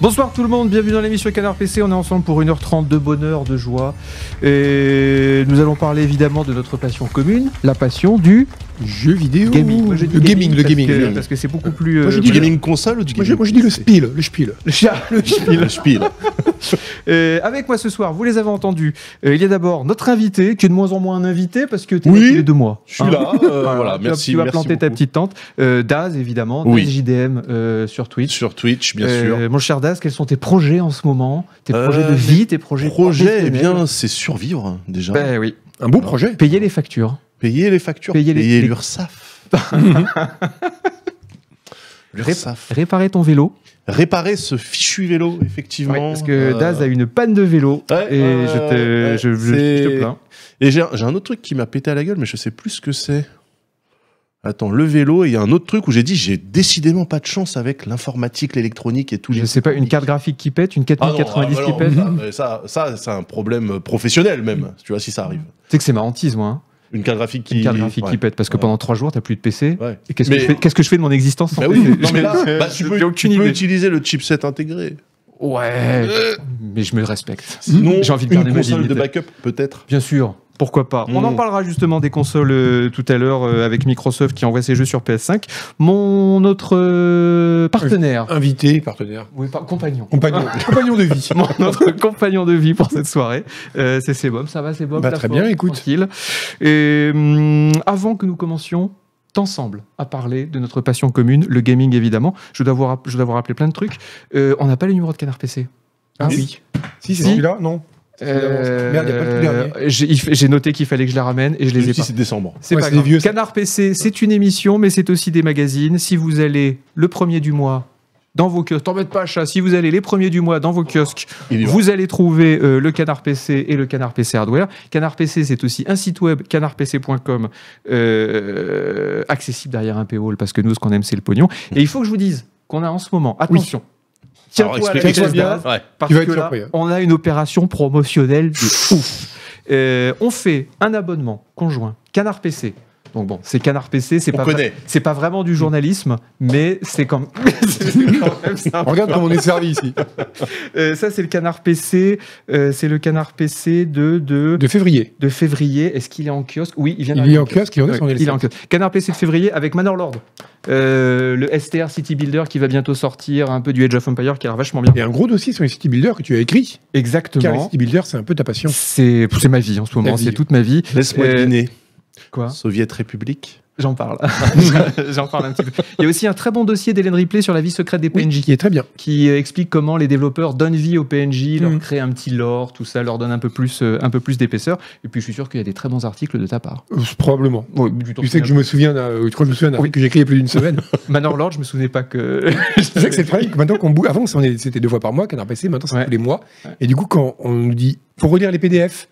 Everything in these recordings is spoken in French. Bonsoir tout le monde, bienvenue dans l'émission Canard PC. On est ensemble pour 1h30 de bonheur, de joie. Et nous allons parler évidemment de notre passion commune, la passion du Jeu vidéo. gaming. Moi, je dis Le gaming, le parce gaming. que- oui. Parce que c'est beaucoup plus. Moi, je euh, dis Du le- gaming console ou du Moi, je, gaming moi, je dis le spiel, le spiel. le- Le spiel. Euh, avec moi ce soir, vous les avez entendus. Euh, il y a d'abord notre invité, qui est de moins en moins un invité parce que tu es Oui, là tous les deux mois. Je suis Hein. là, euh, voilà, tu vas- merci. Tu vas merci planter ta beaucoup. petite tente. Euh, Daz, évidemment, Oui. Daz JDM euh, sur Twitch. Sur Twitch, bien Euh, sûr. Mon cher Daz, quels sont tes projets en ce moment Tes Euh, projets de vie, tes projets Projet, eh professionnels bien, c'est survivre, hein, déjà. Ben oui. Un beau projet. Payer les factures. Payer les factures, Payer payer, les- les- l'URSSAF. L'URSSAF. Réparer ton vélo. Réparer ce fichu vélo, effectivement. Ouais, parce que Euh, Daz a une panne de vélo. Ouais, et ouais, je, te, ouais, je- je- c'est- je te plains. Et j'ai un, j'ai un autre truc qui m'a pété à la gueule, mais je sais plus ce que c'est. Attends, le vélo, et il y a un autre truc où j'ai dit j'ai décidément pas de chance avec l'informatique, l'électronique et tout. Je sais pas, une carte graphique qui pète, une Ah non, 4090 ah, qui bah pète. non, ça, mais ça, ça, c'est un problème euh, professionnel même, tu vois, si ça arrive. Tu sais que c'est ma hantise, moi. hein. Une carte graphique qui. Mm. Une carte graphique ouais. qui pète. Parce que Ouais. pendant trois jours, t'as plus de PC. Ouais. Et qu'est-ce, Mais- que je fais, qu'est-ce que je fais de mon existence sans Bah oui, PC non, mais là, bah, Je tu n'ai peux, aucune tu peux Euh. idée. utiliser le chipset intégré. Ouais, mais je me respecte. Sinon, J'ai envie de garder une ma console de dignité. backup, peut-être. Bien sûr. Pourquoi pas On Mm. en parlera justement des consoles euh, tout à l'heure euh, avec Microsoft qui envoie ses jeux sur PS5. Mon autre euh, partenaire, Invité, partenaire. oui, par- compagnon, Compagnon, compagnon de vie. mon autre compagnon de vie pour cette soirée. Euh, c'est Sebom, ça va Sebom Bah, la très forme, bien, écoute. tranquille. Et hum, avant que nous commencions ensemble à parler de notre passion commune, le gaming évidemment, je dois vous, rapp- je dois vous rappeler plein de trucs. Euh, on n'a pas les numéros de Canard Hein? PC. Ah oui. Si, c'est Si. celui-là Non. Euh, Merde, y a pas le dernier. j'ai- il f- J'ai noté qu'il fallait que je la ramène et je les Le ai pas. 6 décembre. C'est Ouais, pas c'est des grave. vieux, ça. Canard PC, c'est une émission, mais c'est aussi des magazines. Si vous allez le premier du mois dans vos kiosques, t'en mets pas chat, si vous allez les premiers du mois dans vos kiosques, Oh, Il y va. vous allez trouver euh, le Canard PC et le Canard PC Hardware. Canard PC, c'est aussi un site web, canardpc.com, euh, accessible derrière un paywall, parce que nous, ce qu'on aime, c'est le pognon. Et il faut que je vous dise qu'on a en ce moment, attention, Alors, tiens-toi à la explique- chaise, explique-toi bien. Daz, Ouais. parce Tu vas être que là, surpris, hein. on a une opération promotionnelle de ouf. Euh, on fait un abonnement conjoint Canard PC. Donc bon, c'est Canard PC, c'est On pas connaît. c'est pas vraiment du journalisme, mais c'est quand, c'est quand même ça. Regarde comment on est servi ici. Euh, ça c'est le Canard PC, euh, c'est le Canard PC de de, De février. de février. Est-ce qu'il est en kiosque Oui, il vient. Il d'arriver est en kiosque, il en est Ouais, sur il est en kiosque. Canard PC de février avec Manor Lord, Euh, le STR City Builder qui va bientôt sortir, un peu du Age of Empire qui a l'air vachement bien. Et un gros dossier sur les city builders que tu as écrit. Car les Exactement. city builders, c'est un peu ta passion. C'est c'est ma vie en ce moment, Ta vie. c'est toute ma vie. Laisse-moi Euh, dîner. Quoi Soviet République. J'en parle. J'en parle un petit peu. Il y a aussi un très bon dossier d'Hélène Ripley sur la vie secrète des PNJ qui est très bien. qui euh, explique comment les développeurs donnent vie aux PNJ, leur Mhm. créent un petit lore, tout ça, leur donne un peu plus, euh, un peu plus d'épaisseur. Et puis je suis sûr qu'il y a des très bons articles de ta part. Euh, Probablement. Tu sais que je me souviens, d'un- euh, je crois que je me souviens d'un Oui. truc que j'ai écrit il y a plus d'une semaine. Manor Lord, je me souvenais pas que. C'est ça que c'est le problème. que Maintenant qu'on bouge, avant ça, on est- c'était deux fois par mois, canard PC, maintenant c'est Ouais. tous les mois. Ouais. Et du coup, quand on nous dit faut relire les PDF,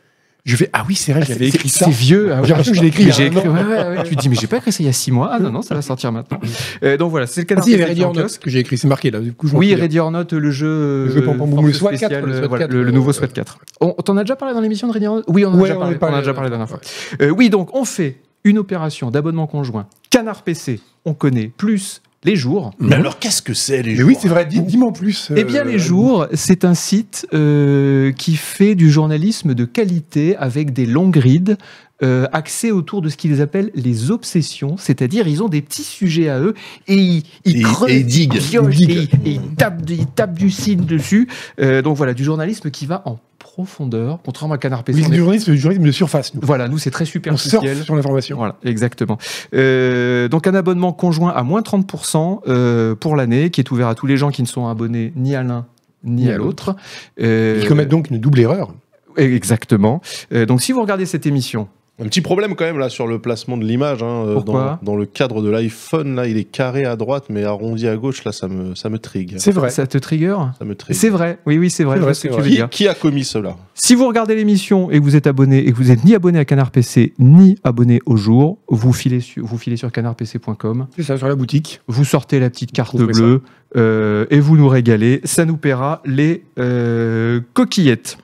je fais ah oui, c'est vrai, j'avais écrit ça. C'est vieux. ah ouais. J'ai l'impression que je l'ai écrit. Mais il y a j'ai un écrit- an. ouais, ouais, ouais. Tu te dis, mais j'ai pas écrit ça il y a six mois. Ah non, non, ça va sortir maintenant. Euh, donc voilà, c'est le Ah, canard. si, il y PC avait Ready en or Not kiosque. que j'ai écrit, c'est marqué là. Du coup, je m'en Oui, souviens. Ready or Not, le jeu. Le jeu euh, Pampan Boum, force le SWAT spéciale, 4, le euh, SWAT voilà, 4, le- le nouveau euh, SWAT 4. On t'en a déjà parlé dans l'émission de Ready or Not Oui, on en a Ouais, déjà on parlé. en a parlé on en a déjà la- parlé la dernière fois. Euh, oui, donc on fait une opération d'abonnement conjoint. Canard PC, on connaît plus les jours. Mais alors, qu'est-ce que c'est, les Mm. Mais gens oui, c'est vrai, dis- dis-moi en plus. Eh bien, euh, les jours, c'est un site euh, qui fait du journalisme de qualité avec des longs grids. euh, axés autour de ce qu'ils appellent les obsessions, c'est-à-dire ils ont des petits sujets à eux et ils, ils Et- creusent, et ils diguent. piochent, Ils et, diguent. et ils tapent, ils tapent du signe dessus. Euh, donc voilà, du journalisme qui va en profondeur, contrairement à Canard PC. Oui, on c'est est- du journalisme, du journalisme de surface, nous. Voilà, nous c'est très On surfe superficiel. sur l'information. Voilà, exactement. Euh, donc un abonnement conjoint à moins 30% euh, pour l'année, qui est ouvert à tous les gens qui ne sont abonnés ni à l'un ni, Ni à à l'autre. Euh, Ils commettent donc une double erreur. Exactement. Euh, donc si vous regardez cette émission, Un petit problème quand même là sur le placement de l'image. hein, euh, Pourquoi dans, dans le cadre de l'iPhone, là, il est carré à droite mais arrondi à gauche. Là, ça me, ça me trigue. C'est vrai. ça te trigger Ça me trigue. c'est vrai, oui, oui, c'est vrai. C'est je vois vrai, ce c'est que tu vrai. veux Qui, dire. qui a commis cela Si vous regardez l'émission et que vous êtes abonné et que vous n'êtes ni abonné à Canard PC ni abonné au jour, vous filez sur, vous filez sur canardpc.com, C'est ça, sur la boutique. vous sortez la petite carte Vous trouvez bleue euh, et vous nous régalez. Ça nous paiera les euh, coquillettes.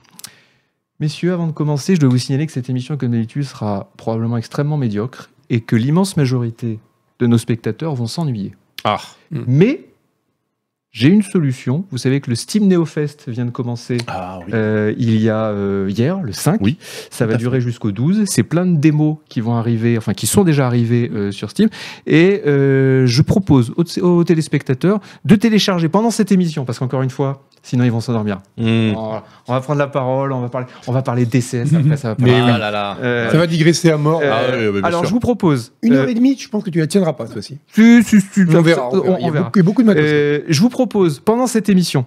Messieurs, avant de commencer, je dois vous signaler que cette émission, comme d'habitude, sera probablement extrêmement médiocre et que Ah. l'immense majorité de nos spectateurs vont s'ennuyer. Ah. Mais J'ai une solution. Vous savez que le Steam NeoFest vient de commencer Ah oui. euh, il y a euh, hier, le 5. Oui, Ça à va fait. durer jusqu'au 12. C'est plein de démos qui vont arriver, enfin qui sont déjà arrivées euh, sur Steam. Et euh, je propose aux, aux téléspectateurs de télécharger pendant cette émission, parce qu'encore une fois, sinon ils vont s'endormir. Hmm. On, on va prendre la parole, on va parler, on va parler DCS. Après, ça va parler. Mais oui. Ah là là. Euh, Ça va digresser à mort. euh, Ah oui, oui, bien alors sûr. je vous propose Une euh, heure et demie, je pense que tu la tiendras pas, ceci. tu- tu- tu- On verra. on- on Il y a verra. beaucoup, beaucoup de matos. Euh, je vous propose, pendant cette émission,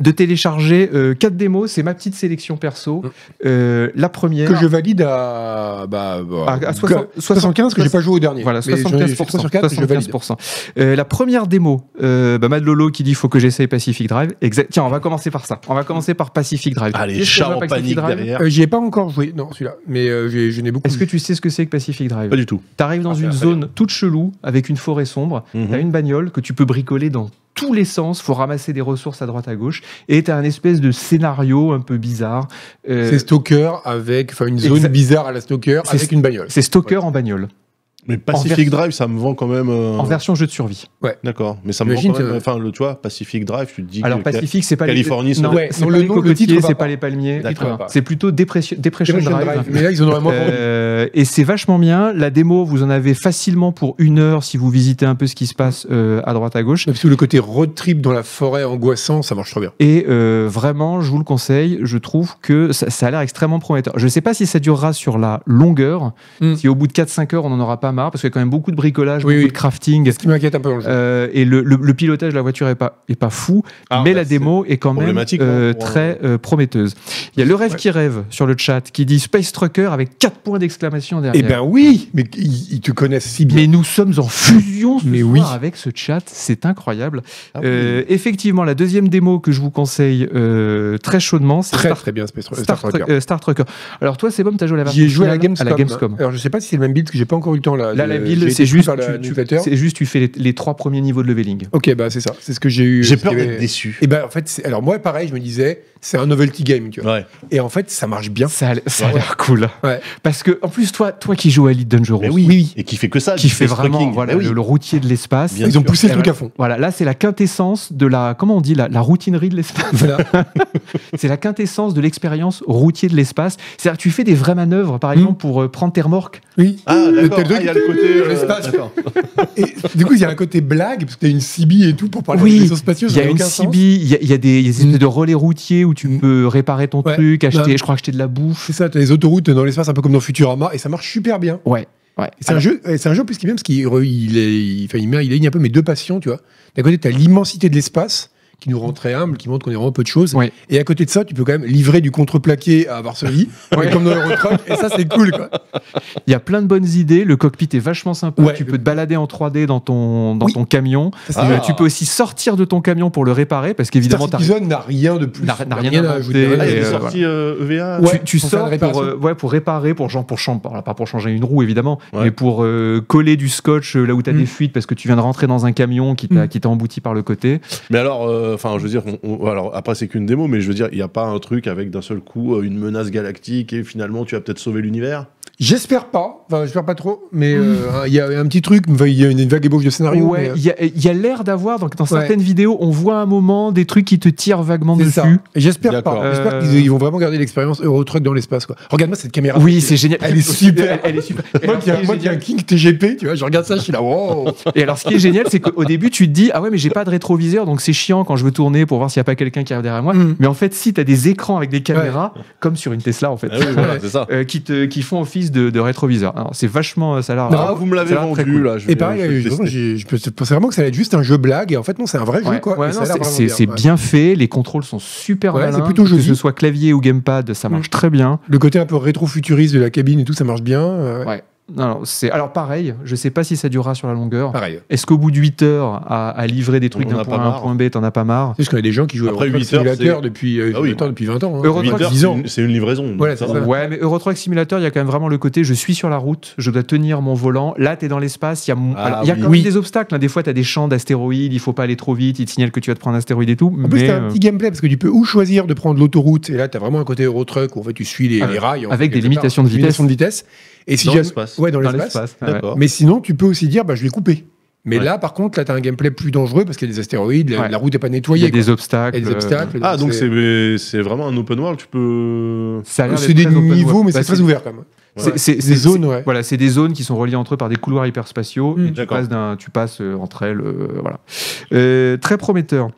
de télécharger euh, quatre démos. C'est ma petite sélection perso. Mmh. Euh, la première. ah, hein, que je valide à, bah, bah, à- à 60 que- 75 que j'ai pas joué au dernier. Voilà, Mais j'en ai- 75%. j'ai 3 sur 4 je valide. 75%. Euh, la première démo, euh, bah, Mad Lolo qui dit faut que j'essaye Pacific Drive. Exact. Tiens, on va commencer par ça. On va commencer par Pacific Drive. Allez, Qu'est-ce qu'on char voit en Pacific panique Drive derrière. Euh, J'y ai pas encore joué, non, celui-là. Mais euh, j'ai- je n'ai beaucoup. Est-ce que tu sais ce que c'est que Pacific Drive Pas du tout. T'arrives dans Ah, une très zone toute chelou avec une forêt sombre. Mhm. T'as une bagnole que tu peux bricoler dans tous les sens. Faut ramasser des ressources à droite à gauche. Et t'as un espèce de scénario un peu bizarre. Euh, C'est Stalker avec, enfin, une zone Exact. bizarre à la Stalker C'est- avec une bagnole. c'est Stalker en bagnole, Mais Pacific Drive, ça me vend quand même. euh, en version jeu de survie. D'accord. Mais ça me vend Imagine quand même. que- Enfin, le, tu vois, Pacific Drive, tu te dis. Alors que- Pacifique, c'est pas Californie, les... ça- non, Ouais, c'est non, pas le les nom- le cocotiers, titre va c'est pas. pas les palmiers. D'accord. il va pas. Pas. C'est plutôt Depression, Depression Depression Drive. Drive. Mais là, ils en ont vraiment vendu. Euh, et c'est vachement bien. La démo, vous en avez facilement pour une heure si vous visitez un peu ce qui se passe euh, à droite à gauche. Même si Ah, le côté road trip dans la forêt angoissant, ça marche trop bien. Et euh, vraiment, je vous le conseille. Je trouve que ça, ça a l'air extrêmement prometteur. Je ne sais pas si ça durera sur la longueur. Mm. Si au bout de 4-5 heures, on n'en aura pas marre, parce qu'il y a quand même beaucoup de bricolage, Oui, beaucoup oui. de crafting. Ce qui m'inquiète un peu dans le jeu. Euh, et le, le- le pilotage de la voiture est pas, est pas fou, Ah, mais bah, la c'est- démo est quand même problématique, euh, hein, pour un- très euh, prometteuse. Il y a le rêve qui rêve sur le chat qui dit Space Trucker avec 4 points d'exclamation derrière. Eh ben oui, mais ils, ils te connaissent si bien. Mais nous sommes en fusion ce Mais soir oui. avec ce chat, c'est incroyable. Ah oui. Euh, effectivement, la deuxième démo que je vous conseille euh, très chaudement, c'est Très Star, très bien, Space Star Star Tracker. Tru- euh, Star Trucker. Alors toi, c'est bon, t'as joué à la version J'y ai joué à la finale, Gamescom. Alors je sais pas si c'est le même build, parce que j'ai pas encore eu le temps là. Là, la de- build, j'ai c'est été juste, par la tu- tu, newsletter. c'est juste, tu fais les, les trois premiers niveaux de leveling. Ok, bah c'est ça, c'est ce que j'ai eu. J'ai peur C'était- d'être déçu. Et ben en fait, c'est- alors moi pareil, je me disais, c'est un novelty game, tu vois. Ouais. Et en fait, ça marche bien. Ça a, l- ça a Ouais. l'air cool. Ouais. Parce que, en plus, toi, toi qui joues à Elite Dangerous, Mais oui. Et qui fait que Ah, ça. qui du fait space vraiment trucking. voilà, Mais oui. le, le routier de l'espace. Bien ils ont sûr. poussé le Et truc ouais. à fond. Voilà, là, c'est la quintessence de la, comment on dit, la, la routinerie de l'espace. Voilà. C'est la quintessence de l'expérience routier de l'espace. C'est-à-dire que tu fais des vraies manœuvres, Hmm. par exemple, pour euh, prendre tes remorques. Oui. Ah, Le d'accord. tel Ah, il y a le côté. euh, l'espace. d'accord. Et du coup, il y a un côté blague, parce que t'as une CB et tout pour parler Oui, des vaisseaux spatiaux. Il y ça a n'a une aucun sens. CB, il y a, il y a des, il y a des espèces Mm. de relais routiers où tu Mm. peux réparer ton Ouais. truc, acheter, Bah. je crois acheter de la bouffe. C'est ça, t'as les autoroutes dans l'espace, un peu comme dans Futurama, et ça marche super bien. Ouais, ouais. Et C'est un jeu, ouais, c'est un jeu en plus qui est bien parce qu'il re- il est, il, enfin, il, met- il aligne un peu mes deux passions, tu vois. D'un côté, t'as l'immensité de l'espace qui nous rend très humbles, qui montre qu'on est vraiment peu de choses. Ouais. Et à côté de ça, tu peux quand même livrer du contreplaqué à Varsovie, Ouais. comme dans Eurotruck. Et ça, c'est cool, quoi. Il y a plein de bonnes idées. Le cockpit est vachement sympa. Ouais. Tu peux te balader en 3D dans ton, dans Oui. ton camion. Ça, c'est Ah. Euh, tu peux aussi sortir de ton camion pour le réparer parce qu'évidemment, Star t'as- Citizen n'a rien de plus. N'a- n'a rien inventé, ajouter. Ah, il y a Et, des euh, sorties euh, EVA. Ouais. tu, tu pour faire sors la pour, réparation. euh, ouais, pour réparer, pour, genre, pour, chan- alors, pas pour changer une roue évidemment, Ouais. mais pour euh, coller du scotch euh, là où tu as Mm. des fuites parce que tu viens de rentrer dans un camion qui t'a Mm. qui t'a embouti par le côté. Mais alors, euh, enfin, je veux dire, on- on- alors après c'est qu'une démo, mais je veux dire, il n'y a pas un truc avec d'un seul coup euh, une menace galactique et finalement tu vas peut-être sauver l'univers. J'espère pas, enfin, j'espère pas trop, mais euh, il y a un petit truc, enfin, il y a une vague ébauche de Ouais, Il scénario. mais, euh, y a, il y a l'air d'avoir, donc, dans certaines vidéos, on voit un moment des trucs qui te tirent vaguement C'est dessus. ça. Et J'espère D'accord. pas. J'espère Euh, qu'ils ils vont vraiment garder l'expérience Eurotruck dans l'espace. quoi. Regarde-moi cette caméra. Oui, c'est génial. Elle est super. Elle, elle est super. Et Moi alors, ce qui qui est ai un génial- King TGP, tu vois, je regarde ça, je suis là, wow. Et alors, ce qui est génial, c'est qu'au début, tu te dis Ah ouais, mais j'ai pas de rétroviseur, donc c'est chiant quand je veux tourner pour voir s'il n'y a pas quelqu'un qui arrive derrière moi. Mm. Mais en fait, si, t'as des écrans avec des caméras, comme sur une Tesla, en fait. Ah oui, voilà, c'est ça. euh, qui, te, qui font office de, de rétroviseur. Alors, C'est vachement, euh, ça a l'air. Ah, vous me l'avez ça a l'air vendu très cool. là. Je Et vais- pareil, je vais je, tester. je- je pensais vraiment que ça allait être juste un jeu blague, et en fait, non, c'est un vrai Ouais, jeu, quoi. ouais, et ça non, a l'air c'est- vraiment c'est c'est ouais. bien fait, les contrôles sont super Ouais, c'est malins, plutôt que joli. Mm. ce soit clavier ou gamepad, ça marche très bien. Le côté un peu rétro-futuriste de la cabine et tout, ça marche bien. euh, Ouais. Alors, c'est alors pareil, je sais pas si ça durera sur la longueur. Pareil. Est-ce qu'au bout de 8 heures à, à livrer des trucs On en d'un a point pas A à un marre. point B, t'en as pas marre Tu sais, je connais des gens qui jouent Après, à Eurotruck huit heures, Simulator c'est- depuis, euh, Ah oui. attends, depuis 20 ans. hein. Euro- Huit Eurotruck, heures, 10 c'est ans. une- c'est une, livraison. Voilà, ça c'est va. ça. Ouais, mais Euro Truck Simulator, il y a quand même vraiment le côté je suis sur la route, je dois tenir mon volant. Là, t'es dans l'espace, il y a, mon- Ah, alors, il y a oui. quand même Oui. des obstacles. hein. Des fois, t'as des champs d'astéroïdes, il faut pas aller trop vite, il te signale que tu vas te prendre un astéroïde et tout. En plus, mais, t'as euh, un petit gameplay parce que tu peux ou choisir de prendre l'autoroute, et là, t'as vraiment un côté Eurotruck où en fait, tu suis les, Avec- les rails. en avec quelque des part, limitations de des limitations de vitesse. Et si Dans jamais- l'espace. Ouais, dans dans l'espace. l'espace. ouais. D'accord. Mais sinon, tu peux aussi dire, bah, je vais couper. Mais Ouais. là, par contre, là, t'as un gameplay plus dangereux parce qu'il y a des astéroïdes, la, Ouais. la route n'est pas Il y nettoyée. a quoi. des obstacles. Il y a des euh, obstacles. Ah, donc c'est c'est vraiment un open world, tu peux. Ça a l'air c'est d'être des très open niveaux, world. mais Bah, c'est très ouvert quand même. c'est- Ouais. c'est- Des c'est- zones, ouais. Voilà, c'est des zones qui sont reliées entre eux par des couloirs hyperspatiaux. Mm. et tu D'accord. passes, d'un- tu passes euh, entre elles. euh, voilà. Euh, très prometteur.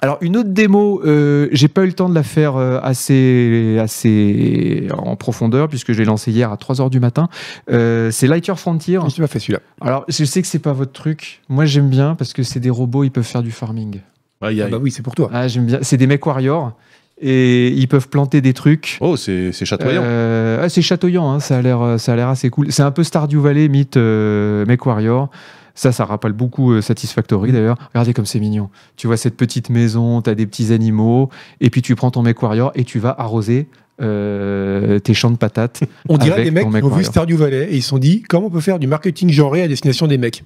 Alors, une autre démo, euh, j'ai pas eu le temps de la faire euh, assez, assez euh, en profondeur, puisque je l'ai lancée hier à 3h du matin. Euh, c'est Lightyear Frontier. Je sais pas fait celui-là. Alors, je sais que c'est pas votre truc. Moi, j'aime bien parce que c'est des robots, ils peuvent faire du farming. Aïe, Ah aïe. bah oui, c'est pour toi. Ah, j'aime bien. C'est des mecs warriors et ils peuvent planter des trucs. Oh, c'est c'est chatoyant. Euh, ah, c'est chatoyant, hein, ça a l'air, euh, ça a l'air assez cool. C'est un peu Stardew Valley, mythe euh, Mech Warrior. Ça, ça rappelle beaucoup euh, Satisfactory d'ailleurs. Regardez comme c'est mignon. Tu vois cette petite maison, t'as des petits animaux, et puis tu prends ton Mech Warrior et tu vas arroser euh, tes champs de patates. On dirait Avec des mecs ton qui mec ont vu Mario. Stardew Valley et ils se sont dit comment on peut faire du marketing genré à destination des mecs.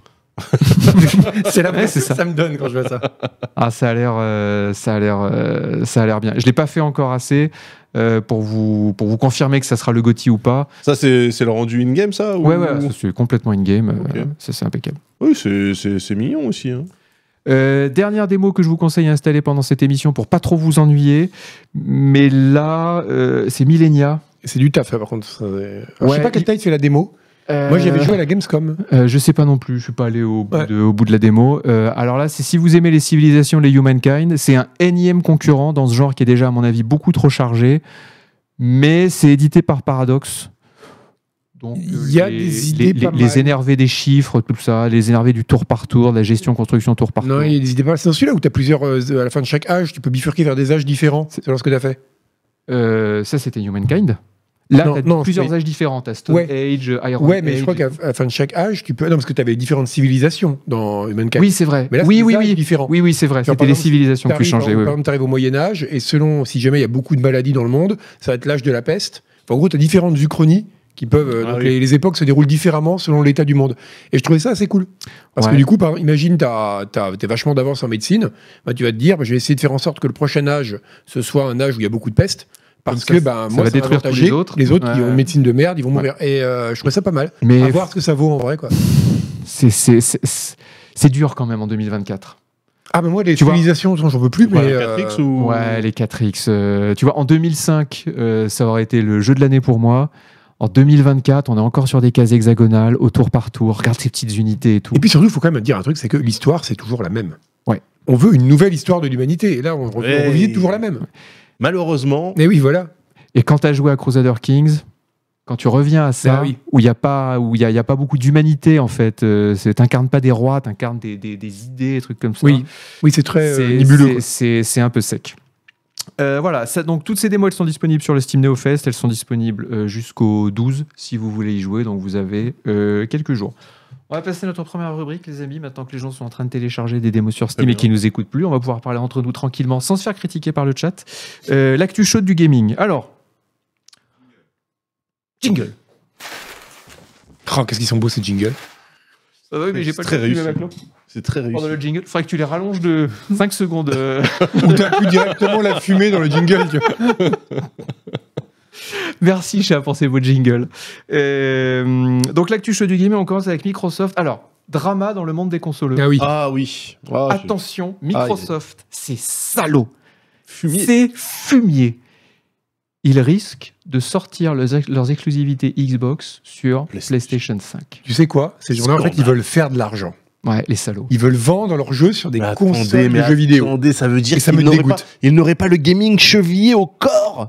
c'est la Ouais, c'est que ça. ça me donne quand je vois ça. Ah, ça a l'air, euh, ça a l'air, euh, ça a l'air bien. Je l'ai pas fait encore assez euh, pour vous pour vous confirmer que ça sera le Gotti ou pas. Ça, c'est c'est le rendu in-game, ça ou- Ouais, ouais, ça, c'est complètement in game. Ok. ça, c'est impeccable. Oui, c'est- c'est c'est mignon aussi. hein. Euh, dernière démo que je vous conseille à installer pendant cette émission pour pas trop vous ennuyer, mais là, euh, c'est Millenia. C'est du taf, ça, par contre. Ça, euh, alors, je Ouais, sais pas quelle il- taille fait la démo. Moi, j'y avais joué à la Gamescom. Euh, je sais pas non plus, je suis pas allé au bout, Ouais. de, au bout de la démo. Euh, alors là, c'est si vous aimez les civilisations, les humankind, c'est un énième concurrent dans ce genre qui est déjà, à mon avis, beaucoup trop chargé. Mais c'est édité par Paradox. Donc, euh, Il y a les, des idées les, pas les- les mal. énervés des chiffres, tout ça, les énervés du tour par tour, de la gestion construction tour par Non, tour. il y a des idées pas mal. C'est dans celui-là où t'as plusieurs. euh, à la fin de chaque âge, tu peux bifurquer vers des âges différents. C'est- C'est ce que t'as fait. Euh, ça, c'était Humankind. Là, Non, t'as non, plusieurs mais- âges différents. T'as Stone Ouais. Age, Iron Ouais, mais Age. je crois qu'à à la fin de chaque âge, tu peux. Non, parce que t'avais différentes civilisations dans Humankind. Oui, c'est vrai. mais là, c'est oui, des oui, âges oui. différents. Oui, oui, c'est vrai. Genre, C'était par les exemple, civilisations qui T'arrives, par, changeaient. exemple, ouais, ouais. par exemple, t'arrives au Moyen Âge, et selon si jamais il y a beaucoup de maladies dans le monde, ça va être l'âge de la peste. Enfin, en gros, tu as différentes uchronies qui peuvent. euh, Ah donc oui. les, les époques se déroulent différemment selon l'état du monde. Et je trouvais ça assez cool. Parce Ouais. que du coup, par, imagine, t'as- t'as- t'es vachement d'avance en médecine. Bah, tu vas te dire, bah, je vais essayer de faire en sorte que le prochain âge, ce soit un âge où il y a beaucoup de peste. Parce Comme que ça, bah, ça moi, va ça va détruire tous avantager les autres. Les autres qui Ouais. ont une médecine de merde, ils vont mourir. Et euh, je trouvais ça pas mal. Mais à voir ce que ça vaut en vrai. Quoi. c'est- c'est- c'est c'est- c'est dur quand même en 2024. Ah, mais moi, les Tu vois. civilisations, j'en veux plus. Voilà, mais, 4X euh, ou. Ouais, les 4X. euh, tu vois, en 2005, euh, ça aurait été le jeu de l'année pour moi. En 2024, on est encore sur des cases hexagonales, au tour par tour. Regarde ces petites unités et tout. Et puis surtout, il faut quand même dire un truc, c'est que l'histoire, c'est toujours la même. Ouais. On veut une nouvelle histoire de l'humanité. Et là, on, revisite Ouais. toujours la même. Malheureusement, Et oui, voilà. Et quand tu as joué à Crusader Kings, quand tu reviens à ça, Ah oui. où il n'y a, pas- où il y a, il y a pas beaucoup d'humanité, en fait, euh, c'est- t'incarnes pas des rois, t'incarnes des, des, des idées, des trucs comme ça. Oui, oui c'est très euh, c'est nébuleux. c'est- c'est- c'est un peu sec. Euh, voilà, ça- donc toutes ces démos elles sont disponibles sur le Steam Neo Fest, elles sont disponibles euh, jusqu'au 12 si vous voulez y jouer, donc vous avez euh, quelques jours. On va passer à notre première rubrique, les amis. Maintenant que les gens sont en train de télécharger des démos sur Steam Très et bien. qu'ils nous écoutent plus, on va pouvoir parler entre nous tranquillement sans se faire critiquer par le chat. Euh, L'actu chaude du gaming. Alors, jingle. quoi. Oh, qu'est-ce qu'ils sont beaux ces jingles. Ah bah oui, mais j'ai C'est pas très le réussi. c'est très réussi. Pendant le jingle, faudrait que tu les rallonges de 5 secondes. euh. Ou t'as pu directement la fumée dans le jingle. tu vois. Merci chat pour ces beaux jingles. Euh, donc l'actu show du gaming, on commence avec Microsoft. Alors, drama dans le monde des consoleux. Ah oui. Ah oui. Ah, j'ai- Attention, Ah, Microsoft, c'est salaud. Fumier. C'est fumier. Ils risquent de sortir leurs, ex- leurs exclusivités Xbox sur PlayStation, PlayStation. 5. Tu sais quoi Ces gens-là, en fait, Scandale. ils veulent faire de l'argent. Ouais, les salauds. Ils veulent vendre leurs jeux sur des Mais Bah, attendez, consoles mais de jeux vidéo. Attendez, ça veut dire Et ça qu'il me n'aurait dégoûte. pas- Il n'aurait pas le gaming chevillé au corps.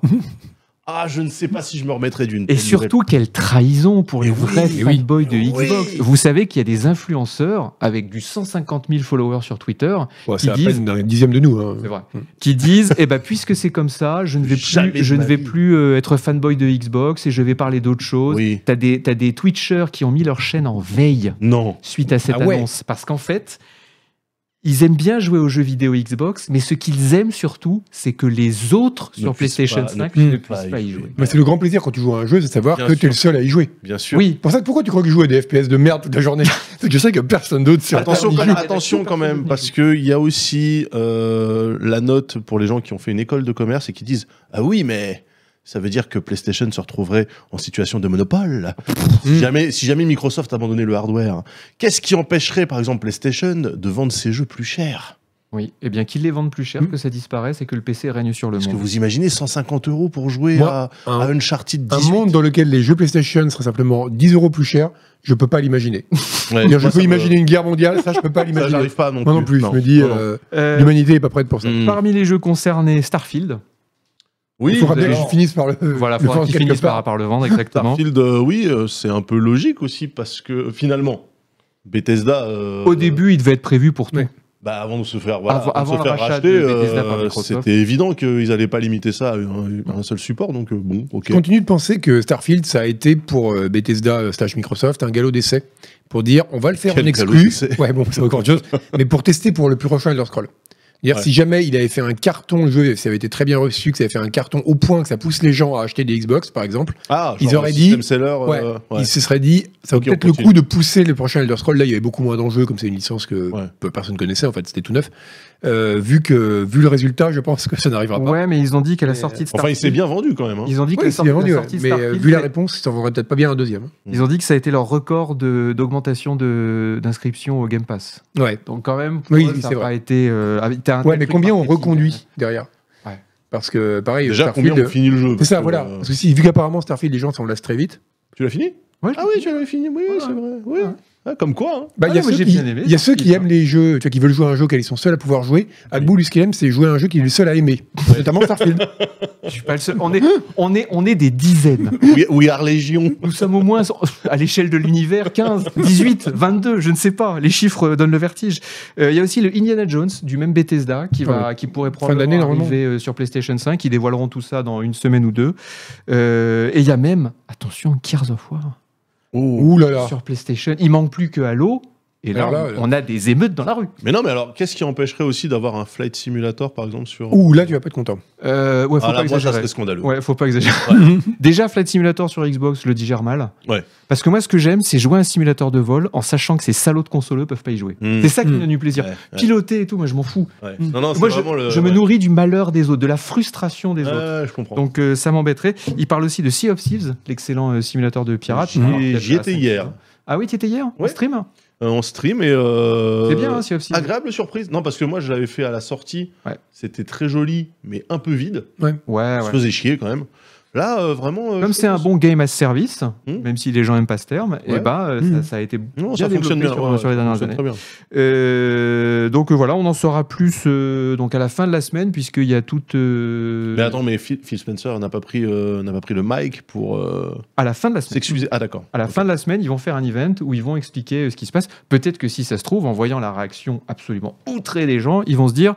ah, je ne sais pas si je me remettrai d'une. Et d'une surtout, quelle trahison pour les Mais oui, vrais mais oui. fanboys de Mais Xbox. oui. Vous savez qu'il y a des influenceurs avec du 150 000 followers sur Twitter Ouais, c'est Ils à disent- peine un dixième de nous. hein. C'est vrai. Mm. Qui disent, eh ben, puisque c'est comme ça, je ne vais Jamais plus, de je ne ma vais vie. plus euh, être fanboy de Xbox et je vais parler d'autre chose. Oui. T'as des, t'as des Twitchers qui ont mis leur chaîne en veille Non. suite à cette Ah ouais. annonce. Parce qu'en fait, ils aiment bien jouer aux jeux vidéo Xbox, mais ce qu'ils aiment surtout, c'est que les autres Ne sur puissent PlayStation pas- 5 ne ne puissent puissent pas y jouer. Mais Bah, c'est le grand plaisir quand tu joues à un jeu, c'est de savoir Bien que t'es sûr. le seul à y jouer. Bien sûr. Oui, Pour ça, que pourquoi tu crois que je joue à des FPS de merde toute la journée C'est que je sais que personne d'autre sur la Attention, table n'y quand- joue. attention quand même, parce qu'il y a aussi euh, la note pour les gens qui ont fait une école de commerce et qui disent Ah oui, mais ça veut dire que PlayStation se retrouverait en situation de monopole. Hmm. si, jamais, si jamais Microsoft abandonnait le hardware, hein. qu'est-ce qui empêcherait par exemple PlayStation de vendre ses jeux plus chers Oui, eh bien, qu'ils les vendent plus cher, Mm. que ça disparaisse et que le PC règne sur le Hmm. Est-ce que monde. vous imaginez 150 euros pour jouer Moi, à, un- à Uncharted Un 18 monde dans lequel les jeux PlayStation seraient simplement 10 euros plus chers, je peux pas l'imaginer. Ouais, C'est-à-dire, moi, je peux ça me- imaginer une guerre mondiale, ça je peux pas Ça, l'imaginer. j'arrive pas non Moi non plus, plus. je me dis, Non, non. euh, Euh, l'humanité est pas prête pour ça. Mm. Parmi les jeux concernés, Euh, Starfield. Oui, il faudra bien que alors, je finisse par le. Voilà, le faudra vendre qu'ils quelque finissent part. par, par le vendre, exactement. Starfield, euh, oui, euh, c'est un peu logique aussi parce que euh, finalement, Bethesda. euh, Au début, il devait être prévu pour tout. Ouais. bah, avant de se faire, voilà, Avant- avant de avant se le faire rachat racheter, de Bethesda par euh, Microsoft. c'était évident qu'ils n'allaient pas limiter ça à un, à un seul support, donc euh, bon, ok. Je continue de penser que Starfield, ça a été pour euh, Bethesda euh, slash Microsoft un galop d'essai pour dire on va le faire Quel en galop exclu. d'essai Ouais, bon, c'est encore autre chose. mais pour tester pour le plus prochain Elder Scrolls. Dire Ouais. si jamais il avait fait un carton le jeu, et ça avait été très bien reçu, que ça avait fait un carton au point que ça pousse les gens à acheter des Xbox par exemple, Ah, Ils genre, auraient le dit- système seller, ouais, euh, ouais. il se serait dit ça vaut Ok, on peut-être le continue. coup de pousser le prochain Elder Scrolls. Là, il y avait beaucoup moins d'enjeux comme c'est une licence que Ouais. peu personne connaissait en fait, c'était tout neuf. Euh, vu que vu le résultat, je pense que ça n'arrivera pas. Ouais, mais ils ont dit qu'à la Bah, Mais, euh, sortie de Starfield. Enfin, il s'est bien vendu quand même. hein. Ils ont dit que Oui, la c'est sortie, bien vendu, la ouais. sortie de mais euh, Starfield, vu la réponse, ça en vendrait peut-être pas bien un deuxième. hein. ils ont dit que ça a été leur record de- d'augmentation de- d'inscription au Game Pass. Ouais. Donc quand même, oui, Oui, oui, ça c'est n'a pas été. euh, avec- t'as un Ouais, tel mais truc combien on marketing, hein. reconduit derrière Ouais. Parce que pareil, Déjà, Starfield. combien on finit le jeu C'est parce ça, que, voilà. euh, Parce que si, vu qu'apparemment Starfield, les gens s'en lassent très vite. Tu l'as fini euh, ouais, Ah oui, tu l'avais fini, oui, Ouais. c'est vrai. Oui. Ouais. Ah, comme quoi, hein. Bah, Ah il y a non, moi, ceux j'ai qui, bien aimé il y a ceux qui Starfield, aiment les jeux, tu vois, qui veulent jouer à un jeux auquel ils sont seuls à pouvoir jouer. Agboul, lui, ce qu'il aime, c'est jouer à un jeu qu'il est le seul à aimer. Notamment Starfield. Je suis pas le seul. On est, on est, on est des dizaines. We, we are Légion. Nous sommes au moins, à l'échelle de l'univers, 15, 18, 22, je ne sais pas. Les chiffres euh, donnent le vertige. Euh, Il y a aussi le Indiana Jones du même Bethesda qui, va, qui pourrait d'année, probablement normalement. arriver euh, sur PlayStation 5. Ils dévoileront tout ça dans une semaine ou deux. Euh, et il y a même, attention, Gears of War Oh. Ouh là là. sur PlayStation. Il manque plus que Halo. Et là, Ah, Alors là, on- on a des émeutes dans la rue. Mais non, mais alors, qu'est-ce qui empêcherait aussi d'avoir un Flight Simulator, par exemple, sur. Ouh là, tu vas pas être content. Euh, ouais, faut pas Ah, là, moi, ça exagérer. Mhm. serait scandaleux. Ouais, faut pas exagérer. Déjà, Flight Simulator sur Xbox le digère mal. Ouais. Parce que moi, ce que j'aime, c'est jouer à un simulateur de vol en sachant que ces salauds de consoleux peuvent pas y jouer. Mm. C'est ça qui Mm. me donne du plaisir. Ouais, ouais, Piloter et tout, moi, je m'en fous. ouais. Mm. Non, non, c'est moi, je, vraiment le. je me ouais. nourris du malheur des autres, de la frustration des Ouais, autres. ouais, je comprends. Donc, euh, ça m'embêterait. Il parle aussi de Sea of Thieves, l'excellent euh, simulateur de pirates. J'y- Alors, peut-être Ah, j'y à étais 5 hier. euros. Ah oui, tu étais hier en Ouais. stream Euh, en stream et. euh, C'est bien, hein, Sea of Thieves. Agréable surprise. Non, parce que moi, je l'avais fait à la sortie. Ouais. C'était très joli, mais un peu vide. Ouais, Ça ouais. faisait chier quand même. Là, euh, vraiment. euh, Comme je c'est un pense- bon game as service, Mm. même si les gens aiment pas ce terme, et Ouais. bah, euh, Mm. ça, ça a été Non, bien ça fonctionne développé bien. sur- ouais, sur les ça dernières fonctionne années. Très bien. Euh, donc euh, voilà, on en saura plus euh, donc à la fin de la semaine puisqu'il y a toute euh, Mais attends, mais Phil, Phil Spencer n'a pas, pris, euh, n'a pas pris le mic pour euh, à la fin de la semaine. s'excuser. Ah, d'accord. À la fin de la semaine, ils vont faire un event où ils vont expliquer euh, ce qui se passe. Peut-être que si ça se trouve, en voyant la réaction absolument outrée des gens, ils vont se dire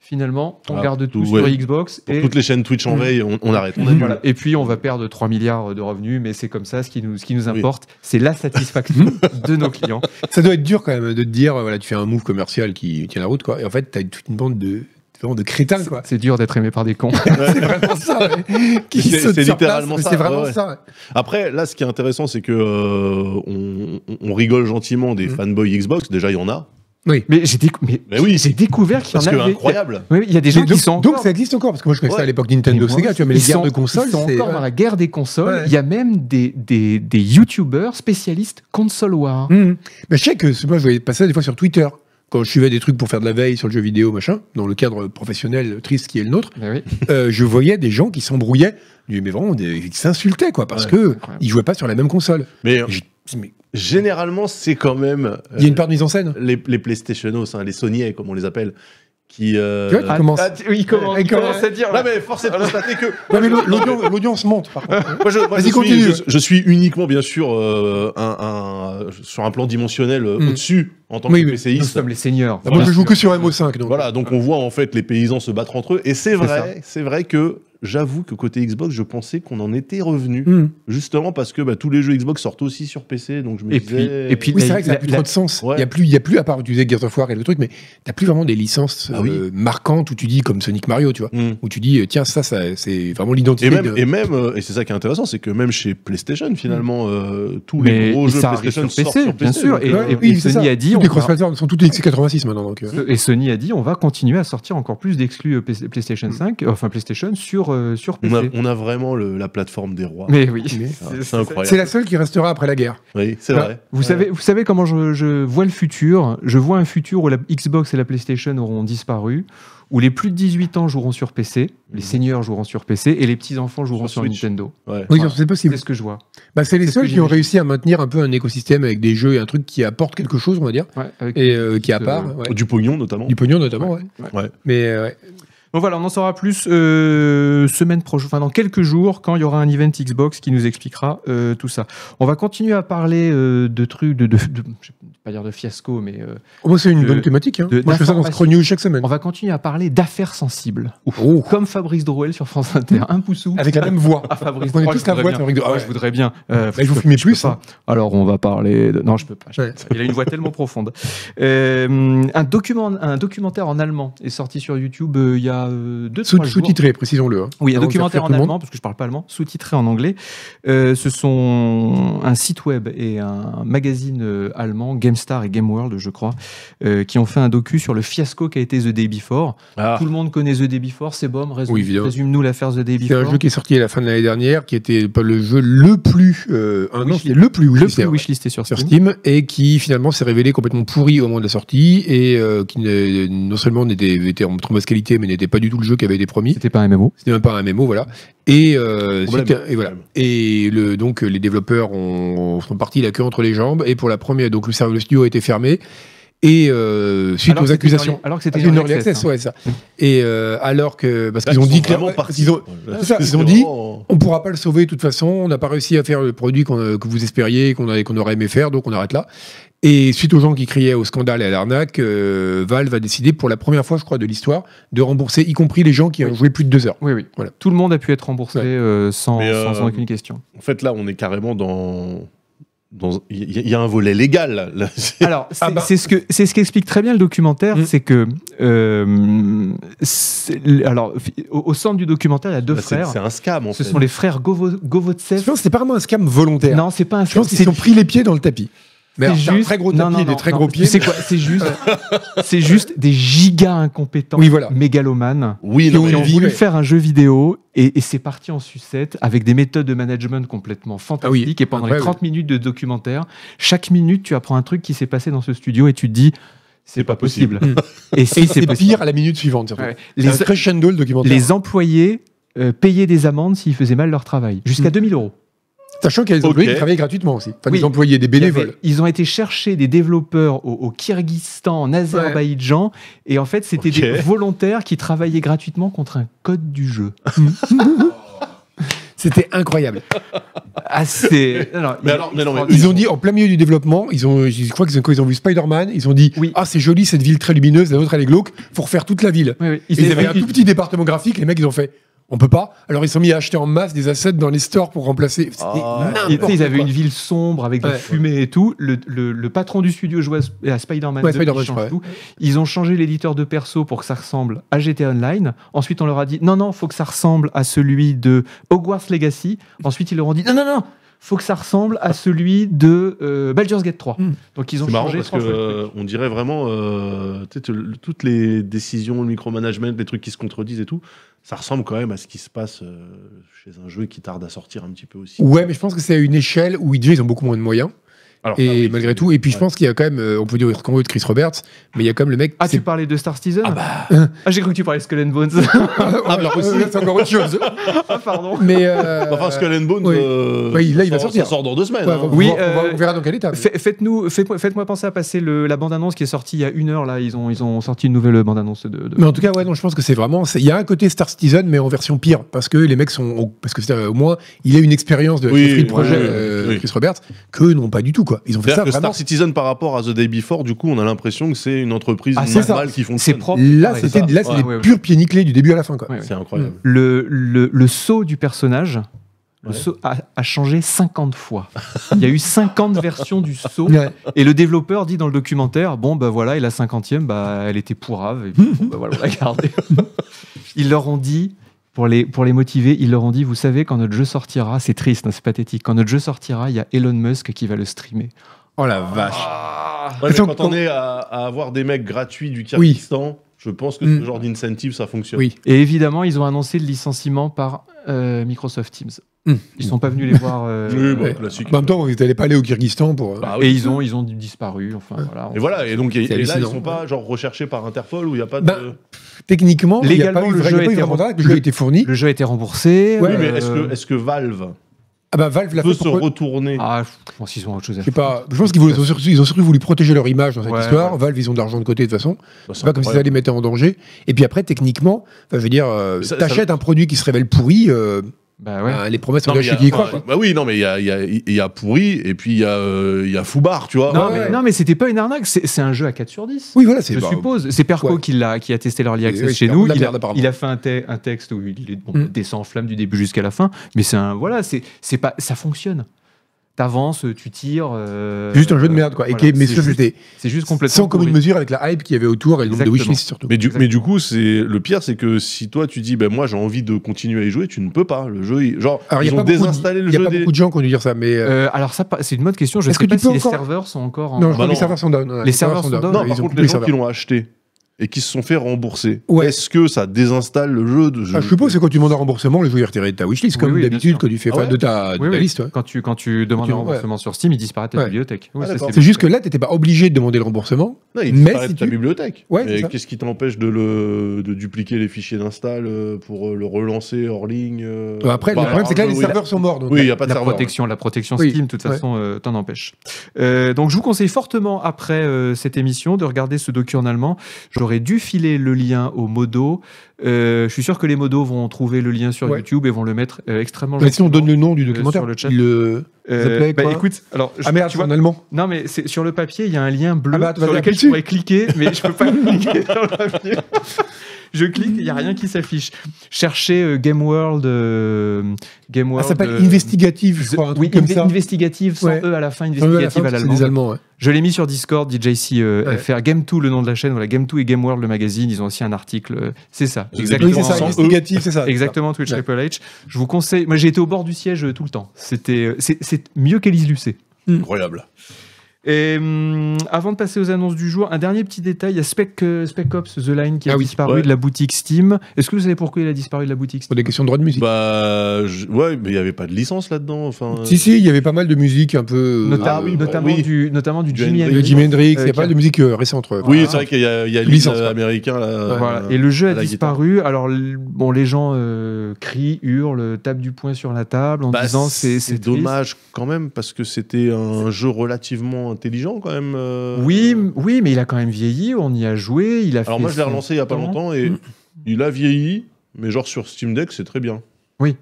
finalement, on Ah, garde tout ouais. sur Xbox Pour et toutes les chaînes Twitch en Mm. veille, on, on arrête. On Mm. annule. Voilà. Et puis on va perdre 3 milliards de revenus, mais c'est comme ça. Ce qui nous, ce qui nous importe, c'est la satisfaction de nos clients. Ça doit être dur quand même de te dire, euh, voilà, tu fais un move commercial qui tient la route, quoi. Et en fait, t'as toute une bande de, vraiment de crétins, quoi. C'est dur d'être aimé par des cons. c'est vraiment ça. ouais. Qui C'est- sautent c'est sur place, littéralement mais ça, C'est vraiment ouais, ouais. ça. ouais. Après, là, ce qui est intéressant, c'est que euh, on, on- on rigole gentiment des Mm. fanboys Xbox. Déjà, il y en a. Mais j'ai décou- mais Mais oui, j'ai découvert qu'il y Parce en que avait. incroyable. Oui, il y a des gens donc, qui sont donc encore- ça existe encore, parce que moi je croyais que ça à Ouais. l'époque Nintendo, moi Sega, tu vois, mais Ils les guerres sont- de consoles, ils sont c'est. euh, encore dans la guerre des consoles. Ouais. Il y a même des, des, des youtubeurs spécialistes console war. Mhm. Mais je sais que c'est- moi, je voyais passer ça des fois sur Twitter. Quand je suivais des trucs pour faire de la veille sur le jeu vidéo, machin, dans le cadre professionnel triste qui est le nôtre, Ben oui. euh, je voyais des gens qui s'embrouillaient, mais vraiment, des- ils s'insultaient, quoi, parce Ouais. que Incroyable. ils jouaient pas sur la même console. Mais Je- je- mais généralement, c'est quand même euh, Il y a une part de mise en scène. les, les PlayStationos, hein, les Sonyais, comme on les appelle, qui. euh, Tu vois, tu commences. Ah, oui, il commence, Ouais, il commence ouais. à dire. Non, mais force est de constater que. Ouais, mais l'audience l'audience monte, par contre. Moi, je, moi, Vas-y, je suis- continue. je- je suis, uniquement, bien sûr, euh, un, un- sur un plan dimensionnel euh, Mm. au-dessus en tant Oui, que oui. Nous PCiste. sommes les seigneurs. Ah, Ah, Moi, je joue que sur MO5, donc. Voilà, donc on voit en fait les paysans se battre entre eux. Et c'est vrai, c'est vrai que j'avoue que côté Xbox, je pensais qu'on en était revenu. Mhm. Justement parce que bah, tous les jeux Xbox sortent aussi sur PC, donc je me Et puis, disais. et puis Oui, c'est la- vrai que ça la- n'a plus la- trop de sens. Il Ouais. n'y a, plus- il y a plus, à part utiliser Gears of War, quelques trucs, mais t'as plus vraiment des licences Ah oui. euh, marquantes où tu dis, comme Sonic Mario, tu vois, Mhm. où tu dis, tiens, ça, ça c'est vraiment Et l'identité. même, de- et même, euh, et c'est ça qui est intéressant, c'est que même chez PlayStation, finalement, euh, tous les mais gros jeux ça arrive PlayStation sur sortent PC, sur bien PC. sûr. donc, euh, Et, ouais, et- oui, et c'est Sony ça. a dit, toutes les cross-platforms sont toutes x86 maintenant. Donc, euh, Et Sony a dit on va continuer à sortir encore plus d'exclus euh, PS- PlayStation 5, euh, enfin PlayStation sur, euh, sur On PC. a, on a vraiment le- la plateforme des rois. Mais oui. mais- Ah, C'est incroyable. C'est la seule qui restera après la guerre. Oui, c'est Ah. vrai. Vous, savez, vous savez comment je, je vois le futur Je vois un futur où la Xbox et la PlayStation auront disparu, où les plus de 18 ans joueront sur PC, les Mhm. seniors joueront sur PC et les petits-enfants joueront sur, Sur Switch. Nintendo. Ouais. Oui, Voilà. c'est possible. C'est ce que je vois. Bah, c'est les C'est ce que seuls qui ont j'imagine. réussi à maintenir un peu un écosystème avec des jeux et un truc qui apporte quelque chose, on va dire, Ouais, avec- et euh, qui est à Euh, part, ouais. Du pognon notamment. du pognon notamment. Ouais. Ouais. Ouais. Mais euh, ouais. Bon voilà, on en saura plus euh, semaine prochaine, enfin dans quelques jours, quand il y aura un event Xbox qui nous expliquera euh, tout ça. On va continuer à parler euh, de trucs, de, de, de- je vais pas dire de fiasco, mais euh, Oh, moi, c'est une De- bonne thématique. hein. de- Moi, je fais ça dans d'information. Scroll News chaque semaine. on va continuer à parler d'affaires sensibles. Oh. Comme Fabrice Drouel sur France Inter, un poussou. Avec la même voix. Ah, Fabrice On est Drouel, tous je la voudrais voix de bien. Ah Fabrice Drouel. Ouais, Ouais. je voudrais bien. Euh, Bah, il faut je- fumer je peux plus, pas. hein. Alors, on va parler. de- Non, je peux pas. je peux Ouais. pas. Il a une voix tellement profonde. Euh, un, document, un documentaire en allemand est sorti sur YouTube euh, il y a euh, deux, trois jours. Sous-titré, précisons-le. hein. Oui, un Avant de faire documentaire fuir en tout le monde. allemand, parce que je parle pas allemand, sous-titré en anglais. Euh, ce sont un site web et un magazine euh, allemand, GameStar et GameWorld, je crois, euh, qui ont fait un docu sur le fiasco qu'a été The Day Before. Ah, Tout le monde connaît The Day Before, c'est bon, résume, Oui, évidemment. résume-nous l'affaire The Day C'est un Before. jeu qui est sorti à la fin de l'année dernière, qui était pas le jeu le plus. euh, un an, Wishlist. c'était le plus le wishlisté, plus ouais, wishlisté sur hein, sur Steam. Steam, et qui finalement s'est révélé complètement pourri au moment de la sortie, et euh, qui ne- non seulement n'était était en trop mauvaise qualité, mais n'était pas du tout le jeu qui avait été promis. C'était pas un MMO. C'était même pas un MMO, voilà. Et, euh, Problème. c'était- et voilà. Et le, donc les développeurs ont, sont partis la queue entre les jambes, et pour la première, donc le serveur le studio a été fermé, et euh, suite Alors que aux c'était accusations. une- Alors que c'était Ah, c'est une early access, access, hein. ouais, ça. Et euh, alors que parce Là, qu'ils ont ils dit sont vraiment clairement, partis. ils ont, Là, c'est ça, c'est ils ont dit- vraiment- on pourra pas le sauver de toute façon, on n'a pas réussi à faire le produit qu'on, euh, que vous espériez, qu'on, a- qu'on aurait aimé faire, donc on arrête là. Et suite aux gens qui criaient au scandale et à l'arnaque, euh, Valve a décidé pour la première fois, je crois, de l'histoire, de rembourser, y compris les gens qui ont joué plus de deux heures. Oui, oui. Voilà. Tout le monde a pu être remboursé Ouais. euh, sans, Mais, sans- sans euh, aucune question. En fait, là, on est carrément dans. dans- Il y, a- il y a un volet légal. là. Là, c'est- Alors, c'est Ah bah. c'est ce que c'est ce qu'explique très bien le documentaire, Mm. c'est que euh, c'est- alors fi- au, au centre du documentaire, il y a deux là, Bah, c'est frères. c'est un scam. En Ce fait. sont les frères Govo- Je Govotsev. pense que c'est pas vraiment un scam volontaire. Non, c'est pas un je pense qu'ils c'est- se sont pris les pieds dans le tapis. c'est Mais alors, c'est un juste- très gros non, tapis non, et des non, très non. gros pieds. C'est quoi C'est juste, c'est juste des gigas incompétents, Oui, voilà. mégalomanes. Oui, Qui non, ont mais- Ils ont Oui, voulu ouais. faire un jeu vidéo et, et c'est parti en sucette avec des méthodes de management complètement fantastiques. Ah oui, Et pendant les incroyable. 30 minutes de documentaire, chaque minute, tu apprends un truc qui s'est passé dans ce studio et tu te dis, c'est pas possible. et Et si c'est c'est pire à la minute suivante. surtout. possible. Ouais. Les Les, crescendo le documentaire. les employés euh, payaient des amendes s'ils faisaient mal leur travail, jusqu'à Mm. 2000 euros. Sachant qu'il y a des Ok. employés qui travaillaient gratuitement aussi. Enfin, Oui. des employés, des Il y avait- bénévoles. ils ont été chercher des développeurs au, au Kyrgyzstan, en Azerbaïdjan, et en fait, c'était Ok. des volontaires qui travaillaient gratuitement contre un code du jeu. C'était incroyable. Assez. Ah, Alors, Mais il- alors, mais non, mais Ils ont dit en plein milieu du développement, ils ont, je crois qu'ils ont, quand ils ont vu Spider-Man, ils ont dit Oui. Ah, c'est joli cette ville très lumineuse, la nôtre elle est glauque, faut refaire toute la ville. Oui, oui. Ils, avaient un tout petit département graphique, les mecs ils ont fait On peut pas. Alors ils se sont mis à acheter en masse des assets dans les stores pour remplacer. C'était Ah, Et n'importe tu sais, ils avaient quoi. une ville sombre avec de la Ouais. fumée et tout. Le, le- le patron du studio jouait à Sp- à Spider-Man. Ouais, 2, Spider-Man, il change je crois, tout. Ils ont changé l'éditeur de perso pour que ça ressemble à GTA Online. Ensuite, on leur a dit non, non, faut que ça ressemble à celui de Hogwarts Legacy. Ensuite, ils leur ont dit non, non, non, faut que ça ressemble à celui de euh, Baldur's Gate 3. Hmm. Donc, ils ont C'est marrant changé parce que trois fois le euh, truc. on dirait vraiment euh, tu sais, te- le- toutes les décisions, le micromanagement, les trucs qui se contredisent et tout, ça ressemble quand même à ce qui se passe euh, chez un jeu qui tarde à sortir un petit peu aussi. Ouais, mais je pense que c'est à une échelle où déjà, ils ont beaucoup moins de moyens. Alors, et ah oui, malgré tout, et puis je Ouais. pense qu'il y a quand même, euh, on peut dire qu'on veut de Chris Roberts, mais il y a quand même le mec. Ah, c'est- tu parlais de Star Citizen Ah Ah, j'ai cru que tu parlais de Skull and Bones. Ah, alors, euh, c'est encore autre chose. ah, pardon. Mais. euh, Enfin, Skull and Bones, oui. euh, Oui, là, il ça- va sortir. Ça sort dans deux semaines. ouais, hein. on va- Oui, on va- euh, on verra dans quel état. mais- Fait- Faites-nous, faites- faites-moi penser à passer le- la bande-annonce qui est sortie il y a une heure là. Ils ont, ils ont sorti une nouvelle bande-annonce de. de- Mais en tout cas, ouais, non, je pense que c'est vraiment. c'est- Il y a un côté Star Citizen, mais en version pire, parce que les mecs sont. ont- Parce que c'est, euh, au moins, il a une expérience de Oui, chefferie de projet, ouais, ouais, euh, oui. Chris Roberts, que n'ont pas du tout, quoi. Ils ont fait ça C'est-à-dire que vraiment. Star Citizen par rapport à The Day Before, du coup, on a l'impression que c'est une entreprise Ah, c'est ça. normale qui C'est fonctionne. propre. Là, Ouais, c'était ça. là, c'est Ouais, des ouais, ouais. purs pieds nickelés du début à la fin, quoi. Ouais, ouais. C'est incroyable. Le, le, le saut du personnage le Ouais. saut a, a changé 50 fois. Il y a eu 50 versions du saut. Ouais. Et le développeur dit dans le documentaire Bon, bah voilà, et la 50e, bah, elle était pourrave. Et puis, bon, bah, voilà, on l'a gardée. Ils leur ont dit. Pour les, pour les motiver, ils leur ont dit, vous savez, quand notre jeu sortira, c'est triste, hein, c'est pathétique, quand notre jeu sortira, il y a Elon Musk qui va le streamer. Oh la vache. Ah, Ouais, mais Attends, quand quand- on est à, à avoir des mecs gratuits du Kyrgyzstan, je pense que Mm. ce genre d'incentive, ça fonctionne. Oui. Et évidemment, ils ont annoncé le licenciement par euh, Microsoft Teams. Hmm. Ils sont pas venus les voir. euh, Oui, bah, ouais. classique. En même temps, vous n'allez pas aller au Kyrgyzstan pour. euh, Bah, et ils ont, ils ont disparu. Enfin, voilà. Et voilà, et donc et, C'est et là, ils hallucinant. sont pas genre recherchés par Interpol où il n'y a pas de. Bah, Techniquement, il n'y a Légalement, pas eu le vrai- jeu il y a pas eu était vraiment rem- d'arrêt, le jeu a été fourni. Le jeu a été remboursé. Ouais, oui, mais euh, est-ce que, est-ce que Valve Ah bah, Valve l'a peut fait se pour- retourner Bah, Ah, je pense qu'ils ont autre chose à Je sais faire. pas. Je pense qu'ils voulaient- ils ont, surtout- ils ont surtout voulu protéger leur image dans cette Ouais, histoire. ouais. Valve, ils ont de l'argent de côté de toute façon. Bah, C'est pas comme si ça incroyable. les mettait en danger. Et puis après, techniquement, enfin, je veux dire, euh, Ça- t'achètes un produit qui se révèle pourri, euh, Bah ouais. ben, les promesses sont Non, mais il y gâchées qui a- y croient. enfin, quoi. Bah oui, non, mais il y a, il y a- il y a pourri, et puis il y a, euh, il y a Foubar, tu vois. non, ouais, mais, ouais. non, mais c'était pas une arnaque. C'est c'est un jeu à 4 sur 10. Oui, voilà, c'est Je bah, suppose. C'est Perco ouais. qui, l'a- qui a testé l'Early Access oui, c'est chez vraiment nous. de la Il a, merde, apparemment. il a fait un, te- un texte où il est, bon, Mm. descend en flamme du début jusqu'à la fin. Mais c'est un, voilà, c'est c'est pas, ça fonctionne. T'avances, tu tires. euh, Juste un jeu de merde, quoi. Et voilà, qui est- mais c'est ça, juste, c'était c'est juste complètement. sans commune pourri. mesure avec la hype qu'il y avait autour et le nombre de Exactement. wishlists surtout. Mais du, Exactement. mais du coup, c'est le pire, c'est que si toi tu dis, ben moi j'ai envie de continuer à y jouer, tu ne peux pas. Le jeu, il- genre, Alors, il y ils a ont pas beaucoup désinstallé de- le il y a jeu. pas des- beaucoup de gens qui ont dû dire ça, mais. euh, Euh, alors ça, pa- c'est une bonne question. Je Est-ce sais que pas tu si peux les encore- serveurs sont encore. En... Non, je bah crois que les non. serveurs sont down. ouais, Les serveurs sont down. Non, ils par ont contre, coupé les les gens qui serveurs. l'ont acheté et qui se sont fait rembourser, Ouais. est-ce que ça désinstalle le jeu de Ah, je suppose que quand tu demandes un remboursement, le jeu est retiré de ta wishlist, Oui, comme oui, bien d'habitude, sûr. quand tu fais Ah enfin, ouais de ta de Oui, ta oui. liste. ouais. Quand tu, quand tu demandes tu- un ouais. remboursement sur Steam, il disparaît de ta Ouais. bibliothèque. Oui, Ah, ça, d'accord. C'est juste que là, t'étais pas obligé de demander le remboursement. Non, il Mais disparaît si de ta tu- bibliothèque. Ouais, c'est Mais ça. qu'est-ce qui t'empêche de, le... de dupliquer les fichiers d'install euh, pour euh, le relancer hors ligne euh, Après, bah, le problème, c'est que là, alors, les oui, serveurs sont morts. donc, euh, Oui, il n'y a pas de la serveur. protection, la protection Oui, Steam, de toute ouais. façon, euh, t'en empêche. Euh, donc, je vous conseille fortement après euh, cette émission de regarder ce docu en allemand. J'aurais dû filer le lien aux modos. Euh, je suis sûr que les modos vont trouver le lien sur Ouais. YouTube et vont le mettre euh, extrêmement. Mais si on gentiment. donne le nom du documentaire, sur le chat. le. Euh, s'appelait bah, quoi écoute, alors je- Ah merde, tu vois, en allemand. non mais c'est- sur le papier il y a un lien bleu Ah bah, tu vas sur dire lequel je dessus. pourrais cliquer, mais je peux pas cliquer sur le papier. je clique, il y a rien qui s'affiche. Cherchez euh, Game World, euh, Game Ah, World. ça s'appelle euh, Investigative, je crois, un oui, truc comme inve- ça. investigative sans Ouais. E à la fin, Ouais, ouais, à la fin, investigative à parce que c'est l'allemand. des Allemands, ouais. Je l'ai mis sur Discord, DJC euh, Ouais. FR, Game2 le nom de la chaîne, voilà, Game2 et Game World le magazine, ils ont aussi un article, euh, c'est ça, Oui, exactement. E. Oui, c'est ça, Sans investigative, c'est ça. Exactement Twitch Ouais. Triple H. Je vous conseille, moi j'ai été au bord du siège euh, tout le temps. C'était euh, c'est- c'est mieux qu'Élise Lucet. Incroyable. Et hum, avant de passer aux annonces du jour, un dernier petit détail, il y a Spec, euh, Spec Ops The Line qui a Ah oui, disparu ouais. de la boutique Steam. Est-ce que vous savez pourquoi il a disparu de la boutique Steam Pour des questions de droit de musique. Bah, je- ouais, mais il n'y avait pas de licence là-dedans. Enfin, euh, si, si, il y avait pas mal de musique un peu. euh, Nota- Ah oui, bah notamment, oui. Du, notamment du Du Jimi Hendrix. de Hendrix. Jimi Hendrix, il Euh, y qui a pas a- mal de musique euh, récente. ouais. Oui, c'est vrai qu'il y a, il y a Licence, l'île, euh, quoi. américain là. Voilà. euh, Et le jeu a la disparu. Alors, l- bon, les gens euh, crient, hurlent, tapent du poing sur la table en Bah, disant c'est c'est triste. dommage quand même parce que c'était un jeu relativement intelligent quand même. euh. Oui, m- oui, mais il a quand même vieilli. On y a joué. Il a Alors fait moi je l'ai son relancé il y a pas temps. longtemps et Mm. il a vieilli, mais genre sur Steam Deck c'est très bien. Oui.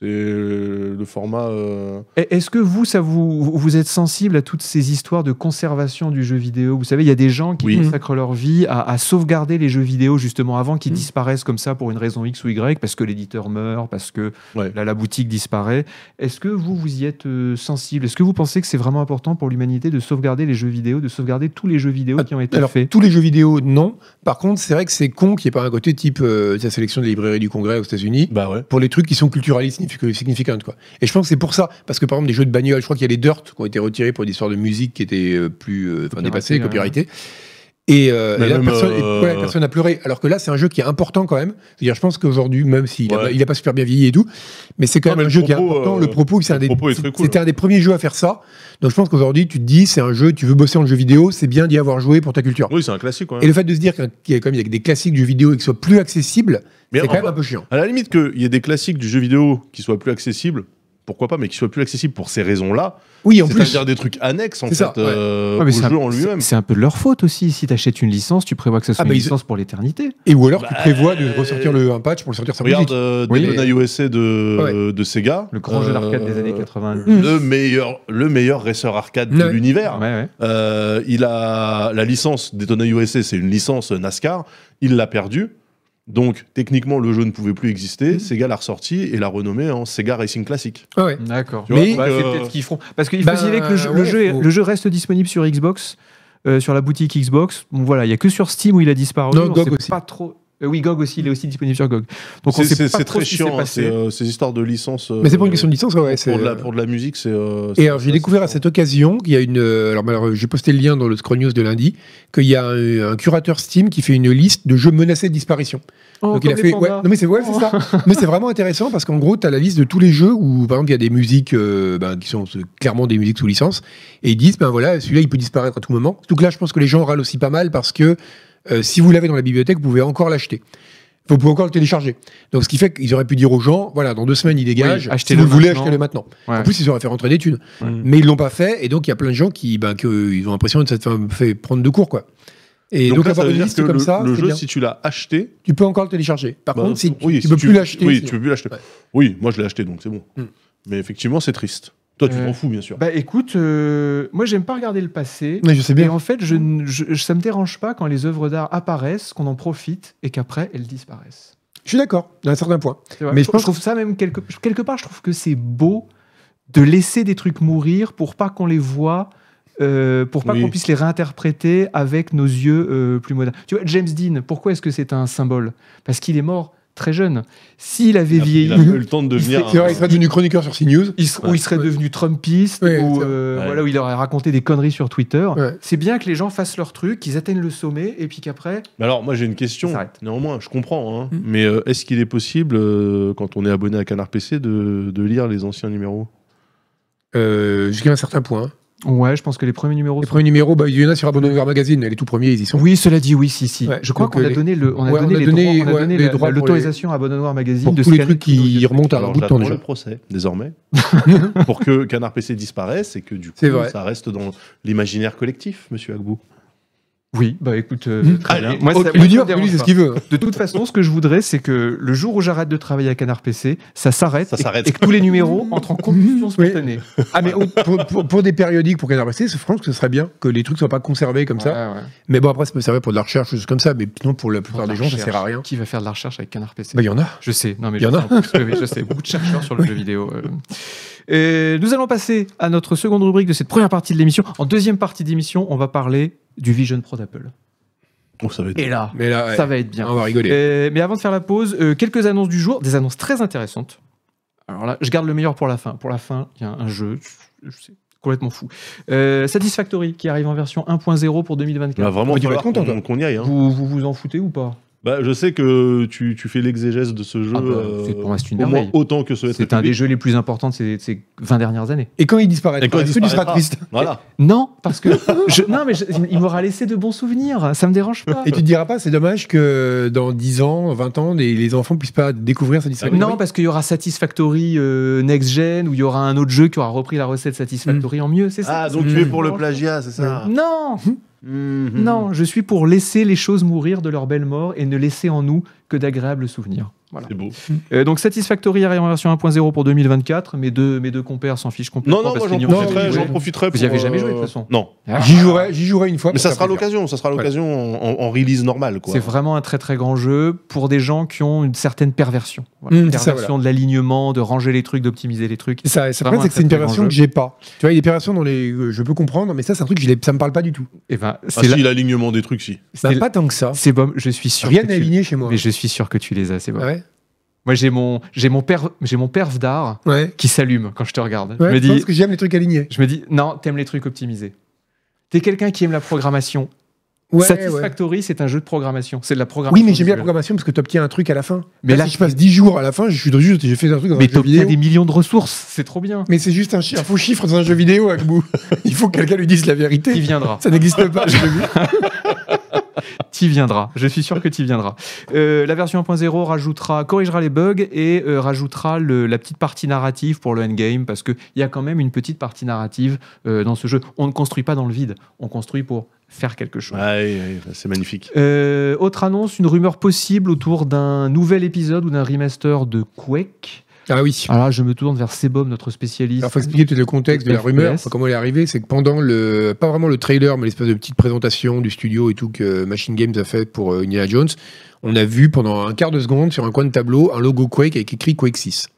C'est euh, le format. euh, Et- E-, Est-ce que vous, ça vous, vous êtes sensible à toutes ces histoires de conservation du jeu vidéo Vous savez, il y a des gens qui Oui. consacrent leur vie à, à sauvegarder les jeux vidéo justement avant qu'ils Mm. disparaissent comme ça pour une raison X ou Y, parce que l'éditeur meurt, parce que Ouais. la, la boutique disparaît. Est-ce que vous, vous y êtes euh, sensible Est-ce que vous pensez que c'est vraiment important pour l'humanité de sauvegarder les jeux vidéo, de sauvegarder tous les jeux vidéo Ah, qui ont été Alors, faits tous les jeux vidéo, non. Par contre, c'est vrai que c'est con qu'il n'y ait pas un côté type euh, la sélection des librairies du Congrès aux États-Unis. Bah ouais. pour les trucs qui sont culturalistes signific- significants quoi. Et je pense que c'est pour ça parce que par exemple des jeux de bagnole, je crois qu'il y a les Dirt qui ont été retirés pour des histoires de musique qui étaient euh, plus euh, enfin, dépassées, Copyrightées, copyrightées. Et, euh, Mais et là, même, personne, et, euh, ouais, personne a pleuré. Alors que là, c'est un jeu qui est important quand même. C'est-à-dire, je pense qu'aujourd'hui, même s'il n'a Ouais. il a pas super bien vieilli et tout, mais c'est quand Non, même mais le un jeu qui est propos, important. euh, le propos, c'est un le des, propos est très c'est- cool. c'était un des premiers jeux à faire ça. Donc je pense qu'aujourd'hui, tu te dis, c'est un jeu, tu veux bosser en jeu vidéo, c'est bien d'y avoir joué pour ta culture. Oui c'est un classique quand Et même. le fait de se dire qu'un- qu'il y a quand même il y a des classiques du vidéo et qu'ils soient plus accessibles, Mais c'est en quand même fait- un peu chiant. À la limite qu'il y ait des classiques du jeu vidéo qui soient plus accessibles, pourquoi pas, mais qui soient plus accessibles pour ces raisons-là. Oui, en plus. C'est-à-dire des trucs annexes en C'est fait ça, ouais. euh, Ouais, Ah, au mais c'est un- jeu en c'est lui-même. c'est un peu de leur faute aussi. Si tu achètes une licence, tu prévois que ce soit Ah, une bah, ils- licence pour l'éternité. Et ou alors tu Bah, prévois de euh, ressortir le, un patch pour le sortir sans Regarde musique. euh, Oui. Daytona USA de, de Sega. Euh, Le grand jeu d'arcade des années 80. Le meilleur, le meilleur racer arcade de Mm. Ouais. l'univers. Ouais, ouais. Euh, il a la licence Daytona USA, c'est une licence NASCAR. Il l'a perdue. Donc techniquement, le jeu ne pouvait plus Mm. exister. Sega l'a ressorti et l'a renommé en Sega Racing Classic. Ah ouais. D'accord. Tu Mais- vois, Bah, donc, c'est euh, peut-être ce qu'ils feront. Parce qu'il Bah, faut signaler que le jeu, le ouais, jeu est- faut- le jeu reste disponible sur Xbox, euh, sur la boutique Xbox. Bon, voilà, il n'y a que sur Steam où il a disparu. Non, On GOG sait aussi. Pas trop. Euh, oui, GOG aussi, il est aussi disponible sur GOG. Donc on C'est- sait C'est pas c'est trop très ce qui chiant, s'est hein, passé. ces, euh, ces histoires de licence. euh, Mais c'est pas une question de licence, ouais. c'est- Pour de, la, pour de la musique, c'est. euh, Et c'est- alors, j'ai c'est- découvert à c'est- cette occasion qu'il y a une. euh, Alors, malheureusement, j'ai posté le lien dans le Scroll News de lundi, qu'il y a un, un curateur Steam qui fait une liste de jeux menacés de disparition. euh, Oh, Donc, il a comme fait. les ouais, pandas. Oh. non, mais c'est ouais, c'est ça. mais c'est vraiment intéressant parce qu'en gros, tu as la liste de tous les jeux où, par exemple, il y a des musiques euh, ben, qui sont euh, clairement des musiques sous licence. Et ils disent, ben voilà, celui-là, il peut disparaître à tout moment. Donc là, je pense que les gens râlent aussi pas mal parce que euh, si vous l'avez dans la bibliothèque, vous pouvez encore l'acheter. Vous pouvez encore le télécharger. Donc, ce qui fait qu'ils auraient pu dire aux gens, voilà, dans deux semaines, il dégage. si achetez-le vous le voulez, maintenant. achetez-le maintenant. Ouais. En plus, ils auraient fait rentrer des thunes. Mm. Mais ils l'ont pas fait, et donc il y a plein de gens qui, ben, que, euh, ils ont l'impression de s'être fait- fait prendre de cours, quoi. Et donc, là, avoir ça veut une dire liste que comme le, ça, le c'est jeu, bien. si tu l'as acheté, tu peux encore le télécharger. Par Bah, contre, si, oui, tu si peux plus l'acheter. Oui, sinon. tu peux plus l'acheter. Ouais. Oui, moi je l'ai acheté donc c'est bon. Hmm. Mais effectivement, c'est triste. Toi, tu Euh, t'en fous, bien sûr. Bah écoute, euh, moi j'aime pas regarder le passé. Mais je sais Et bien. en fait, je, ne- je- ça me dérange pas quand les œuvres d'art apparaissent, qu'on en profite et qu'après elles disparaissent. Je suis d'accord, d'un certain point. C'est vrai. Mais je, je pense- trouve ça même quelque, quelque part, je trouve que c'est beau de laisser des trucs mourir pour pas qu'on les voit, euh, pour pas Oui. qu'on puisse les réinterpréter avec nos yeux euh, plus modernes. Tu vois, James Dean, pourquoi est-ce que c'est un symbole Parce qu'il est mort très jeune. S'il avait Il a, il vieilli, a pas eu le temps de devenir. C'est vrai, il un- serait devenu chroniqueur sur CNews. il se- Ouais. ou il serait Ouais. devenu Trumpiste, Ouais, ou c'est- euh, Ouais. voilà, où il aurait raconté des conneries sur Twitter. Ouais. C'est bien que les gens fassent leur truc, qu'ils atteignent le sommet, et puis qu'après, Mais alors, moi j'ai une question. Ça s'arrête. Néanmoins, je comprends. hein, Mm. Hmm. Mais euh, est-ce qu'il est possible, euh, quand on est abonné à Canard PC, de, de lire les anciens numéros Euh, Jusqu'à un certain point. ouais, je pense que les premiers numéros. Les premiers numéros, bah, il y en a sur Abonnement Magazine, les tout premiers, ils y sont. Oui, cela dit, oui, si, si. Ouais, je crois donc, qu'on a les- donné le, euh, on a Ouais, donné on a les donné, droits, on a ouais, donné les la- droits pour l'autorisation à Abonnement Magazine Pour de tous les scanner trucs tous nos qui yeux. remontent à un Alors, bout de temps j'attends déjà. le procès, désormais. pour que Canard PC disparaisse et que du coup, C'est vrai. ça reste dans l'imaginaire collectif, monsieur Agbou. Oui, bah écoute, euh, Mmh. très Allez, bien. Moi, ça- Oh, moi, ça Lui me dire, dérange lui, c'est ce pas. qu'il veut. hein. De toute façon, ce que je voudrais, c'est que le jour où j'arrête de travailler à Canard PC, ça s'arrête Ça et- s'arrête. et, que tous les numéros entrent en combustion Oui. spontanée. Ah, mais oh, pour, pour- pour des périodiques, pour Canard PC, je pense que ce serait bien que les trucs soient pas conservés comme ça. Ouais, ouais. Mais bon, après, ça peut servir pour de la recherche, ou choses comme ça. Mais sinon, pour la Pour plupart la des gens, ça recherche. sert à rien. Qui va faire de la recherche avec Canard PC Bah, il y en a. Je sais, non mais Il y je en a. sais, en plus, oui, oui, je sais, beaucoup de chercheurs sur le jeu vidéo. euh. Euh, nous allons passer à notre seconde rubrique de cette première partie de l'émission. En deuxième partie d'émission, on va parler du Vision Pro d'Apple. Oh, ça va être- Et là, Mais là, ouais, ça va être bien. on va rigoler. Euh, mais avant de faire la pause, euh, quelques annonces du jour, des annonces très intéressantes. Alors là, je garde le meilleur pour la fin. Pour la fin, il y a un jeu, je- je- c'est complètement fou. Euh, Satisfactory qui arrive en version 1.0 pour Il va 2024. vraiment Bah, tu vas falloir être content, qu'on qu'on y aille. hein. Vous, vous vous en foutez ou pas Bah, je sais que tu, tu fais l'exégèse de ce jeu Ah bah, euh, c'est- pour moi, c'est une au moins merveille. autant que ce être C'est un des jeux les plus importants de ces- de ces 20 dernières années. Et quand il disparaît, Et quand il est-ce que tu seras disparaîtra. triste Voilà. Non, parce que je- non, mais je- il m'aura laissé de bons souvenirs. Ça me dérange pas. Et tu te diras pas, c'est dommage que dans 10 ans, 20 ans, les, les enfants puissent pas découvrir Satisfactory. Non, parce qu'il y aura Satisfactory euh, Next Gen où il y aura un autre jeu qui aura repris la recette Satisfactory en mieux. C'est ça. Ah, donc Mm. tu es pour le plagiat, c'est ça Non, Mhm. non, je suis pour laisser les choses mourir de leur belle mort et ne laisser en nous que d'agréables souvenirs. Voilà. C'est beau. Euh, donc Satisfactory arrive en version 1.0 pour 2024. Mes deux, mes deux compères s'en fichent complètement. Non, non, parce moi j'en qu'ils n'y ont non, jamais profiterai, oui, j'en joué. profiterai Vous y pour, avez jamais euh, joué, de toute façon. Non. J'y jouerai, j'y jouerai une fois. Mais pour ça faire sera plaisir. l'occasion, ça sera l'occasion en, en- en release normale, quoi. Ah, Ah, C'est vraiment un très très grand jeu pour des gens qui ont une certaine perversion. Voilà. Mm, c'est ça, perversion de l'alignement, de ranger les trucs, d'optimiser les trucs. Ça, ça Vraiment c'est que c'est un une très, très grand perversion que jeu. j'ai pas. Tu vois, il y a des perversions dont les, euh, je peux comprendre, mais ça, c'est un truc, je l'ai- ça me parle pas du tout. Et ben, Ah c'est si, là- l'alignement des trucs, si. c'est Bah, là- pas tant que ça. C'est bon, je suis sûr. Rien que n'est tu- aligné chez moi. Ah Mais je suis sûr que tu les as, c'est bon. Ouais. Moi, j'ai mon, j'ai mon perv, j'ai mon perv d'art Ouais. qui s'allume quand je te regarde. je Ouais, Ah, me je dis, pense que j'aime les trucs alignés. je me dis, non, t'aimes les trucs optimisés. T'es quelqu'un qui aime la programmation. Ouais, ouais. Satisfactory, c'est un jeu de programmation. C'est de la programmation. Oui, mais j'aime bien la visuelle. programmation parce que tu obtiens un truc à la fin. Mais Mais là, là, si je passe 10 jours à la fin, je suis juste, j'ai fait un truc dans Mais un jeu t'obtiens vidéo. des millions de ressources, c'est trop bien. Mais c'est juste un, chi- un faux chiffre dans un jeu vidéo, Akbou. Il faut que quelqu'un lui dise la Il vérité. viendra. Ça n'existe pas. je l'ai vu. T'y viendras, je suis sûr que t'y viendras. Euh, la version 1.0 rajoutera, corrigera les bugs et euh, rajoutera le- la petite partie narrative pour le endgame parce qu'il y a quand même une petite partie narrative euh, dans ce jeu. On ne construit pas dans le vide, on construit pour faire quelque chose. Ouais, ouais, c'est magnifique. Euh, autre annonce, une rumeur possible autour d'un nouvel épisode ou d'un remaster de Quake. Ah oui. Alors là, je me tourne vers Sebom, notre spécialiste. Alors, faut expliquer peut-être le contexte de la FPS. rumeur, enfin, comment elle est arrivée. C'est que pendant le, pas vraiment le trailer, mais l'espèce de petite présentation du studio et tout que Machine Games a fait pour euh, Indiana Jones, on a vu pendant un quart de seconde sur un coin de tableau un logo Quake avec écrit Quake 6.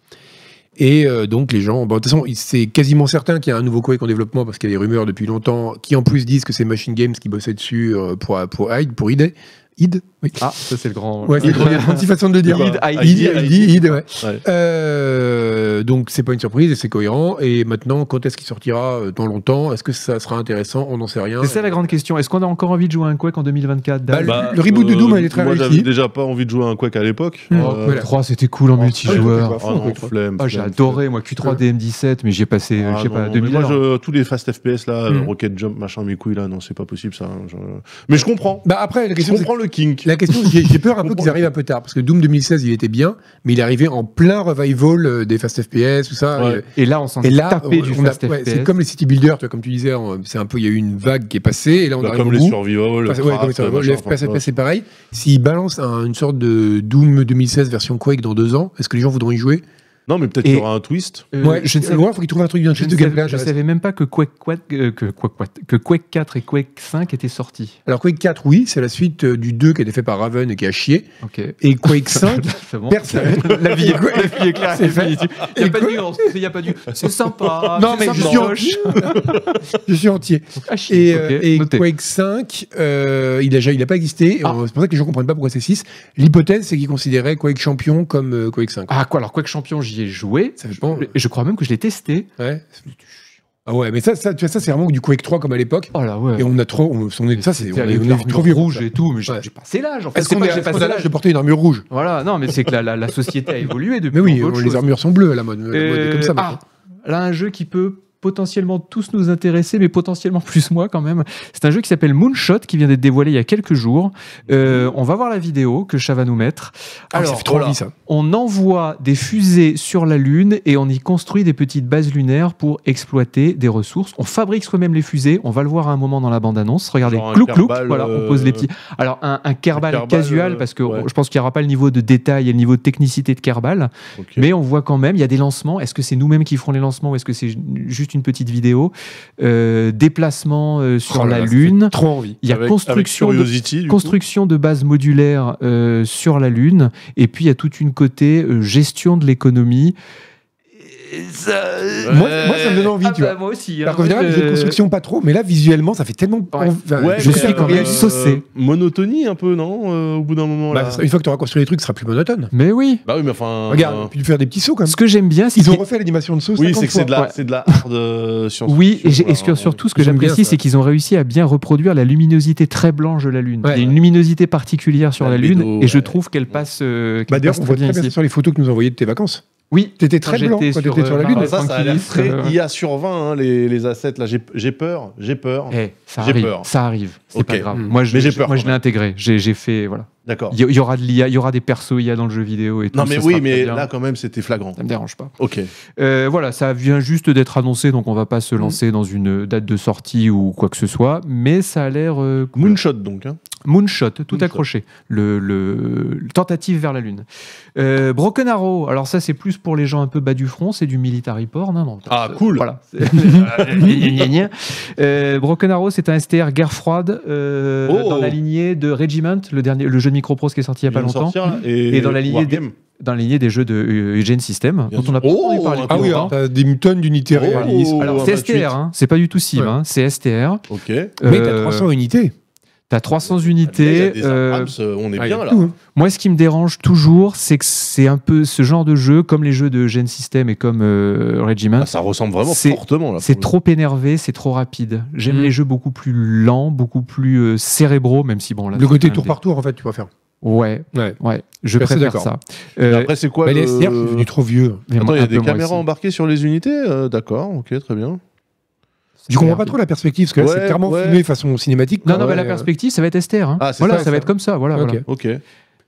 Et euh, donc les gens, bon, de toute façon, il- c'est quasiment certain qu'il y a un nouveau Quake en développement parce qu'il y a des rumeurs depuis longtemps qui en plus disent que c'est Machine Games qui bossait dessus euh, pour pour Hyde, pour ID, ID, Oui. Ah, ça c'est le grand. Ouais, c'est Id. la première gentille façon de le dire. Id, Id, Id, Id, Id, Id. Id, ouais. Ouais. Euh, donc c'est pas une surprise et c'est cohérent. Et maintenant, quand est-ce qu'il sortira euh, dans longtemps Est-ce que ça sera intéressant On n'en sait rien. C'est ça la grande question. Est-ce qu'on a encore envie de jouer à un Quake en 2024 Bah, Dave Le reboot de Doom a été très euh, Moi, réussi. j'avais déjà pas envie de jouer à un Quake à l'époque. Hmm. Mmh. Euh, Voilà. 3, c'était cool en oh, multijoueur. ouais, Ah non, flemme, Ah, j'ai flemme, adoré, moi, Q3 DM17, mais j'ai passé, flemme. euh, je sais Ah pas, non, 2000 mais moi, heures. je- tous les fast FPS là, Mmh. Rocket Jump, machin, mes couilles là, non, c'est pas possible ça. hein, je- Mais je comprends. Bah après, la Je question, c'est- comprends le kink. la question, j'ai j'ai peur un peu Comprends- qu'ils arrivent un peu tard parce que Doom 2016, il était bien, mais il arrivait en plein revival euh, des fast FPS, tout ça. Ouais. Et- Et là, on s'en Et est là, tapé on- du on a- fast ouais, FPS. c'est comme les city builders, tu vois, comme tu disais, on- c'est un peu, il y a eu une vague qui est passée, et là on Bah, arrive comme au les bout. survival, Enfin, ouais, comme ça, le FPS, enfin, ouais. c'est pareil. S'ils balancent un- une sorte de Doom 2016 version Quake dans deux ans, est-ce que les gens voudront y jouer Non, mais peut-être Et- qu'il y aura un twist. Euh, Ouais, je ne sais ou alors, faut qu'ils trouvent un truc d'un Je truc ne de savais- gameplay. je intéressant. savais même pas que Quake, Quat- euh, que, Quake Quat- que Quake 4 et Quake 5 étaient sortis. Alors Quake 4, oui, c'est la suite euh, du 2 qui a été fait par Raven et qui a chié. Ok. Et Quake 5, C'est bon. personne. La vie, est, la vie est claire, c'est C'est fait. définitive. Il n'y a Et pas de quoi nuance, il n'y a pas du. C'est sympa. Non, c'est mais je suis sympatoche. entier. je suis entier. Ah, chier, Et, ok, euh, et noté. Quake 5, euh, il n'a il a pas existé. et Ah. on- C'est pour ça que les gens comprennent pas pourquoi c'est 6. L'hypothèse, c'est qu'ils considéraient Quake champion comme euh, Quake 5. Ah, quoi, alors Quake Champion, j'y ai joué. Ça dépend. Et je crois même que je l'ai testé. Ouais. Ah ouais, mais ça, ça, tu vois, ça c'est vraiment du Quake 3 comme à l'époque. Oh là, ouais. Et on a trop, on, on est, ça c'est, on, C'était est- avec on est l'armure trop vieux rouge et tout, mais j'ai Ouais. j'ai passé l'âge. En fait, Est-ce c'est qu'on pas est, que j'ai est-ce qu'on passé a l'âge l'âge. de porter une armure rouge Voilà, non, mais c'est que la, la- la société a évolué depuis. Mais oui, beaucoup de on- choses. les armures sont bleues à la mode, la mode est Euh, comme ça. maintenant. ah, là, un jeu qui peut potentiellement tous nous intéresser, mais potentiellement plus moi quand même. C'est un jeu qui s'appelle Moonshot, qui vient d'être dévoilé il y a quelques jours. Euh, on va voir la vidéo que Chat va nous mettre. Ah, ça Alors, fait trop voilà. envie ça. on envoie des fusées sur la Lune et on y construit des petites bases lunaires pour exploiter des ressources. On fabrique soi-même les fusées. On va le voir à un moment dans la bande-annonce. Regardez, Genre un clouc clouc. Kerbal, Voilà, on euh, pose les petits. Alors un, un Kerbal, un Kerbal, casual euh, parce que ouais. je pense qu'il n'y aura pas le niveau de détail et le niveau de technicité de Kerbal. Ok. Mais on voit quand même, il y a des lancements. Est-ce que c'est nous-mêmes qui ferons les lancements ou est-ce que c'est ju- juste une petite vidéo Euh, Déplacement euh, sur Oh là la là, ça fait Lune. Trop envie. Il y a Avec- construction avec de Curiosity, du coup. construction de bases modulaires euh, sur la Lune, et puis il y a toute une côté euh, gestion de l'économie. Et ça- Moi, moi, ça me donne envie, Ah tu bah, vois. Moi aussi. hein. Alors qu'en général, Euh, les jeux de construction, pas trop, mais là, visuellement, ça fait tellement. Ouais. envie. Enfin, Ouais, Je mais, euh, suis quand même réaliste. saucé. Monotonie un peu, non euh, Au bout d'un moment Bah, là. ça- une fois que tu auras construit les trucs, ce sera plus monotone. Mais oui. Bah oui, mais enfin. euh, Regarde, puis tu peux faire des petits sauts quand même. Ce que j'aime bien, c'est Ils ont que- refait l'animation de saut. Oui, 50 c'est que c'est de, la- Ouais. c'est de la hard euh, hein. science. Oui, et, j'ai- et là, sur- on- surtout ce que Ils j'aime aiment bien précis, ça. c'est qu'ils ont réussi à bien reproduire la luminosité très blanche de la Lune. Ouais. Il y a une luminosité particulière sur La la, Lune, bédo, et je ouais. trouve qu'elle passe, euh, Bah, qu'elle D'ailleurs, passe on très voit très bien bien ça ici. sur les photos que nous envoyais de tes vacances. Oui, T'étais très Quand blanc j'étais quand sur, t'étais sur la euh, Lune. Mars. Ah, Ça, ça a l'air tranquilliste, très euh, IA sur 20, hein, les, les assets. Là, j'ai j'ai peur, j'ai peur. Eh, ça J'ai arrive, peur. ça arrive, c'est Ok. pas grave. Mm. Moi, je, Mais j'ai je- peur moi, quand je l'ai intégré. J'ai j'ai fait, voilà. D'accord. Il y, il y aura de l'IA, il y aura des persos IA dans le jeu vidéo et tout. Non, ça mais sera oui, très mais bien. là, quand même, c'était flagrant. ça me dérange pas. Ok. Euh, voilà, ça vient juste d'être annoncé, donc on va pas se lancer dans une date de sortie ou quoi que ce soit, mais ça a l'air euh, cool. Moonshot, donc. hein. Moonshot, tout Moonshot. accroché, le, le- le- tentative vers la lune. Euh, Broken Arrow, alors ça c'est plus pour les gens un peu bas du front, c'est du military porn. hein, non, Ah, euh, cool. Voilà. Gna, gna, gna, gna. Euh, Broken Arrow, c'est un STR guerre froide euh, Oh. dans la lignée de Regiment, le dernier, le jeu de microprose qui est sorti il y a pas vient de longtemps. sortir, là, et, Et dans la lignée Wargame. dans la lignée des jeux de euh, Eugene System, Bien dont on a sûr. pas hein. entendu Oh, parler. un depuis Ah oui, longtemps. alors, t'as des tonnes d'unités Oh. réalistes. alors c'est 28. STR, hein, c'est pas du tout SIM, Ouais. hein, c'est STR. Ok. Mais t'as Euh, 300 unités. t'as 300 Ah, Il y a unités. des euh, Abrams, euh, on est Ah, il y a bien là. tout, hein. moi, ce qui me dérange toujours, c'est que c'est un peu ce genre de jeu, comme les jeux de Eugene System et comme euh, Regiment. Ah, ça ressemble vraiment C'est- fortement là. C'est pour trop énervé, c'est trop rapide. J'aime Mm. les jeux beaucoup plus lents, beaucoup plus euh, cérébraux, même si bon là. Le c'est côté un tour des- par tour, en fait, tu vas faire. Ouais, Ouais. ouais. Je Je suis assez préfère d'accord. ça. le Euh, coup. Après, c'est quoi Mais les le- STR, c'est devenu trop vieux. mais Attends, moi, il y a un des peu moins caméras hein. aussi. embarquées sur les unités euh, D'accord, ok, très bien. Je comprends pas trop la perspective, parce que là, Ouais, c'est clairement ouais. filmé façon cinématique. Non, quoi. non, mais Ouais, la euh, perspective, ça va être Esther. hein. Ah, c'est voilà, ça, ça va ça. être comme ça. Voilà, Ok. voilà. Ok.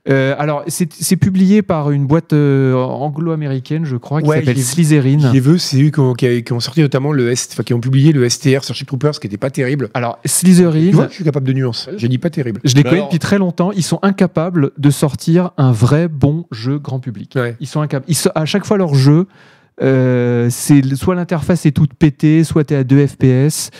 Euh, alors, c'est c'est publié par une boîte euh, anglo-américaine, je crois, qui Ouais, s'appelle j'ai- Slytherin. Les vœux, c'est eux qui ont, qui a- qui ont sorti notamment le S, enfin, qui ont publié le STR sur Ship Troopers, qui était pas terrible. Alors, Tu vois, Slytherin, je suis capable de nuances. J'ai dit pas terrible. je les Mais connais alors- depuis très longtemps. Ils sont incapables de sortir un vrai bon jeu grand public. Ouais. Ils sont incapables. Ils sont- à chaque fois, leur jeu, euh, c'est le- soit l'interface est toute pétée, soit t'es à 2 FPS.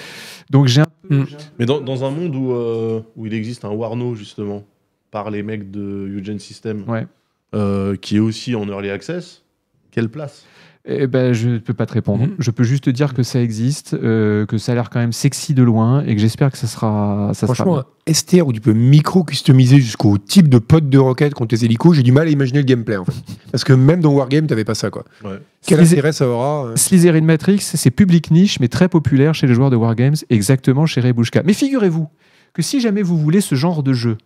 Donc, j'ai un peu. Hmm. j'ai un peu- Mais dans, dans un monde où, euh, où il existe un Warno, justement, par les mecs de Eugen System, Ouais. euh, qui est aussi en early access, quelle place Eh ben, je ne peux pas te répondre. Mhm. Je peux juste te dire que ça existe, euh, que ça a l'air quand même sexy de loin et que j'espère que ça sera. Ça Franchement, un STR où tu peux micro-customiser jusqu'au type de pote de roquette contre tes hélicos, j'ai du mal à imaginer le gameplay en fait. Parce que même dans Wargame, t'avais pas ça quoi. Ouais. Quel Slizer- intérêt ça aura euh Slizerin Matrix, c'est public niche, mais très populaire chez les joueurs de Wargames, exactement chez Rebushka. Mais figurez-vous que si jamais vous voulez ce genre de jeu,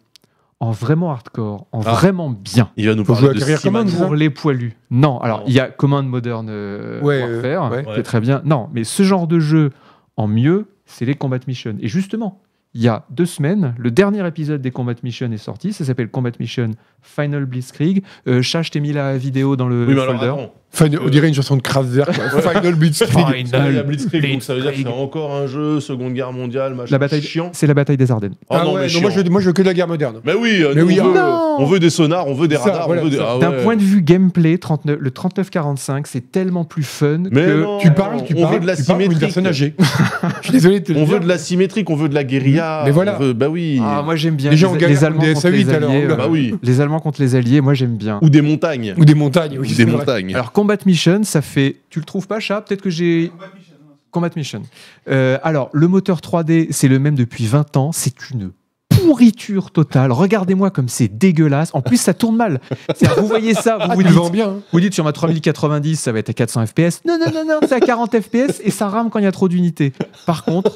en vraiment hardcore, en Ah. vraiment bien, Il va nous Faut parler jouer à de Carrière Seaman. Command. pour les poilus. Non, alors Non. il y a Command Modern euh, Ouais, euh, Warfare, ouais. c'est très bien. Non, mais ce genre de jeu en mieux, c'est les Combat Mission. Et justement, il y a deux semaines, le dernier épisode des Combat Mission est sorti. Ça s'appelle Combat Mission Final Blitzkrieg. Euh, Chach, t'ai mis la vidéo dans le Oui, mais alors, folder. attends. Fin- On Euh, dirait une chanson de Kraftwerk. quoi. Final Beat Final Ça veut dire Blitzkrieg, donc ça veut dire que c'est Blitzkrieg. encore un jeu, Seconde Guerre mondiale, machin. La bataille, Chiant. c'est la bataille des Ardennes. Oh non, Ah ouais, mais non, moi, je, chiant. veux- moi je veux que de la guerre moderne. Mais oui, euh, Mais nous, oui, on, veut, non. on veut des sonars, on veut des Ça, radars, voilà, on veut des. ça. Ah D'un ouais. point de vue gameplay, 39, le 39-45, c'est tellement plus fun Mais que. non, Tu parles, tu on parles, veut de la tu parles comme une personne symétrie. âgée. je suis désolé de te le On dire. veut de la symétrique, on veut de la guérilla. Mais voilà. on veut- bah oui. Ah, moi j'aime bien Déjà, on les, galère les Allemands contre des contre les SA8, alors, Alliés. oula. euh, Bah oui. Les Allemands contre les Alliés, moi j'aime bien. Ou des montagnes. Ou des montagnes. Ou Oui, des c'est vrai. montagnes. Alors Combat Mission, ça fait. Tu le trouves pas, chat Peut-être que j'ai. Combat Mission. Euh, alors, le moteur 3D, c'est le même depuis 20 ans. C'est une pourriture totale. Regardez-moi comme c'est dégueulasse. En plus, ça tourne mal. C'est-à-dire, Vous voyez ça, vous Ah, vous tu le dites, vends bien. hein. vous dites sur ma 3090, ça va être à 400 FPS. Non, non, non, non, c'est à 40 FPS et ça rame quand il y a trop d'unités. Par contre,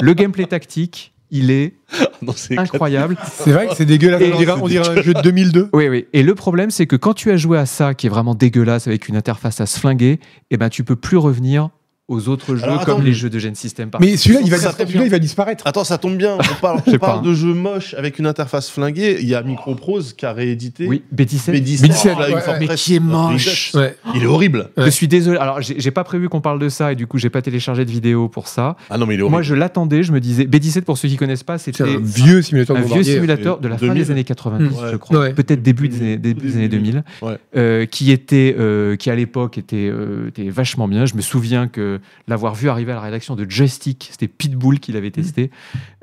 le gameplay tactique, il est Non, c'est Ah. incroyable. C'est vrai que c'est dégueulasse. Et- On dirait, on dirait un jeu de 2002. Oui, oui. Et le problème, c'est que quand tu as joué à ça, qui est vraiment dégueulasse, avec une interface à se flinguer, eh ben, tu peux plus revenir aux autres jeux Alors, comme attends. les jeux de Gen System. par Mais celui-là, il va, Ça dis- tombe celui-là, bien. il va disparaître. Attends, ça tombe bien. On parle, Je on sais parle pas. de jeux moches avec une interface flinguée. Il y a Microprose qui a réédité Ah, Oui, B17. B17. B17, là, une ouais, forteresse. Mais qui est moche. Ouais. Il est horrible. Je suis désolé. Alors, j'ai j'ai pas prévu qu'on parle de ça et du coup, j'ai pas téléchargé de vidéo pour ça. Ah non, mais il est Moi, horrible. je l'attendais. Je me disais, B17, pour ceux qui connaissent pas, C'est c'était un vieux simulateur un de vieux bombardier. simulateur euh, de la fin 2000. des années 90, Mmh. je crois, Ouais. peut-être début des 2000, années, début des début années 2000. 2000, Ouais. euh, qui était, euh, qui à l'époque était, euh, était vachement bien. Je me souviens que l'avoir vu arriver à la rédaction de Joystick, c'était Pitbull qui Mm. l'avait testé.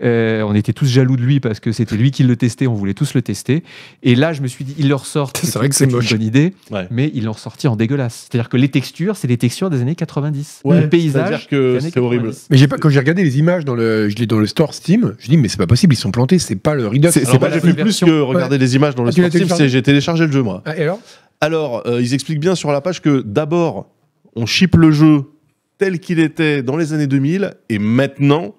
Euh, on était tous jaloux de lui parce que c'était lui qui le testait, on voulait tous le tester. Et là, je me suis dit, il le ressort. C'est vrai que c'est une moche. bonne idée, Ouais. mais il l'ont ressorti en dégueulasse. C'est-à-dire que les textures, c'est des textures des années 90. Ouais, le paysage, c'est-à-dire que des années c'est horrible. 90. Mais j'ai pas, quand j'ai regardé les images dans le, je l'ai dans le store Steam, je dis mais c'est pas possible, ils sont plantés, c'est pas le Redux. C'est- Alors c'est moi, pas j'ai la fait bonne plus version. que regarder les images dans le Ah, tu l'as store Steam, téléchargé c'est j'ai téléchargé le jeu, moi. Ah, et alors Alors, euh, ils expliquent bien sur la page que d'abord, on ship le jeu tel qu'il était dans les années 2000 et maintenant.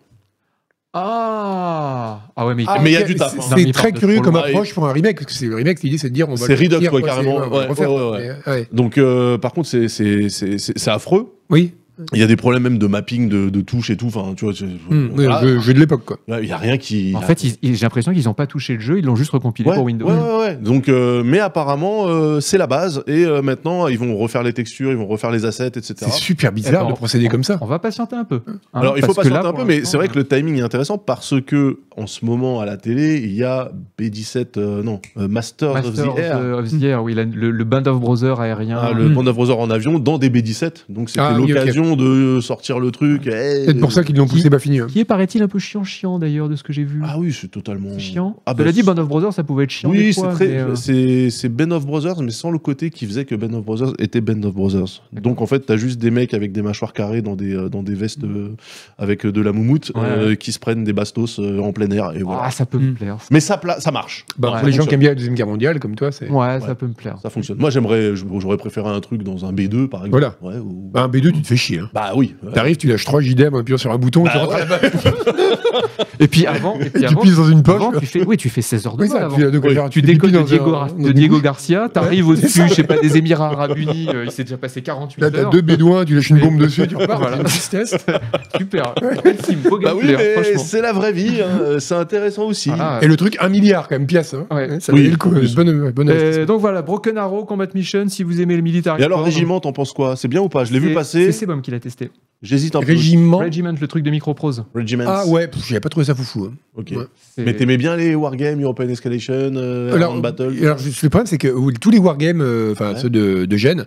Ah, ah ouais, mais, Ah, mais il y a du taf, hein. Non, C'est mais il très part de curieux trop comme loin. approche pour un remake, parce que c'est le remake, l'idée c'est de dire on va. C'est le Redux, sortir, ouais, quoi, carrément. c'est- on va Ouais, le refaire, ouais, ouais, ouais. mais, ouais. Donc, euh, par contre, c'est- c'est- c'est c'est- c'est affreux. Oui, Il y a des problèmes même de mapping, de, de touches et tout. Enfin, tu vois, tu- Hum, oui, voilà. jeu, jeu de l'époque quoi. Ouais, il y a rien qui. Hmm. En il y a- fait, ils- ils- j'ai l'impression qu'ils n'ont pas touché le jeu, ils l'ont juste recompilé Ouais, pour Windows. ouais, ouais, ouais. Donc, euh, mais apparemment, euh, c'est la base. Et euh, maintenant, ils vont refaire les textures, ils vont refaire les assets, etc. C'est super bizarre Attends, de procéder on- comme ça. On va patienter un peu. hein, Alors, il faut parce que patienter là, un pour peu, mais l'instant, c'est vrai que le timing est intéressant parce que en ce moment à la télé, il y a B17, euh, non, euh, Masters, of the Masters Air, of the Hmm. Air, oui, la- le, le Band of Brothers aérien. Ah, le Mm. Band of Brothers en avion dans des B17. Donc c'était Ah, oui, ok. l'occasion de sortir le truc. eh, Peut-être pour ça qu'ils l'ont qui- poussé pas fini. hein. Qui est, paraît-il, un peu chiant-chiant d'ailleurs de ce que j'ai vu. Ah oui, c'est totalement. c'est chiant. Ah Tu bah, l'as dit, c'est- Band of Brothers, ça pouvait être chiant. des Oui, c'est fois, très. mais, euh, C'est c'est Band of Brothers, mais sans le côté qui faisait que Band of Brothers était Band of Brothers. Donc en fait, t'as juste des mecs avec des mâchoires carrées dans des, euh, dans des vestes euh, avec euh, de la moumoute Ouais, euh, qui se prennent des bastos euh, en plein air. Et voilà. Ah, ça peut me plaire. Mais ça, pla- ça marche. Bah, Ouais. pour les gens fonctionne. qui aiment bien la deuxième guerre mondiale comme toi, c'est. Ouais, ça peut me plaire. Ça fonctionne. Moi, j'aimerais, je- j'aurais préféré un truc dans un B2, par exemple. Voilà. Ouais, ou- Bah, un B2, tu te fais chier. hein. Bah oui. ouais. T'arrives, tu lâches 3 JDM en appuyant sur un bouton, tu rentres à la base, Et puis avant, et puis et tu avant, pisses dans une poche. avant, quoi. tu fais, oui, tu fais 16 heures de Oui, vol ça, avant. tu as de quoi Oui. faire. Tu te décolles piles de dans Diego, un- Gar- dans de une Diego bouche. Garcia, t'arrives Ouais, c'est au-dessus, ça. je sais pas, des Émirats Arabes Unis, euh, il s'est déjà passé 48 Là, heures. t'as deux bédouins, tu lâches une bombe dessus, tu repars. Voilà. Voilà. tristesse. Super. Belle team, beau Bah oui, gameplay, mais franchement. c'est la vraie vie. hein. Euh, C'est intéressant aussi. Ah, Et le truc, un milliard quand même, pièce. hein. Ouais. Ça Oui, valait le coup. en plus. Bonne, bonne Euh, donc voilà, Broken Arrow, Combat Mission, si vous aimez le militaire. Et alors, Régiment, t'en penses quoi C'est bien ou pas Je l'ai vu C'est- passer. C'est Sebum qui l'a testé. J'hésite un peu. Régiment. Regiment, le truc de Microprose. Regiments. Ah ouais, pff, j'avais pas trouvé ça foufou. hein. Ok. Ouais. C'est- Mais t'aimais bien les Wargames, European Escalation, euh, Alors, Armand Battle alors, juste, le problème, c'est que euh, tous les wargames, euh, enfin Ouais. ceux de, de Gênes,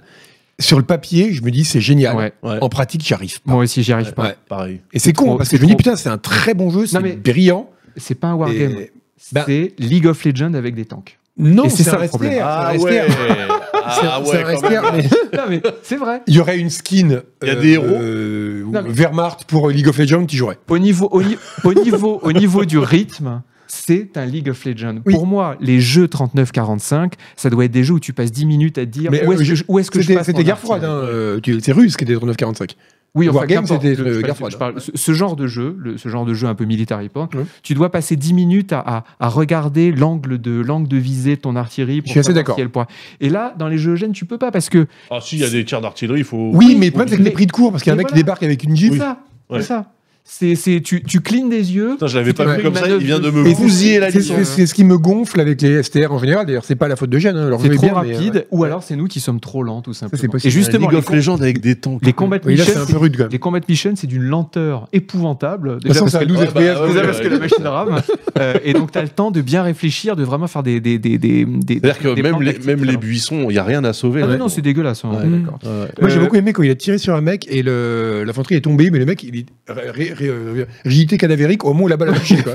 sur le papier, je me dis c'est génial. Ouais. Ouais, En pratique, j'y arrive pas. Moi aussi, j'y arrive pas. Ouais. pareil. Et c'est con, trop- parce que c'est je me dis trop. putain, c'est un très bon jeu, c'est mais- brillant. C'est pas un wargame. Et- ben- C'est League of Legends avec des tanks. Non, Et c'est ça, un le problème. rester, Ah c'est un ouais rester. C'est Ah un- ouais, c'est hein. un quand rester, même. mais Non, mais c'est vrai. il y aurait une skin Il y a des héros. euh, Non, mais- Wehrmacht pour League of Legends qui jouerait. Au niveau, au, ni- au niveau, au niveau du rythme, c'est un League of Legends. Oui. Pour moi, les jeux 39-45, ça doit être des jeux où tu passes 10 minutes à te dire Mais, où euh, est-ce que je- je, où est-ce que je C'était passe c'était mon guerre froide, artillerie. hein, euh, tu- c'est russe qui était 39-45. Oui, enfin, Wargame, qu'importe. c'était, Je- euh, je- guerre je froide. parle- ce, ce genre de jeu, le- ce genre de jeu un peu military point, Ouais. tu dois passer 10 minutes à, à- à regarder l'angle de l'angle de visée de ton artillerie. Pour Je suis assez savoir d'accord. si elle pointe. Et là, dans les jeux Eugène, tu peux pas parce que Ah si, il y a des tirs d'artillerie, il faut. Oui, mais le problème, c'est que mais- les prix de cours, parce qu'il y a un mais mec qui voilà. débarque avec une c'est jeep. ça, Ouais. c'est ça. C'est c'est- tu tu clignes des yeux. Putain, je l'avais Ouais. pas vu comme ça. Il vient de me Et Et vous- bousiller la c'est- licence. c'est- C'est ce qui me gonfle avec les STR en général. D'ailleurs, c'est pas la faute de Jeanne. hein, leur C'est jeu est trop bien, mais, euh, rapide, ou alors c'est nous qui sommes trop lents, tout simplement. c'est possible. Et justement, League les, of Legends avec des tanks. les combats de Oui, là, Michel, c'est un c'est- peu rude quand même. les combats de Michel, c'est d'une lenteur épouvantable. De toute façon, parce c'est à que- 12 ouais, bah, FPS. ouais, vous Déjà avez- parce que la machine rame. Euh, et donc, tu as le temps de bien réfléchir, de vraiment faire des. des, des, des, des- C'est-à-dire que des plans même les, tactiques même les différents. buissons, il n'y a rien à sauver. Ah non, là. non, c'est dégueulasse. hein. Ouais, Mm. d'accord. Ouais. Moi, j'ai Euh, beaucoup aimé quand il a tiré sur un mec et le- l'infanterie est tombée, mais le mec, il est ré- ré- ré- ré- rigidité cadavérique au moment où la balle a touché. quoi.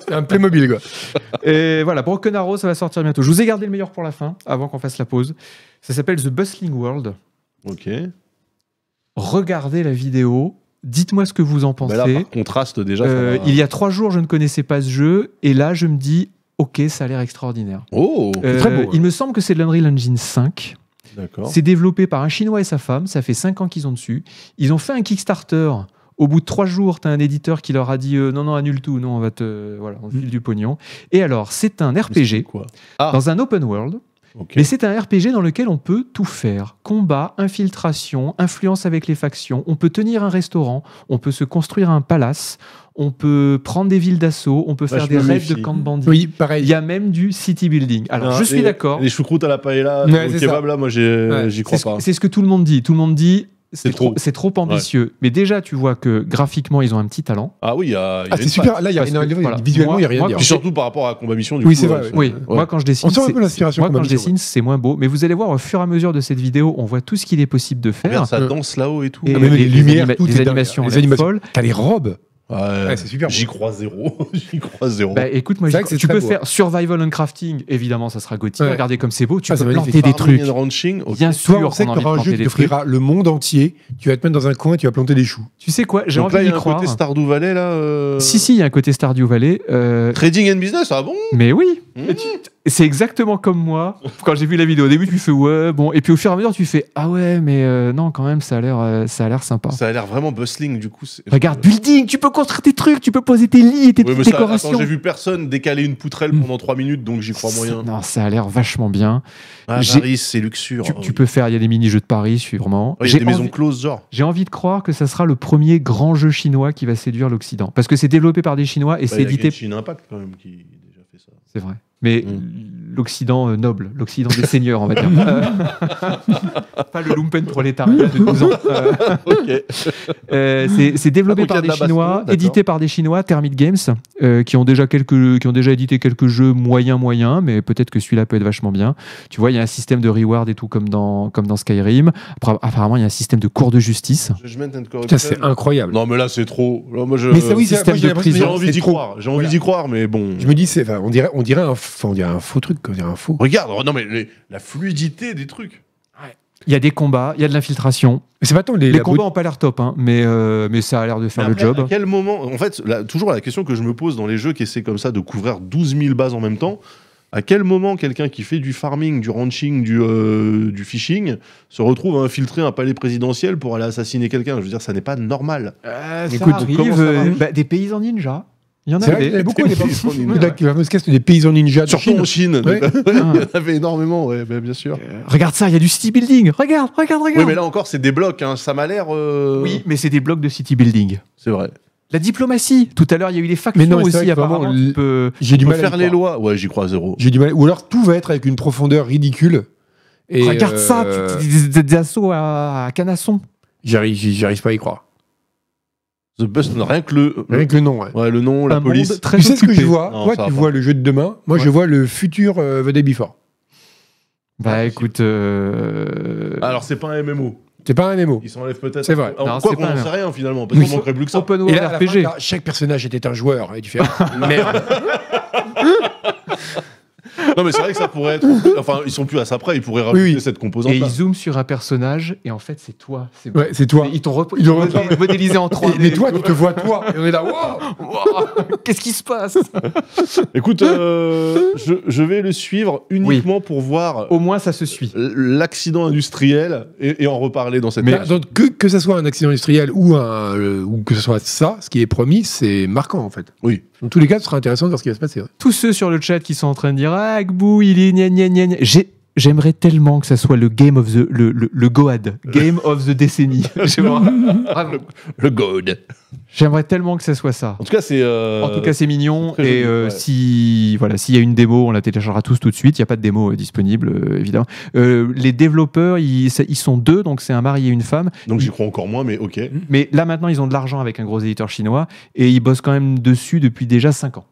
C'est un Playmobil, quoi. Et voilà, Broken Arrow, ça va sortir bientôt. Je vous ai gardé le meilleur pour la fin, avant qu'on fasse la pause. Ça s'appelle The Bustling World. Ok. Regardez la vidéo. Dites-moi ce que vous en Bah pensez. là, par contraste déjà. Euh, ça va- il y a trois jours, je ne connaissais pas ce jeu, et là, je me dis, ok, ça a l'air extraordinaire. Oh, Euh, très beau, ouais. Il me semble que c'est de l'Unreal Engine 5. d'accord. C'est développé par un Chinois et sa femme. Ça fait 5 ans qu'ils ont dessus. Ils ont fait un Kickstarter. Au bout de 3 jours, tu as un éditeur qui leur a dit euh, non, non, annule tout. Non, on va te. Voilà, on te Mmh. file du pognon. Et alors, c'est un RPG Quoi Ah. dans un open world. Ok. Mais c'est un RPG dans lequel on peut tout faire. Combat, infiltration, influence avec les factions, on peut tenir un restaurant, on peut se construire un palace, on peut prendre des villes d'assaut, on peut Ouais, faire Bah, je des me raids méfie. de camps de bandits. Oui, Il pareil. y a même du city building. Alors, Non, je suis les- d'accord. Les choucroutes à la paella, Ouais, au c'est kebab, là, moi, j'ai- Ouais. j'y C'est crois ce, pas. c'est ce que tout le monde dit. Tout le monde dit c'est C'est trop. trop, c'est trop ambitieux. Mais déjà, tu vois que graphiquement, ils ont un petit talent. Ah oui, il y a. il y a Ah, une c'est super. Là, il y a- Parce que, non, voilà. visuellement, il n'y a rien Moi- à dire. Puis surtout par rapport à Combat Mission, du Oui, coup. euh, c'est vrai, ouais, Oui, ouais. moi, quand je dessine, On sent un c'est- peu l'inspiration. moi, comme quand je Amazon, ouais. dessine, c'est moins beau. Mais vous allez voir, au fur et à mesure de cette vidéo, on voit tout ce qu'il est possible de faire. Regarde, ça Euh. danse là-haut et tout. Et Ah, mais les, les lumières, anima- tout les est dingue. animations, Les elles sont animations. folles. T'as les robes. Ouais. Ouais, c'est super beau. J'y crois zéro. J'y crois zéro. Bah, écoute, moi, C'est j'y vrai que crois. c'est tu très peux beau, hein. faire survival and crafting, évidemment, ça sera gothique. Ouais. Regardez comme c'est beau, tu Ah, c'est peux magnifique. planter des Farming trucs. and ranching, ok. Bien Toi, sûr, on sait on que a envie de tu un jeu planter qui des trucs. t'offrira le monde entier. Tu vas te mettre dans un coin et tu vas planter des choux. Tu sais quoi, j'ai Donc envie là, il y d'y a un croire. côté Stardew Valley, là. euh, Si, si, il y a un côté Stardew Valley. euh, Trading and business, ah bon Mais oui, Mmh. Et tu- c'est exactement comme moi. Quand j'ai vu la vidéo au début, tu fais ouais, bon, et puis au fur et à mesure, tu fais ah ouais, mais euh, non, quand même, ça a l'air, euh, ça a l'air sympa. Ça a l'air vraiment bustling, du coup. c'est- Regarde, building, tu peux construire tes trucs, tu peux poser tes lits et tes Ouais, mais petites ça- décorations. attends, j'ai vu personne décaler une poutrelle pendant 3 minutes, donc j'y crois moyen. Non, ça a l'air vachement bien. Ah, J'ai- Paris, c'est luxure. Tu, Ah, tu oui. peux faire, il y a des mini-jeux de Paris, sûrement. Ouais, Il y J'ai a des maisons envie- closes, genre. J'ai envie de croire que ça sera le premier grand jeu chinois qui va séduire l'Occident. Parce que c'est développé par des Chinois et Bah, c'est il y a édité. Genshin Impact, quand même, qui a déjà fait ça. C'est vrai. Mais Mm. l'Occident euh, noble, l'Occident des seigneurs, on va dire. Euh, Pas le lumpen prolétariat de 12 ans. Euh, ok. euh, c'est c'est développé Ah, donc par il y a de des la baston, Chinois, d'accord. édité par des Chinois, Termite Games, euh, qui, ont déjà quelques, qui ont déjà édité quelques jeux moyens, moyens, mais peut-être que celui-là peut être vachement bien. Tu vois, il y a un système de reward et tout comme dans, comme dans Skyrim. Après, apparemment, il y a un système de cours de justice. Judgment and Corruption. Putain, c'est incroyable. Non, mais là, c'est trop. Là, moi, je... Mais ça, oui, système ça- moi, de j'ai l'impression prison. que J'ai c'est envie d'y trop. croire. J'ai envie Voilà. d'y croire, mais bon. Je me dis, c'est, enfin, on dirait, on dirait un, enfin, on dirait un faux truc, quoi, on dirait un faux. Regarde, oh, non, mais les- la fluidité des trucs. Il y a des combats, il y a de l'infiltration. Mais c'est pas tant les, Les la combats n'ont pas l'air top, hein, mais, euh, mais euh, ça a l'air de faire le Mais après, job. À quel moment En fait, là, toujours la question que je me pose dans les jeux qui essaient comme ça de couvrir 12 000 bases en même temps. À quel moment quelqu'un qui fait du farming, du ranching, du, euh, du fishing se retrouve à infiltrer un palais présidentiel pour aller assassiner quelqu'un Je veux dire, ça n'est pas normal. Ça Écoute, arrive, comment ça euh, marche bah, des paysans ninja. Il y en C'est a vrai qu'il y en des. avait beaucoup à l'époque. Paysans ninja. La la fameuse caste des paysans ninja de Surtout Chine. en Chine. Ouais. Il y Ah. en avait énormément, ouais, bah, bien sûr. Euh, regarde ça, il y a du city building. Regarde, regarde, Oui, regarde. mais là encore, c'est des blocs. hein. Ça m'a l'air. euh, Oui, mais c'est des blocs de city building. c'est vrai. La diplomatie. Tout à l'heure, il y a eu les factions Mais non, mais c'est vrai aussi. que vraiment, Apparemment, tu l- peux- J'ai du Tu peux mal à y faire les croire. lois. Ouais, j'y crois zéro. J'ai du mal. Ou alors tout va être avec une profondeur ridicule. Et regarde euh, ça, tu- tu- des, des- des assauts à, à canasson. J'arrive, j'y- j'arrive pas à y croire. The Bust, non, rien que le. Rien que le nom. ouais. Ouais, le nom, la Un police. monde très tu sais ce que occupé. je vois Non, Toi, ça tu va vois le jeu de demain. Moi, Ouais. je vois le futur euh, The Day Before. Bah écoute. euh, Alors, c'est pas un MMO. C'est pas un MMO. Ils s'enlèvent peut-être. C'est vrai. Alors, Non, quoi c'est qu'on pas n'en un- sait rien finalement, parce Oui, qu'on manquerait plus que ça. Open Et World là, à la RPG. hein, fin, t'as- chaque personnage était un joueur. Et tu fais. ah, Merde. Non, mais c'est vrai que ça pourrait être. Enfin, ils sont plus à ça près, ils pourraient rajouter Oui, oui. cette Et composante. ils zooment sur un personnage, et en fait, c'est toi. C'est Ouais, c'est toi. Ils t'ont rep- Ils ont- modé- modélisé en 3D. Mais toi, tu te vois toi. Et on est là, waouh Wow, Qu'est-ce qui se passe Écoute, euh, je, je vais le suivre uniquement pour voir euh, Au moins, ça se suit. l'accident industriel et, et en reparler dans cette Mais page. donc, que, que ça soit un accident industriel ou, un, euh, ou que ce soit ça, ce qui est promis, c'est marquant en fait. Oui. Dans tous les cas, ce sera intéressant de voir ce qui va se passer. ouais. Tous ceux sur le chat qui sont en train de dire Ah, Agbou, il est gna gna gna gna. J'ai- J'aimerais tellement que ça soit le Game of the. le, le, le Goad. Game of the décennie. Je vois. Vraiment. Le God. J'aimerais tellement que ça soit ça. En tout cas, c'est. euh, En tout cas, c'est mignon. très joli, et euh, ouais. si voilà, s'il y a une démo, on la téléchargera tous tout de suite. Il n'y a pas de démo euh, disponible, euh, évidemment. Euh, les développeurs, ils, ça- ils sont deux, donc c'est un mari et une femme. donc j'y crois encore moins, mais ok. Hmm. Mais là maintenant, ils ont de l'argent avec un gros éditeur chinois et ils bossent quand même dessus depuis déjà 5 ans.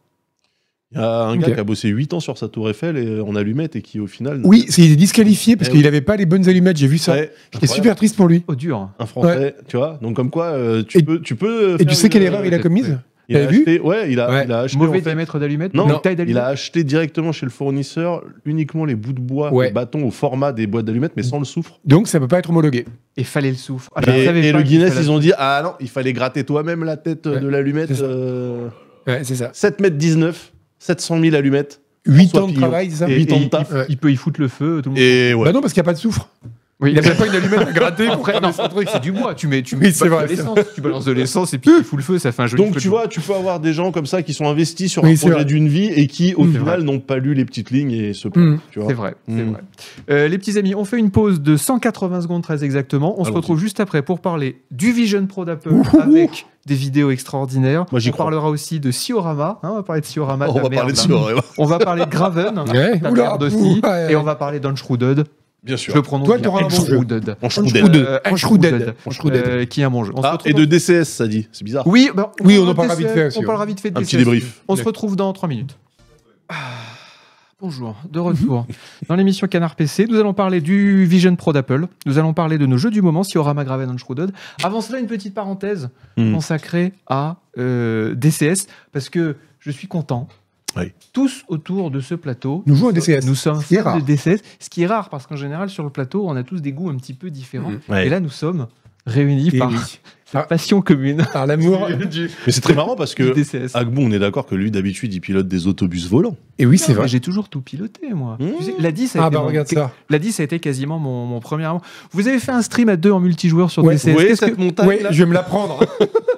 Il y a un gars Ok. qui a bossé 8 ans sur sa tour Eiffel et, euh, en allumette et qui, au final. Oui, c'est- il est disqualifié parce Eh qu'il n'avait pas les bonnes allumettes, j'ai vu ça. Ouais, J'étais incroyable. super triste pour lui. Oh dur. Un français, tu vois. Donc, comme quoi, euh, tu, Et- peux, tu peux. Et faire tu sais quelle une- euh, erreur il a commise il a t'avais vu acheté- Ouais, il a, Ouais. il a acheté. Mauvais en fait- diamètre d'allumette. Non, mauvaise taille Il d'allumette. a acheté directement chez le fournisseur uniquement les bouts de bois, Ouais. les bâtons au format des boîtes d'allumettes, mais sans le soufre. Donc ça peut pas être homologué. Et fallait le souffle. Ah, je Et, savais et pas le qu'il Guinness, fallait- ils ont dit Ah non, il fallait gratter toi-même la tête euh, Ouais, de l'allumette. c'est ça. euh, Ouais, c'est ça. 7 mètres 19, 700 000 allumettes. 8 François ans de Pillon. travail, c'est ça Et- Huit et ans de il- taf. il- Il peut y foutre le feu. Tout le monde. Et ouais. Bah non, parce qu'il n'y a pas de soufre. Oui. Il n'avait pas une allumette à gratter. pour- Après, non, c'est un truc, c'est du bois. Tu mets, tu Oui, mets c'est de vrai, c'est l'essence. Tu balances de l'essence et puis tu fous le feu, ça fait un joli Donc feu tu de vois, tu peux avoir des gens comme ça qui sont investis sur Oui, un c'est projet vrai. d'une vie et qui au Mm. C'est final n'ont pas lu les petites lignes et se plaignent, Mm. tu vois. C'est vrai, c'est Mm. vrai. Euh, les petits amis, on fait une pause de 180 secondes très exactement. On se Allons-y. retrouve juste après pour parler du Vision Pro d'Apple Ouh, ouh, avec des vidéos extraordinaires. Moi, j'y on crois. parlera aussi de Siorama. hein, on va parler de Siorama. Oh, ta merde, là. Sora, On va parler de Graven. Ouais. ta Oula, merde aussi. ouh, ouais, Et on ouais. va parler d'Unchruded. bien Je le sûr. prononce Toi, bien. t'auras un bon jeu. Uncharted. En Uncharted. Shrouded. Euh, Uncharted. Uncharted. Uncharted. Euh, qui est un bon jeu. On se Ah, retrouve et de DCS, ça dit. C'est bizarre. Oui, ben, Oui, on en parle parlera vite fait aussi, On ouais. parlera vite fait de Un DCS. petit débrief. On se retrouve dans 3 minutes. Ah, Bonjour, de retour dans l'émission Canard PC. Nous allons parler du Vision Pro d'Apple. Nous allons parler de nos jeux du moment, Siorama Graven Unshruded. Avant cela, une petite parenthèse Hmm. Mm. consacrée à euh, DCS, parce que je suis content. Oui. Tous autour de ce plateau, Nous jouons à DCS. nous sommes ce qui est fans rare. de DCS, ce qui est rare parce qu'en général sur le plateau, on a tous des goûts un petit peu différents. Mhm. Ouais. Et là, nous sommes réunis Et par oui. cette passion commune Par l'amour. Mais c'est très marrant parce du que DCS. Agbon, on est d'accord que lui, d'habitude, il pilote des autobus volants. Et oui, c'est Non, mais vrai. J'ai toujours tout piloté, moi. Mmh. Tu sais, la 10, ça a Ah été bah mon- regarde ça. la 10, ça a été quasiment mon, mon premier amour. Vous avez fait un stream à deux en multijoueur sur Ouais, DCS. voyez Qu'est-ce que- montagne Ouais, je vais me la prendre.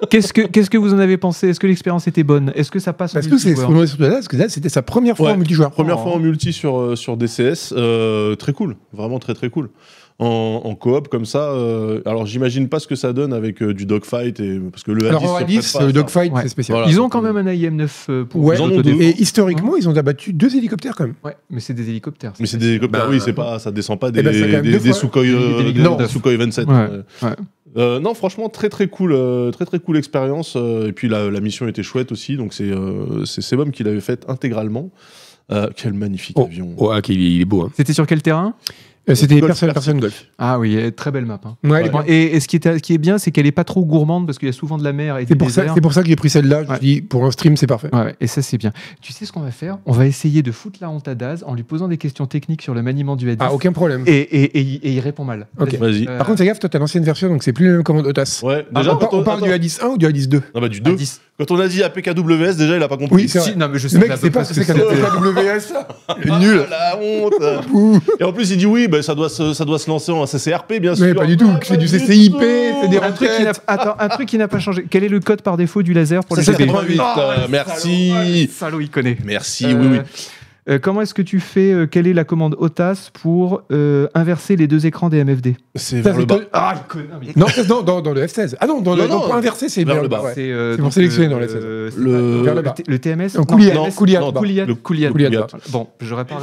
Qu'est-ce que, qu'est-ce que vous en avez pensé Est-ce que l'expérience était bonne Est-ce que ça passe en Parce que c'est multijoueur surtout là, parce que là, c'était sa première fois Ouais. en multijoueur. Première Oh. fois en multi sur, euh, sur DCS, euh, très cool, vraiment très très cool. En, en coop comme ça, euh, alors j'imagine pas ce que ça donne avec euh, du dogfight, et, parce que le Alors A10 en se Radis, prête pas à le ça. dogfight, Ouais. c'est spécial. Voilà. Ils ont quand même un AIM-9 euh, pour Ouais. les Ils en ont autodéfenses. deux. Et historiquement, ils ont abattu deux hélicoptères quand même. Ouais, mais c'est des hélicoptères. Mais c'est des hélicoptères, Bah, oui, c'est pas, ça descend pas des, eh ben, c'est quand même des, deux des fois- Sukhoi, euh, des- des- des- non, des- Sukhoi 27. Ouais, euh. ouais. Euh, non, franchement, très très cool, euh, très très cool expérience. euh, et puis la, la mission était chouette aussi, donc c'est euh, c'est Sebum qui l'avait faite intégralement. Euh, quel magnifique Oh. avion. Oh, ok, il est- il est beau. hein. C'était sur quel terrain Euh, C'était Golf personne, Classic. personne golf. Ah oui, euh, très belle map. hein. Ouais, elle est Ouais. bien. Et, et ce, qui est, ce qui est bien, c'est qu'elle est pas trop gourmande parce qu'il y a souvent de la mer et du C'est pour, ça- désert. c'est pour ça que j'ai pris celle-là. Je me Ouais. suis dit, pour un stream, c'est parfait. Ouais, ouais, et ça c'est bien. Tu sais ce qu'on va faire On va essayer de foutre la honte à Daz en lui posant des questions techniques sur le maniement du A10. Ah, aucun problème. et, et- et il- et il répond mal. Ok. Vas-y. Euh, Par contre, fais gaffe, toi, t'as l'ancienne version, donc c'est plus le même commande OTAS. Ouais, Ah, déjà, on, par- quand on parle du attends. A10 1 ou du A10 2 Ah bah du à 2. 10. Quand on a dit APKWS, déjà, il a pas compris. Oui, c'est vrai. Si, non, mais je sais Le mec, à peu c'est près pas ce que c'est qu'un c'est. APKWS. Nul. Ah, la honte Et en plus, il dit oui, ben ça, doit se, ça doit se lancer en CCRP, bien sûr. Mais pas du tout. Ah, C'est du pas CCIP, tout. c'est des Un truc, qui n'a, attends, un truc qui n'a pas changé. Quel est le code par défaut du laser pour les C'est CB? 88, Ah, euh, ouais, le merci. salaud, ouais, le Salaud, il connaît. Merci, Euh, oui, oui. euh, comment est-ce que tu fais euh, Quelle est la commande OTAS pour euh, inverser les deux écrans des MFD C'est Ça, vers c'est le bas. que- Ah, le connard mais- Non, ça, non, dans, dans le F16. Ah non, dans le Non, non, dans le point inversé, c'est vers vers le le bas. bas. ouais. euh, C'est pour donc, sélectionner dans euh, la saison. euh, c'est Le- pas- vers le bas. T- le TMS Non, non, Kouliad. non, Non, Kouliad. non, Kouliad. le Kouliad. Kouliad. Bon, j'aurais pas,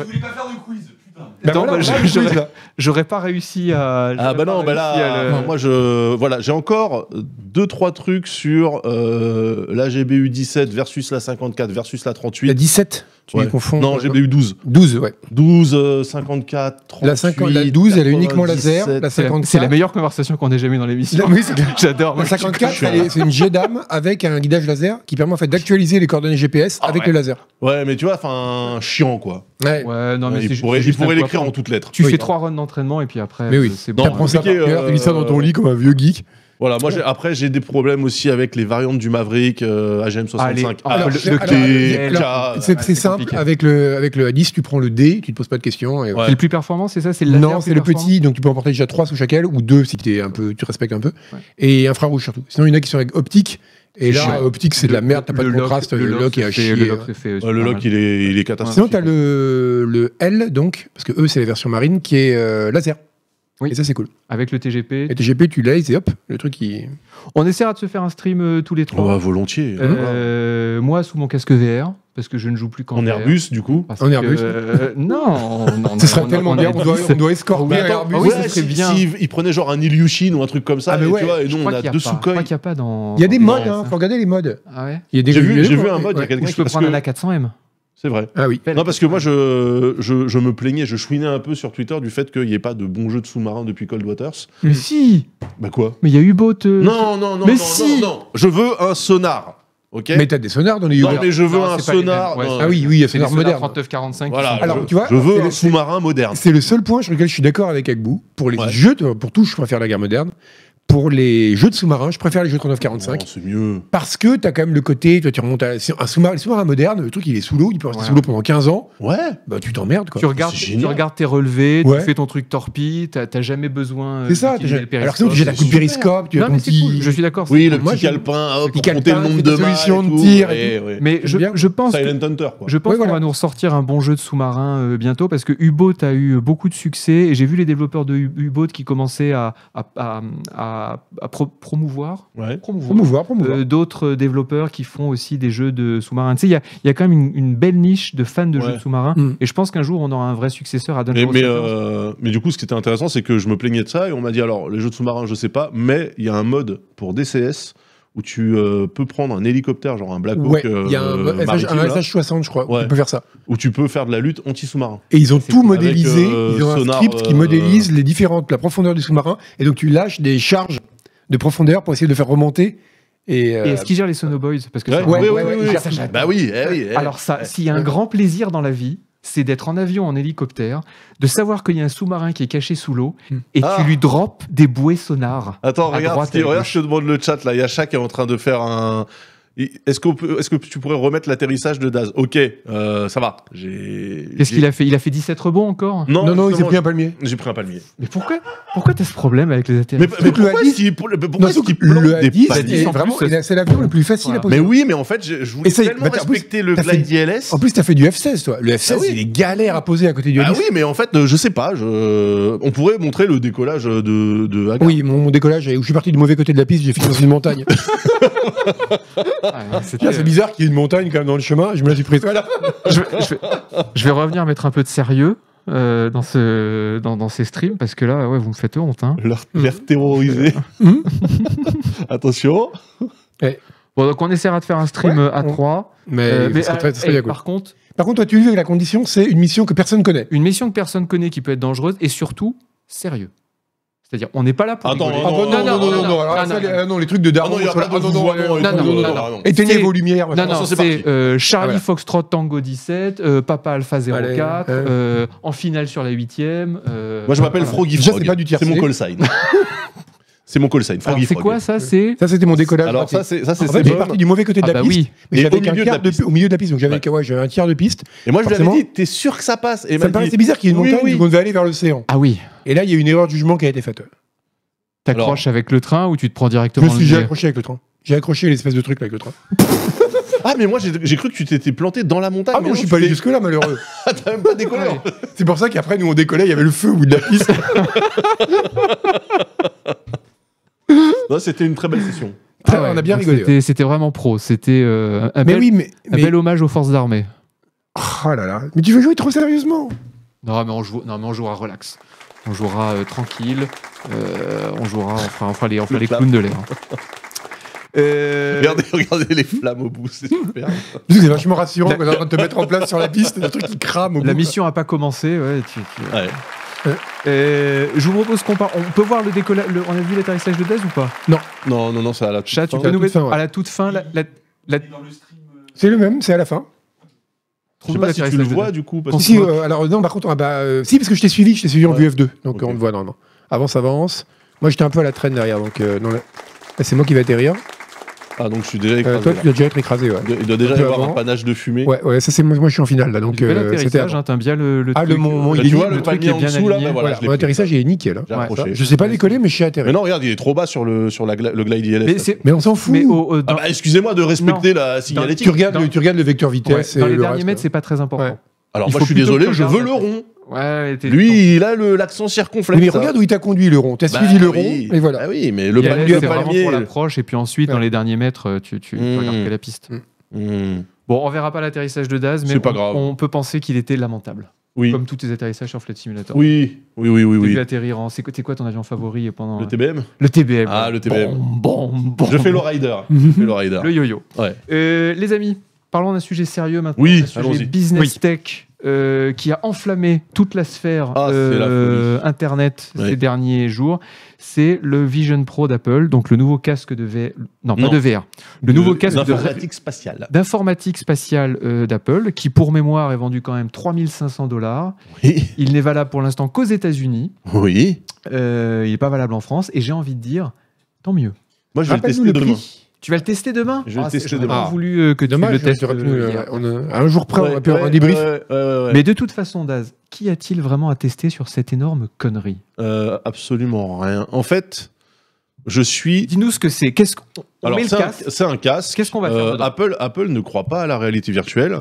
Bah Non, voilà, bah, on a je- le j'aurais- quiz, là. j'aurais pas réussi à. Ah j'aurais bah pas non, bah réussi à là, le- moi je, voilà, j'ai encore deux trois trucs sur euh, la GBU 17 versus la 54 versus la Il y a 38. 17. Tu Ouais. les confonds. Non, j'ai eu 12. 12, ouais. 12, euh, 54, 38. La, 50, la 12, elle est uniquement laser. La C'est la- 54. C'est la meilleure conversation qu'on ait jamais eu dans l'émission. La- oui, c'est- Ah, J'adore. La moi, je- 54, elle est- c'est une G-Dame avec un guidage laser qui permet en fait d'actualiser les coordonnées GPS Ah avec ouais. le laser. Ouais, mais tu vois, enfin, chiant quoi. Ouais. Ouais, non, mais c'est il ju- pourrait, c'est il juste pourrait un l'écrire coiffeur. en toutes lettres. Tu Oui, fais non. trois runs d'entraînement et puis après, Mais oui. euh, c'est bon. Non, T'apprends ça par compliqué, cœur, euh, tu lis ça dans ton lit comme un vieux geek. Voilà, moi j'ai- après j'ai des problèmes aussi avec les variantes du Maverick euh, Allez, AGM65. ah, Alpha, le- j'ai- le alors, T, j'ai- T, alors, K. euh, c'est- ouais, c'est c'est simple, compliqué. avec le, avec le A10, tu prends le D, tu te poses pas de questions. et- Ouais. C'est le plus performant, c'est ça C'est le laser Non, plus c'est le performant petit, donc tu peux en porter déjà 3 sous chaque aile, ou 2 si t'es un peu, tu respectes un peu, Ouais. et infrarouge surtout. Sinon, il y en a qui sont avec optique, et C'est là, chiant. optique, c'est de la merde, t'as pas de Le lock- contraste, le lock est à se chier. fait- Le lock se fait, euh, Ouais, le super lock mal. il est, il est catastrophique. Sinon, t'as le, le L, donc, parce que eux, c'est la version marine, qui est euh, laser. Oui. Et ça, c'est cool. Avec le TGP. Et TGP, tu lases, et hop, le truc, il. On essaiera de se faire un stream euh, tous les Oh, trois. bah, volontiers. Euh, Moi, sous mon casque VR, parce que je ne joue plus qu'en En VR. Airbus, du coup. Parce En que, Airbus. euh, non, Ce serait tellement bien, on doit, on doit escorter Mais un attends, Airbus. ah oui, ouais, ça serait si- bien. si ils prenaient genre un Ilyushin ou un truc comme ça, Ah, mais et, ouais, tu vois, et Je nous on crois a qu'il y pas- deux Je crois Sukhoi. qu'il n'y a pas dans. Il y a des dans modes, les- hein, faut regarder les modes. Ah ouais Il y a des J'ai vu, des- j'ai vu un mode, il y a ouais. Ou quelqu'un je qui peux parce prendre que- un A400M. C'est vrai. Ah oui. Non, parce que moi, je, je, je me plaignais, je chouinais un peu sur Twitter du fait qu'il n'y ait pas de bon jeu de sous-marin depuis Cold Waters. Mais si Bah quoi Mais il y a eu beau Euh, Non, non, non, Mais non, si non, non. Je veux un sonar, ok Mais t'as des sonars dans les Non, Hugo. mais je veux Non, un c'est pas les mêmes. sonar. Ouais, non. c'est- Ah oui, oui, il y a C'est des sonar moderne. moderne. 3945. Voilà, qui sont- Alors, je, tu vois, je veux c'est un le- sous-marin moderne. C'est le seul point sur lequel je suis d'accord avec Agbou. Pour les Ouais. jeux, de- pour tout, je préfère la guerre moderne. Pour les jeux de sous-marins, je préfère les jeux 39-45. Non, Oh, C'est mieux. Parce que t'as quand même le côté, toi tu remontes à si- un sous-marin sous-marin moderne, le truc il est sous l'eau, il peut rester Ouais. sous l'eau pendant 15 ans, Ouais. bah tu t'emmerdes quoi. tu regardes, c'est tu génial. regardes tes relevés, Ouais. tu fais ton truc torpille, t'as t'as jamais besoin. euh, C'est ça, d'utiliser déjà. le Alors périscope. que sinon, tu jettes un coup de super. périscope, tu as Oh, Non, ton mais c'est petit. cool, je suis d'accord. Oui, le Moi, petit je- calepin hein, le petit pour compter le calepin, nombre c'est des de mâts. solutions et de tout. tir et Ouais, ouais. Mais J'aime je, bien. je pense, que- Silent Hunter, quoi. je pense Ouais, qu'on voilà. va nous ressortir un bon jeu de sous-marin euh, bientôt parce que U-Boat a eu beaucoup de succès et j'ai vu les développeurs de U- U-Boat qui commençaient à, à, à- à- à pro- promouvoir, Ouais. promouvoir, Promouvoir, promouvoir. euh, d'autres développeurs qui font aussi des jeux de sous-marins. Tu sais, il y a, il y a quand même une, une belle niche de fans de Ouais. jeux de sous-marins Mm. et je pense qu'un jour on aura un vrai successeur à Mais, Dungeon mais, euh, mais du coup, ce qui était intéressant, c'est que je me plaignais de ça et on m'a dit alors, les jeux de sous-marins, je sais pas, mais il y a un mode pour DCS où tu euh, peux prendre un hélicoptère, genre un Black Hawk, Ouais, euh, il y a un, maritime, SH, là, un SH60, je crois, Ouais. on peut faire ça. où tu peux faire de la lutte anti-sous-marin. Et ils ont C'est tout cool. modélisé, Avec, euh, ils ont un sonar, script qui euh, modélise les différentes, la profondeur du sous-marin, et donc tu lâches des charges de profondeur pour essayer de le faire remonter. Et, euh, Et est-ce qu'ils gèrent les Sonoboys Parce que ça, Ouais, oui, oui, ouais, ouais, oui, ils oui. gèrent ça, j'adore. Bah oui, eh oui, eh. Alors ça, s'il y a un grand plaisir dans la vie, c'est d'être en avion, en hélicoptère, de savoir qu'il y a un sous-marin qui est caché sous l'eau Hmm. et Ah. tu lui droppes des bouées sonars. Attends, à regarde, droite Steve, et à regarde, gauche. je te demande le chat là. Il y a Chat qui est en train de faire un. Il- Est-ce qu'on peut- est-ce que tu pourrais remettre l'atterrissage de Daz Ok, euh, ça va. J'ai. Qu'est-ce j'ai- qu'il a fait Il a fait 17 rebonds encore Non, non, non, il s'est justement, pris un palmier. j'ai pris un palmier. Mais pourquoi Pourquoi t'as ce problème avec les Mais, atterrissages mais le pourquoi A10, est-ce qu'il pour- mais pourquoi Non, est-ce surtout qu'il que le plante des A10, paliers est En vraiment, plus, il a- c'est l'avion le plus facile Voilà. à Mais poser. oui, mais en fait, je, je voulais Essaye, tellement bah, t'as- respecter le t'as fait- glide ILS. En plus, t'as fait du F16, toi. Le F16, Ah oui. il est galère à poser à côté du Ah A10. oui, mais en fait, euh, je sais pas. Je... On pourrait montrer le décollage de, de Hagar. Oui, mon, mon décollage, où je suis parti du mauvais côté de la piste, j'ai fini dans une montagne. Ouais, c'était- Ah, Là, c'est bizarre qu'il y ait une montagne quand même dans le chemin. Je me la suis prise. Voilà. je, vais- je vais, je vais revenir mettre un peu de sérieux euh, dans, ce, dans, dans ces streams parce que là, ouais, vous me faites honte. hein. Leur, Mmh. leur terroriser. Mhm. Attention. Bon, donc on essaiera de faire un stream Ouais, euh, à on- 3. Mais, euh, mais, ça serait, ça serait euh, bien eh, cool. par contre, Par contre, toi, tu le vis avec la condition, c'est une mission que personne connaît. une mission que personne connaît qui peut être dangereuse et surtout sérieux. C'est-à-dire, on n'est pas là pour. Attends, rigoler. Ah bon, non, non, non, non, alors non, ça, non, les- non. ah non, les trucs de Ah Daron. non, il y a sur la- pas de ah non, non, vouvoiement et non, tout. non, non, non, non, non. non. Éteignez C'est- vos lumières. Non, machin. non, c'est c'est parti. euh, Charlie Ah, voilà. Foxtrot Tango 17, euh, Papa Alpha 04, Allez, hein. euh, en finale sur la 8 e Moi, je m'appelle Froggy Déjà, Frog. c'est pas du tiercé. C'est mon call sign. c'est mon call sign. Froggy C'est Frog. quoi ça C'est. Ça, c'était mon décollage. Alors, ça, parti. c'est ça, c'est En fait, c'est j'ai bon. parti du mauvais côté de Ah, la bah piste. oui. Mais Et j'avais au qu'un milieu de quart la de, piste. au milieu de la piste, donc j'avais Ouais. qu'un- ouais, j'avais un tiers de piste. Et moi, je lui avais Forcément. dit, t'es sûr que ça passe Et il Ça me m'a paraissait dit, bizarre qu'il y ait une Oui, montagne oui. donc on devait aller vers l'océan. Ah oui, Et là, il y a une erreur de jugement qui a été faite. t'accroches avec le train ou tu te prends Je directement me suis le j'ai nez accroché avec le train. J'ai accroché l'espèce de truc là avec le train. Ah, mais moi, j'ai j'ai cru que tu t'étais planté dans la montagne. Ah, moi, non, je suis tu pas allé t'es- jusque-là, malheureux. Ah, T'as même pas décollé. Ouais. C'est pour ça qu'après, nous, on décollait, il y avait le feu au bout de la piste. Non, C'était une très belle session. Ah ouais, on a bien donc rigolé. c'était- C'était vraiment pro. C'était euh, un, Mais bel, oui, mais. un mais... bel hommage aux forces armées. Oh là là. Mais tu veux jouer trop sérieusement Non mais, on joue, non, mais on jouera relax. On jouera euh, tranquille. euh, on jouera, on fera, on fera les, on fera Le les clap. clowns de l'air. Euh, Regardez, regardez les flammes au bout, c'est super. C'est vachement rassurant qu'on est en train de te mettre en place sur la piste, un truc qui crame au bout. La mission a pas commencé. ouais, tu- tu- Ouais. Euh, je vous propose qu'on part. On peut voir le décollage. le- On a vu l'atterrissage de Dez ou pas Non, non, non, ça à la Chat, tu Fin, peux à nous toute mettre fin, ouais. à la toute fin la, la, euh, C'est le même, c'est à la fin. Je sais pas si tu le vois du coup. parce On que- se Si, voit. euh, alors non, par contre, ah bah, euh, si, parce que je t'ai suivi, je t'ai suivi en Ouais. vue F2, donc Ok. euh, on le voit normalement. Avance, avance. Moi, j'étais un peu à la traîne derrière, donc euh, non, là, là, c'est moi qui vais atterrir. Ah, donc je suis déjà Euh, écrasé. toi, là. tu dois déjà être écrasé, ouais. Il doit- Il doit déjà y peu avoir avant. un panache de fumée. Ouais, ouais, ça c'est moi, moi, je suis en finale là, donc Donc, euh, c'était. l'atterrissage, avant. hein, t'aimes bien le, le Ah, le truc, moment où Là, il le est tu vois truc le panier est en bien dessous là, aligné. bah voilà, Voilà, je l'ai mon pris. atterrissage, il est nickel. hein. J'ai Ouais. accroché. Je sais pas décoller, mais je suis atterri. Mais Mais, non, regarde, il est trop bas sur le, sur la gla- le glide ILS. Mais là. c'est. on s'en fout. Mais au, au- Ah dans, bah, excusez-moi de respecter la signalétique. tu, regardes dans- le, tu regardes le vecteur ouais, vitesse. dans et les le derniers reste, mètres, c'est pas très important. Ouais. Alors Il moi, faut je suis plutôt que désolé, tu je veux le regardes. rond. Ouais, t'es- Lui, il a le- l'accent circonflexe. Oui, mais regarde où il t'a conduit le rond. T'as Bah suivi le oui. rond, et voilà. Ah oui, mais le Il y a palmier, l'aide, le c'est vraiment palmier. pour l'approche et puis ensuite dans les derniers mètres euh, tu, tu, tu Mm. regardes que la piste. Hmm. Bon, on verra pas l'atterrissage de Daz, mais C'est pas on, grave. on peut penser qu'il était lamentable, Oui. comme tous les atterrissages sur Flight Simulator. oui, oui, oui, oui, T'as oui. vu atterrir en. C'est quoi- c'est quoi ton avion favori pendant Le TBM Le TBM. Ah, le TBM. Bon, bon, bon. Je fais le rider. Je fais le rider. Le yo-yo. Ouais. Euh, les amis, parlons d'un sujet sérieux maintenant. Oui, un sujet allons-y. business Oui. tech euh, qui a enflammé toute la sphère Ah, c'est euh, la internet Ouais. ces derniers jours. C'est le Vision Pro d'Apple, donc le nouveau casque de VR. Non, pas Non. de VR. Le nouveau De- casque de d'informatique spatiale. d'informatique spatiale euh, d'Apple, qui pour mémoire est vendu quand même 3500 dollars. Oui. Il n'est valable pour l'instant qu'aux États-Unis. Oui. Euh, il n'est pas valable en France. Et j'ai envie de dire, tant mieux. Moi, je vais le Rappelle-nous tester le demain. prix. Tu vas le tester demain Ah, Je vais le c'est- tester j'aurais demain. pas voulu euh, que Dommage, tu le testes. j'aurais pu, euh, euh, hier. on a- un jour près, on aurait pu avoir Ouais, un débrief. ouais, ouais, ouais, ouais. Mais de toute façon, Daz, qu'y a-t-il vraiment à tester sur cette énorme connerie Euh, absolument rien. En fait, je suis. Dis-nous ce que c'est. Qu'est-ce qu'on on Alors, met le c'est un, casque c'est un casque. Qu'est-ce qu'on va faire Euh, dedans Apple, Apple ne croit pas à la réalité virtuelle.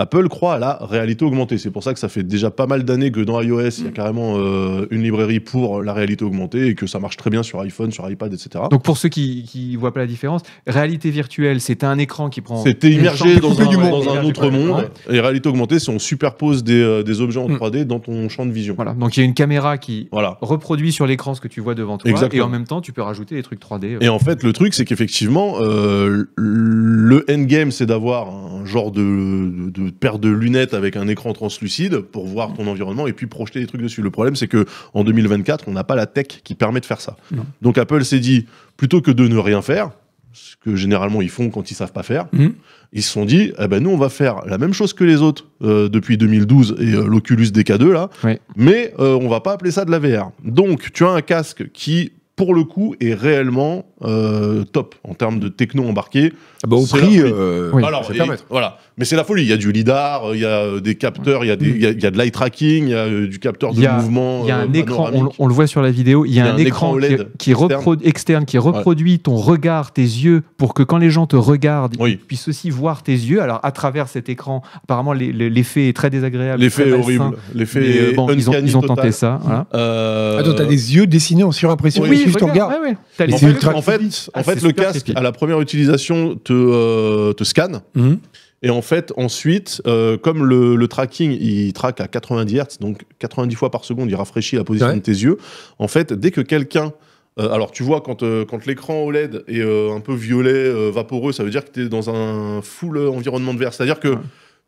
Apple croit à la réalité augmentée. C'est pour ça que ça fait déjà pas mal d'années que dans iOS, Mm. il y a carrément euh, une librairie pour la réalité augmentée et que ça marche très bien sur iPhone, sur iPad, etc. Donc pour ceux qui qui voient pas la différence, réalité virtuelle, c'est un écran qui prend. C'était immergé champ dans coupé un, du monde. dans un Immergé, autre ouais. monde. Et réalité augmentée, c'est on superpose des, euh, des objets en Mm. 3D dans ton champ de vision. Voilà. Donc il y a une caméra qui Voilà. reproduit sur l'écran ce que tu vois devant toi, Exactement. et en même temps, tu peux rajouter des trucs 3D. euh. Et en fait, le truc, c'est qu'effectivement, euh, le endgame, c'est d'avoir un genre de, de, de paire de lunettes avec un écran translucide pour voir ton environnement et puis projeter des trucs dessus. Le problème, c'est que en 2024, on n'a pas la tech qui permet de faire ça. Non. Donc Apple s'est dit, plutôt que de ne rien faire, ce que généralement ils font quand ils savent pas faire, Mhm. ils se sont dit, eh ben nous, on va faire la même chose que les autres euh, depuis 2012 et euh, l'Oculus DK2 là, Ouais. mais euh, on va pas appeler ça de la VR. Donc tu as un casque qui pour le coup, est réellement euh, top en termes de techno embarqué. Ah bah, au C'est prix, la folie. euh, Oui. Alors, ça et- permet. voilà. Mais c'est la folie. Il y a du lidar, il y a euh, des capteurs, il y a des- il y, a, il y a de l'eye tracking, il y a euh, du capteur de Mm. Il y a- mouvement. Il y a euh, un écran, on, panoramique. on le voit sur la vidéo, il y a, un, écran, qui- OLED qui, E externe. reprodu- externe qui reproduit ton regard, tes yeux, pour que quand les gens te regardent, Oui. ils puissent aussi voir tes yeux. Alors à travers cet écran, apparemment les- les- l'effet est très désagréable. L'effet très est malsain, horrible. mais, L'effet euh, bon, ils ont, uncanny ils ont total. tenté ça. voilà. Euh, Attends, Ah, t'as des yeux dessinés en surimpression. Oui, ils suivent ton regard. regarde, ouais, ouais. T'as les Mais En c'est yeux. fait, ultra en fait, en Ah, fait, c'est le super casque, creepy. à la première utilisation, te, euh, te scanne. Mhm. Et en fait, ensuite, euh, comme le, le tracking, il traque à 90 Hz, donc 90 fois par seconde, il rafraîchit la position Ouais. de tes yeux. En fait, dès que quelqu'un. euh, alors, tu vois, quand, euh, quand l'écran OLED est euh, un peu violet, euh, vaporeux, ça veut dire que tu es dans un full euh, environnement de verre. C'est-à-dire que. Ouais.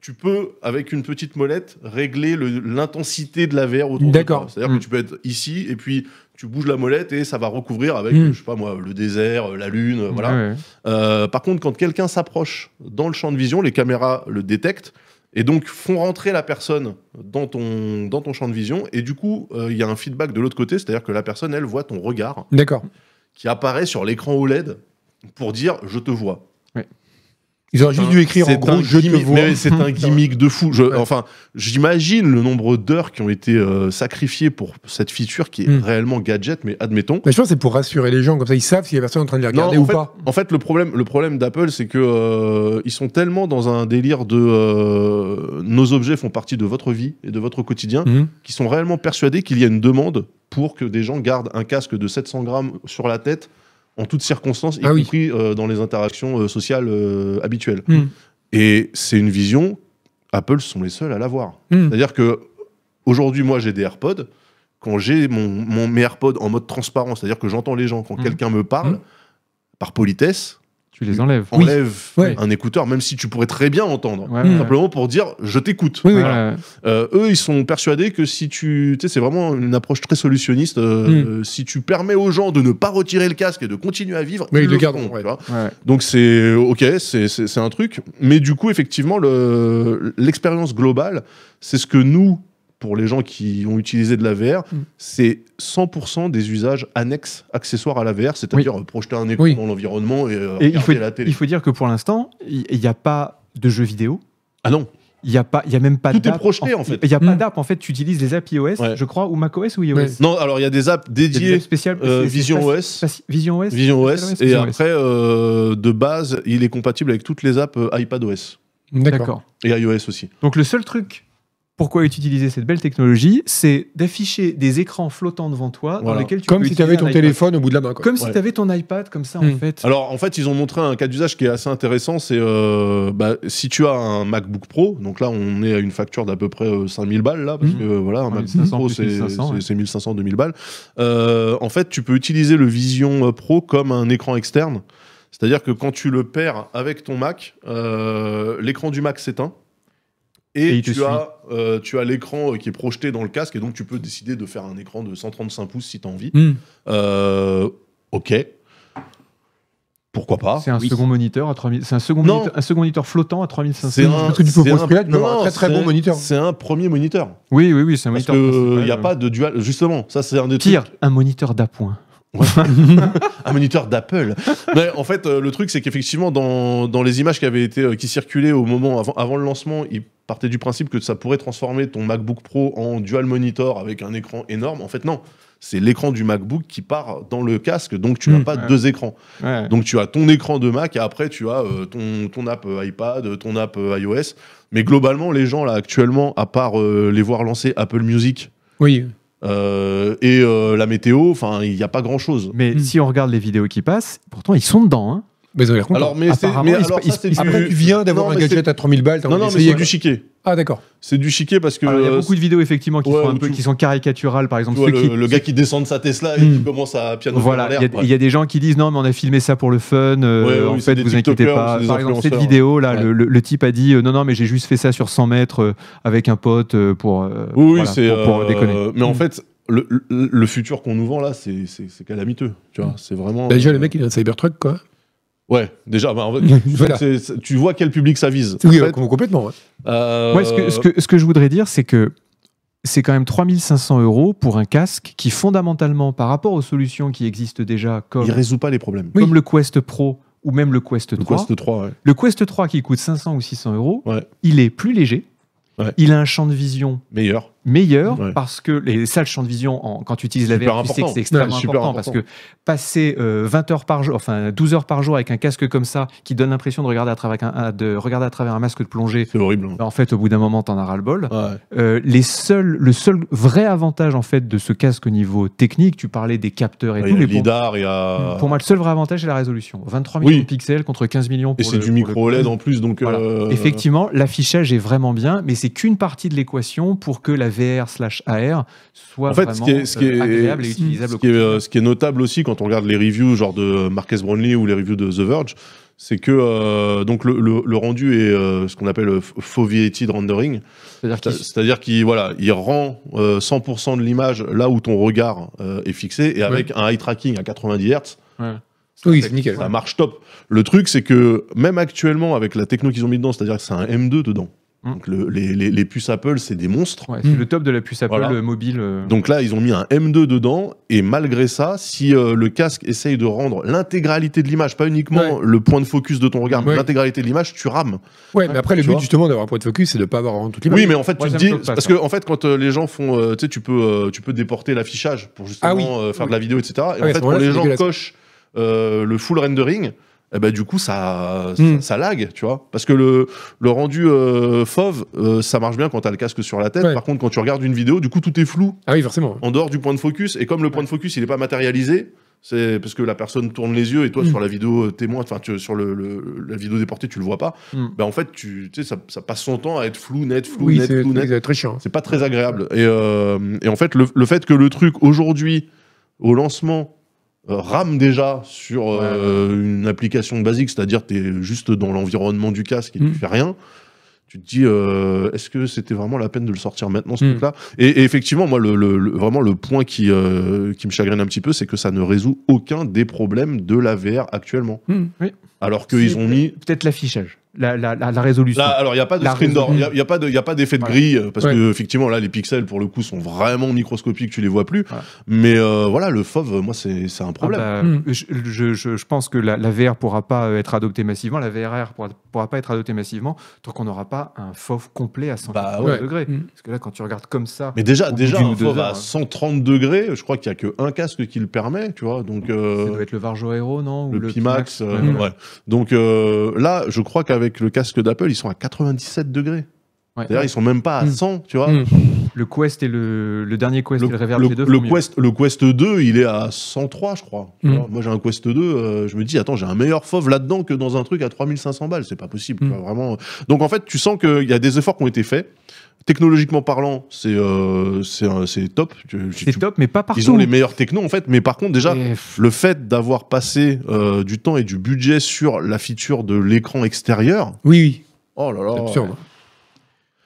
Tu peux, avec une petite molette, régler le- l'intensité de la VR autour de D'accord. toi. C'est-à-dire Mm. que tu peux être ici et puis tu bouges la molette et ça va recouvrir avec, Mm. je sais pas moi, le désert, euh, la lune, voilà. Ouais, ouais. Euh, par contre, quand quelqu'un s'approche dans le champ de vision, les caméras le détectent et donc font rentrer la personne dans ton, dans ton champ de vision. Et du coup, euh, il y a un feedback de l'autre côté, c'est-à-dire que la personne, elle voit ton regard D'accord. qui apparaît sur l'écran OLED pour dire je te vois. Ils auraient juste dû écrire en C'est un gros je te gimmick- vois. mais c'est un gimmick de fou. Je- Ouais. Enfin, j'imagine le nombre d'heures qui ont été euh, sacrifiées pour cette feature qui est Mm. réellement gadget, mais admettons. Mais je pense que c'est pour rassurer les gens, comme ça ils savent si la personne est en train de les regarder Non, en ou fait, pas. En fait, le problème, le problème d'Apple, c'est que euh, ils sont tellement dans un délire de euh, nos objets font partie de votre vie et de votre quotidien, Mhm. qu'ils sont réellement persuadés qu'il y a une demande pour que des gens gardent un casque de 700 grammes sur la tête en toutes circonstances, y Ah oui. compris euh, dans les interactions euh, sociales euh, habituelles. Mhm. Et c'est une vision. Apple sont les seuls à l'avoir. Mhm. C'est-à-dire que aujourd'hui, moi, j'ai des AirPods. Quand j'ai mon, Hmm. mon mes AirPods en mode transparent, c'est-à-dire que j'entends les gens, quand Mhm. quelqu'un me parle, Mhm. par politesse, Tu les enlèves. Oui. enlève Ouais. un écouteur, même si tu pourrais très bien entendre. Ouais, ouais, Simplement pour dire je t'écoute. Oui, oui. Voilà. Ouais, ouais. Euh, eux, ils sont persuadés que si tu. Tu sais, c'est vraiment une approche très solutionniste. euh, Mm. Hmm. euh, si tu permets aux gens de ne pas retirer le casque et de continuer à vivre, Mais ils le feront, garderont, ouais. tu vois. Ouais. Donc c'est ok, c'est- c'est c'est un truc. Mais du coup, effectivement, le- l'expérience globale, c'est ce que nous, pour les gens qui ont utilisé de la VR, Hmm. Mm. c'est 100% des usages annexes, accessoires à la VR, c'est-à-dire euh, projeter un écran Oui. dans l'environnement et, euh, Et il faut, regarder la télé. il faut dire que pour l'instant, il n'y a pas de jeux vidéo. Ah non, Il n'y a, pas- il y a même pas Tout est d'app. projeté, en fait. Il n'y a pas Mm. d'app. En fait, tu utilises les apps iOS, Ouais. je crois, ou macOS ou iOS. Ouais. non. Alors il y a des apps Il y a des dédiées apps spéciales. euh, c'est- c'est Vision faci- OS. faci- Vision OS. Vision OS, Vision et OS. après, euh, de base, il est compatible avec toutes les apps euh, iPadOS D'accord. D'accord. et iOS aussi. Donc le seul truc pourquoi utiliser cette belle technologie, c'est d'afficher des écrans flottants devant toi dans Voilà. lesquels tu Comme peux si tu avais utiliser ton un iPad. téléphone au bout de la main. Quoi. Comme si Ouais. tu avais ton iPad, comme ça, en Mm. fait. Alors, en fait, ils ont montré un cas d'usage qui est assez intéressant. C'est euh, bah, si tu as un MacBook Pro, donc là, on est à une facture d'à peu près euh, 5000 balles, là, parce Mhm. que euh, voilà, un Ouais, MacBook 1500 Pro, plus c'est 1500, ouais. 1500, 2000 balles. Euh, en fait, tu peux utiliser le Vision euh, Pro comme un écran externe. C'est-à-dire que quand tu le perds avec ton Mac, euh, l'écran du Mac s'éteint. Et Et, il te tu, suit. as, euh, tu as l'écran euh, qui est projeté dans le casque, et donc tu peux décider de faire un écran de 135 pouces si tu as envie. Hmm. Euh, ok. Pourquoi pas C'est un Ah, Oui. second moniteur à 3000 C'est un second Non. moniteur, un second moniteur flottant à 3500. C'est un, Parce que tu peux c'est construire, un- tu peux avoir un non, très, très c'est bon un- moniteur. C'est un premier moniteur. Oui, oui, oui, c'est un Parce moniteur. qu'il principal. euh. n'y a pas de dual. Justement, ça c'est un des pire, trucs. un moniteur d'appoint. Un moniteur d'Apple. Mais en fait, euh, le truc c'est qu'effectivement, dans, dans les images qui avaient été euh, qui circulaient au moment avant, avant le lancement, ils partaient du principe que ça pourrait transformer ton MacBook Pro en dual monitor avec un écran énorme. En fait, non. C'est l'écran du MacBook qui part dans le casque, donc tu Mm. n'as pas Ouais. deux écrans. Ouais. Donc tu as ton écran de Mac et après tu as euh, ton, ton app euh, iPad, euh, ton app euh, iOS. Mais globalement, les gens là actuellement, à part euh, les voir lancer Apple Music Oui. euh, et euh, la météo, enfin il n'y a pas grand chose. Mais Mm. si on regarde les vidéos qui passent, pourtant ils sont dedans. hein. Mais ils ont l'air contents. Alors mais c'est Apparemment, mais il se- alors il ça se- c'est Après, tu viens d'avoir Non, un mais gadget c'est- à 3000 balles. t'as Non envie non mais d'essayer, c'est du quoi. chiquet. Ah, d'accord. C'est du chiquet parce que Alors, Ah, il y a euh, beaucoup de vidéos effectivement qui, Ouais, sont un ou peu, tout. qui sont caricaturales, par exemple. tu vois, ceux le, qui, le gars qui descend de sa Tesla et Hmm. qui commence à piano Voilà, en l'air, il y a- quoi. il y, a des gens qui disent non, mais on a filmé ça pour le fun. euh, Ouais, ouais, en oui, c'est fait, des vous inquiétez TikTokers, pas. c'est des Par exemple, cette influenceurs. vidéo là, Ouais. le, le- le type a dit euh, non, non, mais j'ai juste fait ça sur 100 mètres euh, avec un pote euh, pour, euh, Oui, oui, voilà, c'est pour, pour euh, déconner. Mais en Hmm. fait, le, le- le futur qu'on nous vend là, c'est c'est- c'est calamiteux. Tu vois, c'est vraiment. Bah, déjà, euh, le mec, il a un Cybertruck, quoi. Ouais, déjà, bah, en fait, Voilà. c'est- c'est- tu vois quel public ça vise. Oui, En euh, fait, complètement. ouais. euh, Ouais, ce, que, ce que- ce que je voudrais dire, c'est que c'est quand même 3500 euros pour un casque qui, fondamentalement, par rapport aux solutions qui existent déjà, comme, Euh, Il résout pas les problèmes. comme le Quest Pro ou même le Quest Le 3, Quest 3, ouais. le Quest 3 qui coûte 500 ou 600 euros, Ouais. il est plus léger, Ouais. il a un champ de vision meilleur. meilleur Ouais. parce que les salles champ de vision en- quand tu utilises la Super VR tu sais que important. c'est extrêmement Ouais, super important, parce important. que passer euh, 20 heures par jour enfin 12 heures par jour avec un casque comme ça qui donne l'impression de regarder à travers un, de regarder à travers un masque de plongée ben, C'est horrible. hein. en fait au bout d'un moment t'en as ras le bol Ouais. euh, les seuls, le seul vrai avantage en fait de ce casque au niveau technique, tu parlais des capteurs et Il y tout, a mais le pour, lidar, il y a. pour moi le seul vrai avantage c'est la résolution. 23 Oui. millions de pixels contre 15 millions Et pour c'est le- du pour le- micro OLED en plus, donc. Voilà. euh, Effectivement, l'affichage est vraiment bien, mais c'est qu'une partie de l'équation pour que la VR slash AR soit En fait, ce vraiment qui est, ce qui est- euh, agréable et ce- utilisable. ce au qui, est, quotidien. euh, ce qui est notable aussi quand on regarde les reviews, genre de Marques Brownlee ou les reviews de The Verge, c'est que euh, donc le, le- le rendu est euh, ce qu'on appelle euh, foveated rendering. C'est-à-dire C'est- qu'il- C'est-à-dire qu'il voilà, il rend euh, 100% de l'image là où ton regard euh, est fixé et avec un eye tracking à 90 Hz, Oui, c'est nickel. ça marche top. Le truc, c'est que même actuellement, avec la techno qu'ils ont mis dedans, c'est-à-dire que c'est un M2 dedans. Mm. Donc le- les, les- les puces Apple, c'est des monstres. ouais, c'est Mm. le top de la puce Apple Hmm. Voilà. euh, mobile. euh, Donc là, ils ont mis un M2 dedans, et malgré ça, si euh, le casque essaye de rendre l'intégralité de l'image, pas uniquement le point de focus de ton regard, mais Ouais. l'intégralité de l'image, tu rames. Ouais, mais après, le Tu but, vois. justement, d'avoir un point de focus, c'est de pas avoir vraiment toute l'image. Oui, mais en fait, Moi, tu te ça me dis. choque pas, parce ça. que, en fait, quand euh, les gens font. euh, tu sais, tu peux, euh, tu peux déporter l'affichage pour justement Ah oui. euh, faire de Oui. la vidéo, etc. Et à en ce fait, quand moment-là, les c'est gens dégueulasse. cochent euh, le full rendering. Eh ben, du coup, ça, ça- Hmm. ça, lag, tu vois. Parce que le, le rendu euh, fauve, euh, ça marche bien quand t'as le casque sur la tête. Ouais. Par contre, quand tu regardes une vidéo, du coup, tout est flou Ah oui, forcément. en dehors du point de focus. Et comme le point de focus, il n'est pas matérialisé, c'est parce que la personne tourne les yeux et toi, Mm. sur la vidéo euh, témoin, enfin, tu- sur le, le- la vidéo déportée, tu le vois pas. Mm. Bah, en fait, tu, tu sais, ça, ça passe son temps à être flou, net, flou, Hmm. Oui, net, c'est flou, net. c'est très chiant. C'est pas très agréable. Et, euh, et en fait, le, le fait que le truc aujourd'hui, au lancement, euh, rame déjà sur euh, une application basique, c'est-à-dire tu es juste dans l'environnement du casque et Mm. tu fais rien, tu te dis euh, est-ce que c'était vraiment la peine de le sortir maintenant ce Mm. truc-là et, et effectivement, moi, le, le- le- vraiment le point qui, euh, qui me chagrine un petit peu, c'est que ça ne résout aucun des problèmes de la VR actuellement. Oui. Alors qu'ils Si, ont mis Peut-être l'affichage, la, la, la, la résolution. Là, alors, il n'y a pas de La screen door, il résolution. n'y a, pas de- y a pas d'effet de Ouais. grille, euh, parce Ouais. que, effectivement, là, les pixels, pour le coup, sont vraiment microscopiques, tu les vois plus. Ouais. Mais euh, voilà, le FOV, euh, moi, c'est c'est un Ah problème. bah, Mm. je, je- je- je pense que la, la VR pourra pas euh, être adoptée massivement, la VRR pourra, pourra pas être adoptée massivement tant qu'on n'aura pas un FOV complet à 180 Bah ouais. degrés. Mm. Parce que là, quand tu regardes comme ça, Mais déjà, bout déjà d'une un ou deux FOV heures, à hein. 130 degrés, je crois qu'il n'y a qu'un casque qui le permet, tu vois. Donc, euh, ça doit être le Varjo Aero, non Ou le, Pimax. euh, Ouais, ouais. Donc, euh, là, je crois qu'avec le casque d'Apple, ils sont à 97 degrés. ouais. C'est-à-dire, ils sont même pas à Mm. 100, tu vois. Mm. Le Quest et le, le dernier Quest le, et le Reverb, le- les deux le font mieux. Quest, le Quest 2, il est à 103, je crois. Tu Mm. vois, Moi, j'ai un Quest 2, euh, je me dis, attends, j'ai un meilleur fauve là-dedans que dans un truc à 3500 balles. C'est pas possible, tu Mm. vois, vraiment. Donc, en fait, tu sens qu'il y a des efforts qui ont été faits. Technologiquement parlant, c'est euh, c'est un- c'est top. Tu- tu- C'est top, mais pas partout. Ils ont les meilleurs technos, en fait. Mais par contre, déjà, Et, pff, le fait d'avoir passé euh, du temps et du budget sur la feature de l'écran extérieur, Oui, oui. oh là là. C'est absurde.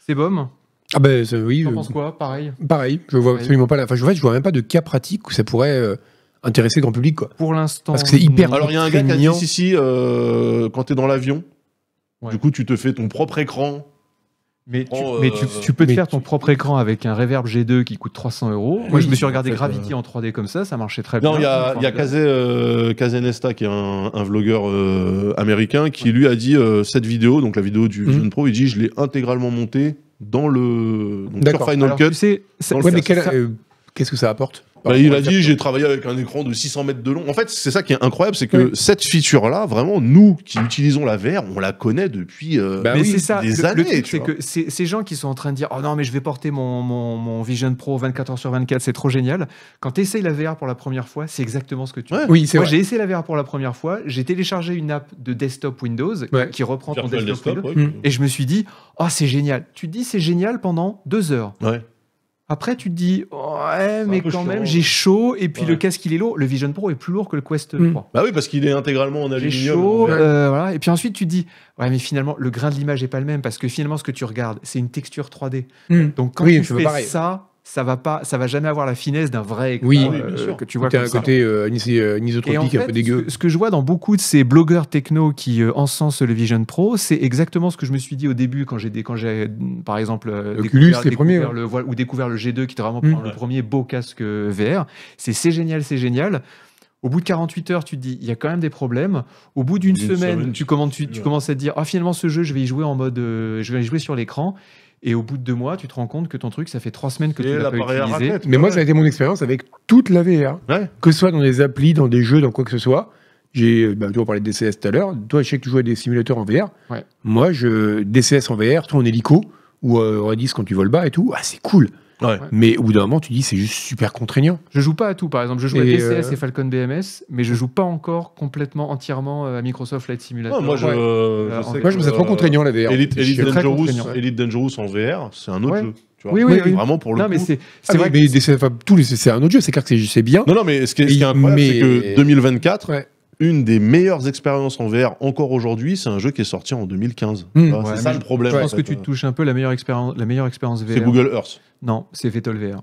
C'est bom. Ah ben ça, oui. T'en euh, penses quoi Pareil. Pareil, je vois Ouais. absolument pas la. Enfin, je- en fait, je vois même pas de cas pratique où ça pourrait euh, intéresser le grand public, quoi. Pour l'instant. Parce que c'est hyper- non. Alors, il y a un gars qui a dit Craignant. si, si, euh, quand t'es dans l'avion, Ouais. du coup, tu te fais ton propre écran. Mais, tu, Oh, mais euh, tu, tu peux te mais faire tu- ton propre écran avec un Reverb G2 qui coûte 300 euros. Moi, Oui, je me suis regardé en fait, euh, Gravity en 3D comme ça, ça marchait très Non, bien. il y a, il y a Kazé, euh, Kazé Nesta, qui est un, un vlogueur euh, américain, qui lui a dit euh, cette vidéo, donc la vidéo du Mhm. Vision Pro, il dit je l'ai intégralement montée dans le donc sur D'accord. Final Alors, Cut. tu sais, ça- Dans le Ouais, ça- mais quel- ça- euh, qu'est-ce que ça apporte Bah, il a dit j'ai travaillé avec un écran de 600 mètres de long. En fait, c'est ça qui est incroyable, c'est que Oui. cette feature-là, vraiment, nous qui utilisons la VR, on la connaît depuis. euh, Bah, mais oui, c'est ça, des le- le, années, truc, tu c'est vois. que ces, ces gens qui sont en train de dire Oh non, mais je vais porter mon, mon, mon Vision Pro 24h sur 24, c'est trop génial. Quand tu essayes la VR pour la première fois, c'est exactement ce que tu Ouais. fais. Oui, c'est Moi, vrai. j'ai essayé la VR pour la première fois, j'ai téléchargé une app de desktop Windows Ouais. qui reprend ton Virtual desktop, desktop, Windows. ouais. Mhm. Et je me suis dit Oh, c'est génial. Tu te dis C'est génial pendant deux heures. Ouais. Après, tu te dis, ouais, mais peu quand chiant, même, ouais. j'ai chaud, et puis Ouais. le casque, il est lourd. Le Vision Pro est plus lourd que le Quest Mm. 3. Bah oui, parce qu'il est intégralement en J'ai aluminium. chaud, Ouais. euh, voilà. Et puis ensuite, tu te dis, ouais, mais finalement, le grain de l'image est pas le même, parce que finalement, ce que tu regardes, c'est une texture 3D. Hmm. Donc quand Oui, tu c'est pas fais pareil. ça, ça va pas, ça va jamais avoir la finesse d'un vrai écran Oui. euh, Ah oui, bien sûr. que tu vois T'as comme un ça. côté euh, anis- euh, anisotropique Et en fait, un peu dégueu. Ce, ce que je vois dans beaucoup de ces blogueurs techno qui euh, encensent le Vision Pro, c'est exactement ce que je me suis dit au début quand j'ai, dé- quand j'ai mm, par exemple, euh, Oculus, découvert, les premiers, découvert le, voilà, ou découvert le G2 qui était vraiment Mm. pour le premier beau casque euh, VR. C'est, c'est génial, c'est génial. Au bout de 48 heures, tu te dis, il y a quand même des problèmes. Au bout d'une D'une semaine, semaine, tu, commences, tu, tu ouais. commences à te dire, ah finalement, ce jeu, je vais y jouer en mode, euh, je vais y jouer sur l'écran. Et au bout de deux mois, tu te rends compte que ton truc, ça fait trois semaines que Et tu l'as l'appareil à pas utilisé. raclette, Mais moi, ouais. ça a été mon expérience avec toute la VR. Ouais. Que ce soit dans des applis, dans des jeux, dans quoi que ce soit. J'ai, bah, tu vois, on parlait de DCS tout à l'heure. Toi, je sais que tu joues à des simulateurs en VR. Ouais. Moi, je DCS en VR, toi en hélico, ou euh, Redis quand tu voles bas et tout. Ah, c'est cool. Ouais. Mais au bout d'un moment, tu dis, c'est juste super contraignant. Je joue pas à tout, par exemple. Je joue à Et, TCS euh, et Falcon BMS, mais je joue pas encore complètement, entièrement euh, à Microsoft Flight Simulator. Non, moi, je, Ouais. je Là, en sais vrai. que, Moi, je me ça trop euh, contraignant la VR. Elite, C'est Elite chiant. très Dangerous, contraignant. Elite Dangerous en VR, c'est un autre Ouais. jeu. Tu vois. Oui, oui, oui. Vraiment pour le non, mais coup. c'est Ah c'est oui, vrai que mais DCS, enfin, tous les- c'est un autre jeu. C'est clair que c'est- c'est bien. Non, non, mais ce qui est, ce qui est incroyable, Mais- c'est que 2024, Ouais. une des meilleures expériences en VR encore aujourd'hui, c'est un jeu qui est sorti en 2015. Hmm. Tu vois, Ouais, c'est ça mais le problème. je en pense fait. que tu te touches un peu la meilleure expérience, la meilleure expérience VR. C'est Google Earth. Non, c'est Vettel VR.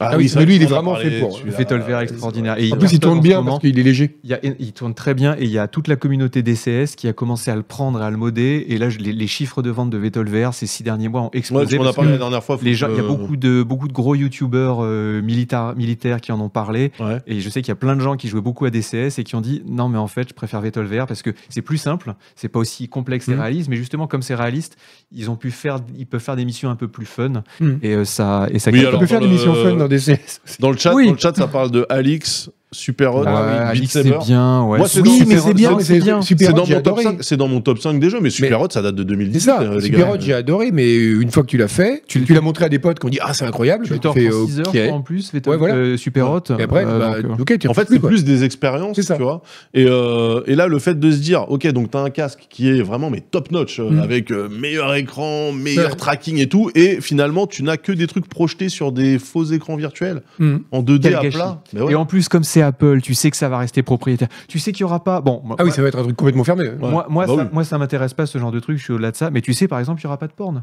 Ah oui, ça, mais lui, il on est en a vraiment parlé, fait pour. celui-là. Vettel VR extraordinaire. Et En plus, il tourne en ce bien moment. parce qu'il est léger. Il, y a- il tourne très bien et il y a toute la communauté DCS qui a commencé à le prendre et à le modder. Et là, je- les, les chiffres de vente de Vettel VR ces six derniers mois ont Ouais, explosé. tu m'en as parce parlé que la dernière fois. faut les gens- que- il y a beaucoup de, beaucoup de gros youtubeurs euh, militaires, militaires qui en ont parlé. Ouais. Et je sais qu'il y a plein de gens qui jouaient beaucoup à DCS et qui ont dit non, mais en fait, je préfère Vettel VR parce que c'est plus simple, c'est pas aussi complexe et Mhm. réaliste, mais justement, comme c'est réaliste, ils ont pu faire, ils peuvent faire des missions un peu plus fun Mhm. et euh, ça, et ça Oui, capte. On alors, euh, peut faire dans des missions le- fun dans DCS. Dans le chat, Oui. dans le chat, ça parle de Alix, Super Hot, Ah oui, euh, Beat Alix, Saber. c'est bien. ouais. Moi, c'est Oui, dans- mais Super- c'est bien, mais c'est bien. Super C'est Hot, dans, j'ai mon top adoré. 5 c'est dans mon top 5 des jeux, mais Super Hot, ça date de C'est 2018. euh, ça, les Super gars. Hot, j'ai adoré, mais une fois que tu l'as fait, tu, tu l'as montré à des potes qui ont dit Ah, c'est incroyable, Tu bah, le tords fais, pour 6 heures ok. je crois, en plus, Vettel, Ouais, voilà. euh, Super Hot. Et après, euh, bah, donc, euh, ok, tu En fait, plus, c'est quoi. plus des expériences, C'est ça. tu vois. Et, euh, et là, le fait de se dire, ok, donc t'as un casque qui est vraiment mais top notch, euh, Mm. avec euh, meilleur écran, meilleur Ouais. tracking et tout, et finalement, tu n'as que des trucs projetés sur des faux écrans virtuels Mm. en 2D Quel à gâchis. plat. Mais ouais. Et en plus, comme c'est sais Apple, tu sais que ça va rester propriétaire, tu sais qu'il n'y aura pas. Bon, moi, Ah oui, ça va être un truc complètement fermé. Ouais. moi, moi, Bah ça, oui. moi, ça m'intéresse pas ce genre de truc, je suis au-delà de ça, mais tu sais par exemple qu'il n'y aura pas de porn.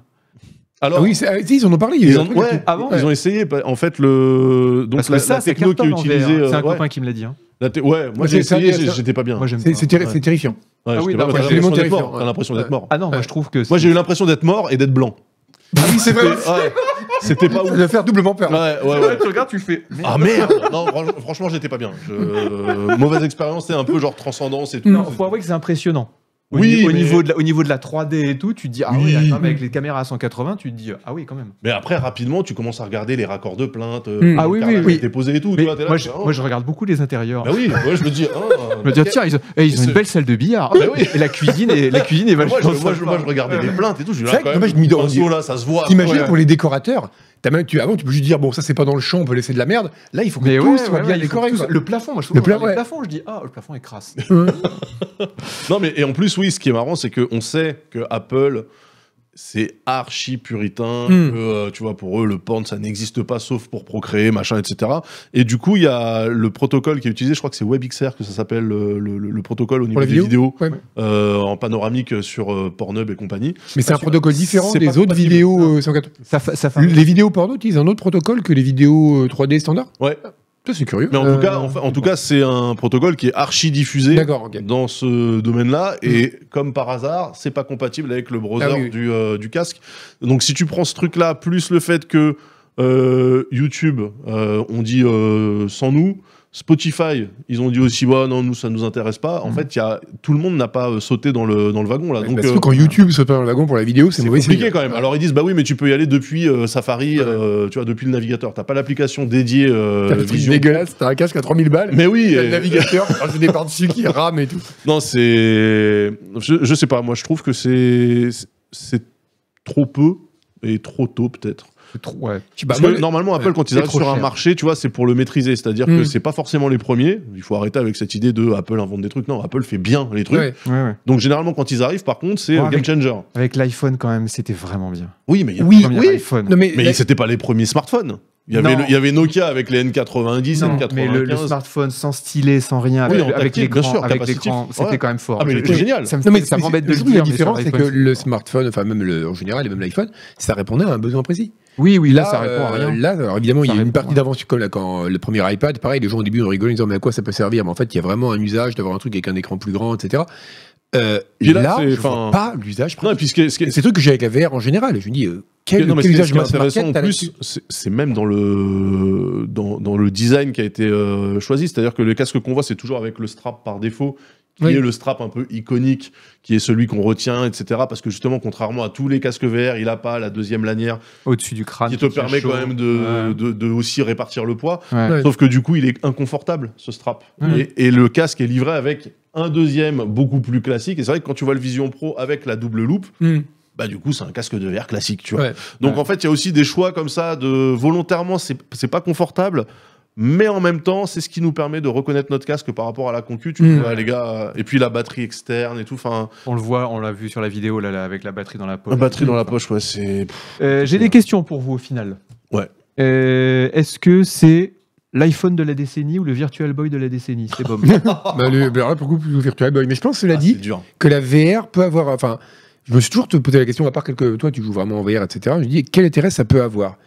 Alors, Ah oui, c'est- ah, si, ils en ont parlé. il y a eu ils un ont, truc ouais, là-dessus. avant, ils ont essayé. bah, En fait, le donc Ah Parce que la, ça, la c'est techno qui est carton en VR, utilisée. C'est euh, un ouais, copain qui me l'a dit. hein. la te- ouais, moi Moi, j'ai c'est- essayé, c'est- j'ai- j'étais pas bien. Moi, j'aime C'est- pas. c'est terri- Ouais. c'est terrifiant. Ouais, Ah oui, j'étais bah, pas- moi, t'as j'ai l'impression vraiment d'être mort, terrifiant, t'as l'impression d'être ouais. mort. Ah non, moi Ouais. je trouve que. Moi c'est- j'ai eu l'impression d'être mort et d'être blanc. oui, c'est vrai. Ah Ouais. C'était pas Ça ouf. doit faire doublement peur. Ouais, ouais, ouais. tu regardes, tu fais. merde. Ah merde Non, franch- franchement, j'étais pas bien. Je- euh, Mauvaise expérience, c'est un peu genre transcendance et tout. Non, faut avouer que c'est impressionnant. Au, Oui, niveau, au mais- niveau de la, au niveau de la 3D et tout, tu te dis, ah oui, Oui. là, quand même, avec les caméras à 180, tu te dis, ah oui, quand même. Mais après, rapidement, tu commences à regarder les raccords de plainte, Mm. Ah oui, oui, oui. déposé et tout. Mais tu vois, t'es là, moi, tu je, fais, moi, je regarde beaucoup les intérieurs. Ah, Bah oui, moi je me dis. ah, Je me dis, ok. tiens, ils ont, eh, ils ont Et ce- une belle salle de billard. Bah oui. Et la cuisine est, la cuisine est Moi, vachement je, moi, je- sympa. moi, je regardais les plaintes et tout. Je dis, C'est ah, vrai que quand moi, même, je m'y dors- pinceau, là, ça se voit. T'imagines Ouais. pour les décorateurs T'as même, tu, avant, tu peux juste dire bon, ça c'est pas dans le champ, on peut laisser de la merde. Là, il faut que Mais tout ouais, soit ouais, bien ouais, ils font décoré. tous- quoi. le plafond, moi je trouve Le le, plafond. plafond, ouais. plafond, je dis ah le plafond est crasse. Non, mais et en plus, oui, ce qui est marrant, c'est qu'on sait que Apple, c'est archi puritain. Hmm. que, euh, tu vois, pour eux, le porn, ça n'existe pas sauf pour procréer, machin, etc. Et du coup, il y a le protocole qui est utilisé, je crois que c'est WebXR que ça s'appelle, le, le- le protocole au niveau la des vidéo vidéos Ouais. euh, en panoramique sur euh, Pornhub et compagnie. Mais c'est un c'est- protocole différent c'est pas des autres compatible. vidéos euh, 180. Ça, fa- ça fait- Les vidéos porno utilisent un autre protocole que les vidéos euh, 3D standard Ouais. Ça, c'est curieux. Mais en tout Euh, cas, en, fa- en tout cas, c'est un protocole qui est archi diffusé. D'accord, ok. Mm. dans ce domaine-là et comme par hasard, c'est pas compatible avec le browser Ah oui, oui. Du, euh, du casque. Donc si tu prends ce truc-là plus le fait que euh, YouTube, euh, on dit euh, sans nous. Spotify, ils ont dit aussi bah non nous ça nous intéresse pas. En Mhm. fait, il y a tout le monde n'a pas euh, sauté dans le dans le wagon là. Mm. Ouais, Donc bah, euh, surtout quand YouTube se perd dans le wagon pour la vidéo, c'est c'est mauvais compliqué signe. quand même. Alors ils disent bah oui mais tu peux y aller depuis euh, Safari, Ouais. euh, tu vois depuis le navigateur. T'as pas l'application dédiée euh, T'as le truc Vision. dégueulasse, t'as un casque à 3000 balles. Mais euh, oui. T'as le et- navigateur, t'as des par-dessus qui rament et tout. Non, c'est. Je, je sais pas, moi je trouve que c'est. C'est trop peu et trop tôt peut-être. c'est trop- Bah, ouais. Parce que normalement, Apple, quand ils c'est arrivent trop sur un cher. marché, tu vois, c'est pour le maîtriser. C'est-à-dire que Hmm. Mm. c'est pas forcément les premiers. Il faut arrêter avec cette idée de Apple invente des trucs. Non, Apple fait bien les trucs. Ouais. Ouais, ouais. Donc généralement, quand ils arrivent, par contre, Ouais, c'est euh, game avec- changer. Avec l'iPhone quand même, c'était vraiment bien. Oui, mais, il y a- Oui, Premier oui. iPhone. Non, mais, mais la- c'était pas les premiers smartphones. Il y, avait Non. le- il y avait Nokia avec les N90, Non, N95. mais le, le smartphone sans stylet, sans rien, Oui, avec, en avec tactile, bien l'écran, sûr, avec capacitif. l'écran, c'était Ouais. quand même fort. Ah, mais il Je- était je- génial. Ça me- non, mais ça c'est- m'embête de le le truc qui est dire. mais différent, sur c'est que l'iPhone, le fort. smartphone, enfin même le, en général et même l'iPhone, ça répondait à un besoin précis. Oui, oui, là, ça répond à euh, rien. Là, alors, évidemment, Ça il y a une répond, partie ouais. d'avance comme là, quand euh, le premier iPad, pareil, les gens au début on rigolait en disant mais à quoi ça peut servir Mais en fait, il y a vraiment un usage d'avoir un truc avec un écran plus grand, etc. Euh, Puis là, là, c'est- je vois enfin- pas l'usage. Non, et puis ce qui est- ce qui est- Et C'est le truc que j'ai avec la VR en général. Je me dis euh, quel, non, mais quel ce qui est- usage ce qui est mass intéressant en market t'as plus, là-dessus c'est c'est même dans le, dans, dans le design qui a été euh, choisi. C'est-à-dire que le casque qu'on voit, c'est toujours avec le strap par défaut, qui Oui. est le strap un peu iconique, qui est celui qu'on retient, etc. Parce que justement, contrairement à tous les casques VR, il n'a pas la deuxième lanière Au-dessus du crâne. qui te qui tient permet Ah, chaud. quand même de, Ouais. de, de aussi répartir le poids. Ouais. Ouais. Sauf que du coup, il est inconfortable, ce strap. Ouais. Et, et le casque est livré avec un deuxième beaucoup plus classique. Et c'est vrai que quand tu vois le Vision Pro avec la double loupe, Hmm. bah du coup c'est un casque de verre classique tu vois Ouais. donc Ouais. en fait il y a aussi des choix comme ça de volontairement c'est c'est pas confortable mais en même temps c'est ce qui nous permet de reconnaître notre casque par rapport à la concu tu Mm. vois les gars et puis la batterie externe et tout enfin On le voit, on l'a vu sur la vidéo, là, là, avec la batterie dans la poche. la batterie dans la poche ouais c'est Euh, J'ai des questions pour vous au final. Ouais. Euh, Est-ce que c'est l'iPhone de la décennie ou le Virtual Boy de la décennie C'est Bob. Bah, le- bah, alors là, pour le coup, plus virtuel boy. Mais je pense, cela Ah, c'est dit, dur que la VR peut avoir. Enfin, je me suis toujours te posé la question, à part quelques. Toi, tu joues vraiment en VR, etc. Je me dis, quel intérêt ça peut avoir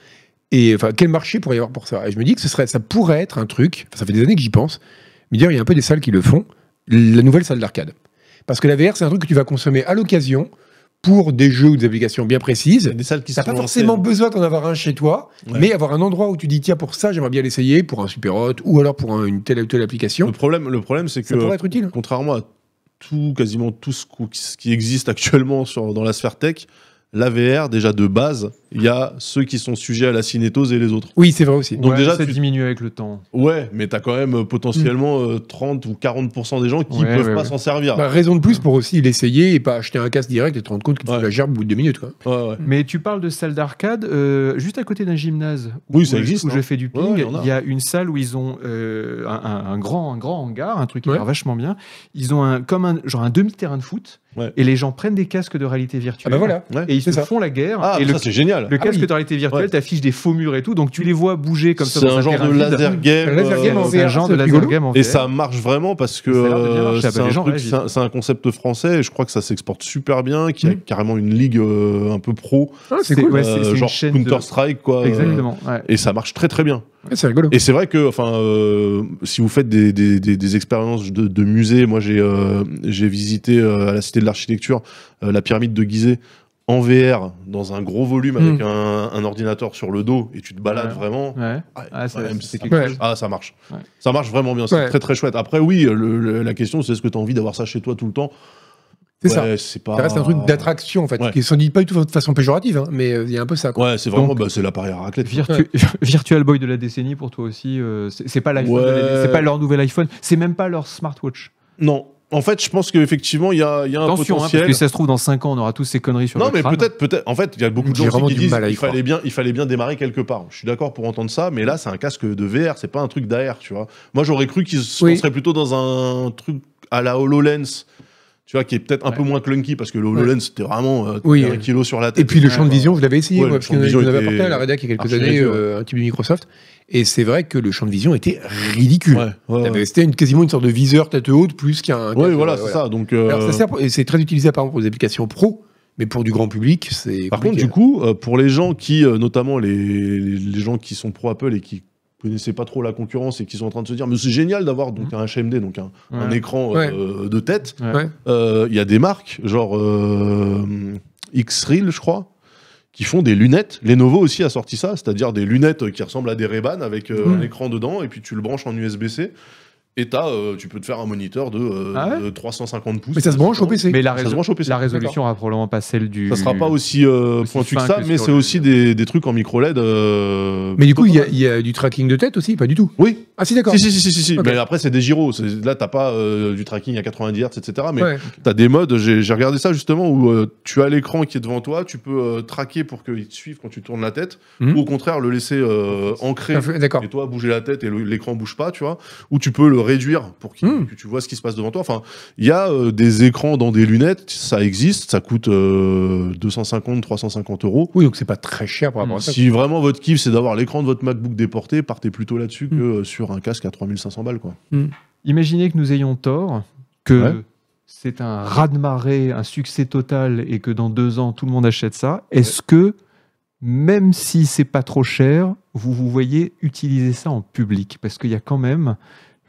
Et enfin, quel marché pourrait y avoir pour ça Et je me dis que ce serait, ça pourrait être un truc. enfin, ça fait des années que j'y pense. Mais d'ailleurs, il y a un peu des salles qui le font. La nouvelle salle d'arcade. Parce que la VR, c'est un truc que tu vas consommer à l'occasion pour des jeux ou des applications bien il y précises. a des salles qui T'as sont pas lancées, forcément besoin d'en avoir un chez toi, Ouais. mais avoir un endroit où tu dis tiens pour ça j'aimerais bien l'essayer pour un super hot ou alors pour un- une telle ou telle le application. problème le problème c'est que Ça pourrait être utile. contrairement à tout quasiment tout ce cou- ce qui existe actuellement sur, dans la sphère tech la VR déjà de base il y a ceux qui sont sujets à la cinétose et les autres Oui, c'est vrai aussi. Donc Ouais, déjà, ça tu- diminue avec le temps. Ouais, mais t'as quand même euh, potentiellement euh, 30 ou 40% des gens qui Ouais, peuvent ouais, pas ouais. s'en servir. Bah, raison de plus pour aussi l'essayer et pas acheter un casque direct et te rendre compte que tu Ouais. la gerbe au bout de deux minutes. Quoi. Ouais, ouais. Mais tu parles de salle d'arcade, euh, juste à côté d'un gymnase où, Oui, ça où- existe, où hein. je fais du Ouais, ping, il y il en a. y, a une salle où ils ont euh, un, un- un grand, un grand hangar, un truc qui a Ouais. l'air vachement bien. Ils ont un, comme un, genre un demi-terrain de foot Ouais. et les gens prennent des casques de réalité virtuelle Ah bah voilà. et ils se c'est ça. font la guerre. Ah, et mais le ça c'est génial. virtuelle. Le Ah casque oui. de réalité virtuelle Ouais. t'affiche des faux murs et tout, donc tu les vois bouger comme ça. C'est dans un genre terrain de vide. laser game. Un laser game en euh, C'est un VR, genre de c'est laser rigolo. game en Et VR. ça marche vraiment parce que Ça a l'air de bien euh, marcher, c'est bah, un, les gens truc- réagissent. c'est un- c'est un concept français et je crois que ça s'exporte super bien, qu'il y a Mm. carrément une ligue euh, un peu pro, Ah, c'est C'est- cool. ouais, c'est- euh, c'est une genre chaîne de- Counter-Strike, quoi. euh, Exactement. ouais. et ça marche très très bien. Ouais, c'est rigolo. Et c'est vrai que, enfin, euh, si vous faites des, des- des- des expériences de, de musée, moi j'ai euh, j'ai visité euh, à la Cité de l'Architecture euh, la pyramide de Gizeh en VR dans un gros volume avec Mm. un, un ordinateur sur le dos et tu te balades Hmm. Ouais. vraiment. Ouais. Ah, Ah, ça- ouais, c'est mais c'est- quelque Ouais. chose. ah, ça marche. Ouais. Ça marche vraiment bien. C'est Ouais. très très chouette. Après, oui, le- le- la question c'est est-ce que tu as envie d'avoir ça chez toi tout le temps C'est Ouais, ça. C'est pas. Ça reste un truc d'attraction en fait, Ouais. qui ne s'en dit pas du tout de façon péjorative, hein, mais euh, il y a un peu ça. Quoi. Ouais, c'est vraiment Donc- bah, c'est l'appareil à raclette. Virtu- Virtual Boy de la décennie pour toi aussi. euh, c'est c'est pas l'iPhone, de la Ouais. décennie, c'est pas leur nouvel iPhone, c'est même pas leur smartwatch. Non. En fait, je pense qu'effectivement, il y a, il y a un Attention, hein, parce potentiel. que ça se trouve dans 5 ans, on aura tous ces conneries sur non, le mais crâne. peut-être, peut-être. En fait, il y a beaucoup de J'ai gens vraiment qui du disent mal à y il fallait croire. bien, il fallait bien démarrer quelque part. Je suis d'accord pour entendre ça, mais là, c'est un casque de VR, c'est pas un truc d'AR, tu vois. Moi, j'aurais cru qu'ils se Oui. lanceraient plutôt dans un truc à la Hololens, tu vois, qui est peut-être un Ouais. peu moins clunky parce que le Hololens, c'était vraiment euh, Oui. un kilo sur la tête. Et puis le champ de Ouais. vision, je l'avais essayé, Ouais, moi, le parce champ de qu'on vision en avait était apporté à la rédac il y a quelques archi années, réduit, ouais. euh, un type de Microsoft, et c'est vrai que le champ de vision était ridicule. Ouais, ouais, ouais. euh, T'avais- C'était une- quasiment une sorte de viseur tête haute plus qu'un. Ouais, qu'un- voilà, c'est ça. Donc, euh, Alors, ça sert pour- et c'est très utilisé par exemple pour des applications pro, mais pour du grand public, c'est. Par contre, compliqué. du coup, euh, pour les gens qui, euh, notamment les, les gens qui sont pro Apple et qui connaissaient pas trop la concurrence et qui sont en train de se dire, mais c'est génial d'avoir Mmh. donc un HMD, donc un, un Ouais. écran euh, de tête. Ouais. Euh, Il y a des marques, genre euh, X-Reel, je crois, qui font des lunettes. Lenovo aussi a sorti ça, c'est-à-dire des lunettes qui ressemblent à des Ray-Ban avec euh, Mhm. un écran dedans et puis tu le branches en USB-C. Et t'as, euh, tu peux te faire un moniteur de, euh, Ah ouais de 350 pouces. Mais ça se branche au PC. Mais la, Ça résol- se branche au PC. la résolution sera probablement pas celle du. Ça sera pas aussi, euh, aussi pointu que fin ça, que mais sur c'est le- aussi des, des trucs en micro LED. euh, Mais du coup, il y, a- plutôt il y a du tracking de tête aussi, pas du tout. pas mal. Oui. Ah si, d'accord. Si, si, si, si, si, si. Ok. Mais après, c'est des gyros. C'est- Là, t'as pas euh, du tracking à 90 Hz, etc. Mais Ouais. t'as des modes. J'ai j'ai regardé ça justement où euh, tu as l'écran qui est devant toi, tu peux euh, traquer pour qu'il te suive quand tu tournes la tête, Mhm. ou au contraire le laisser euh, ancré. Ah, D'accord. Et toi, bouger la tête et le- l'écran bouge pas, tu vois. Ou tu peux le réduire pour qu'il- Mhm. que tu vois ce qui se passe devant toi. Enfin, il y a euh, des écrans dans des lunettes, ça existe, ça coûte euh, 250, 350 euros. Oui, donc c'est pas très cher par rapport à ça. Si vraiment votre kiff c'est d'avoir l'écran de votre MacBook déporté, partez plutôt là-dessus Mhm. que euh, sur un casque à 3500 balles quoi. Imaginez que nous ayons tort, que Ouais. c'est un raz-de-marée, un succès total, et que dans deux ans, tout le monde achète ça. Est-ce que, même si c'est pas trop cher, vous vous voyez utiliser ça en public Parce qu'il y a quand même,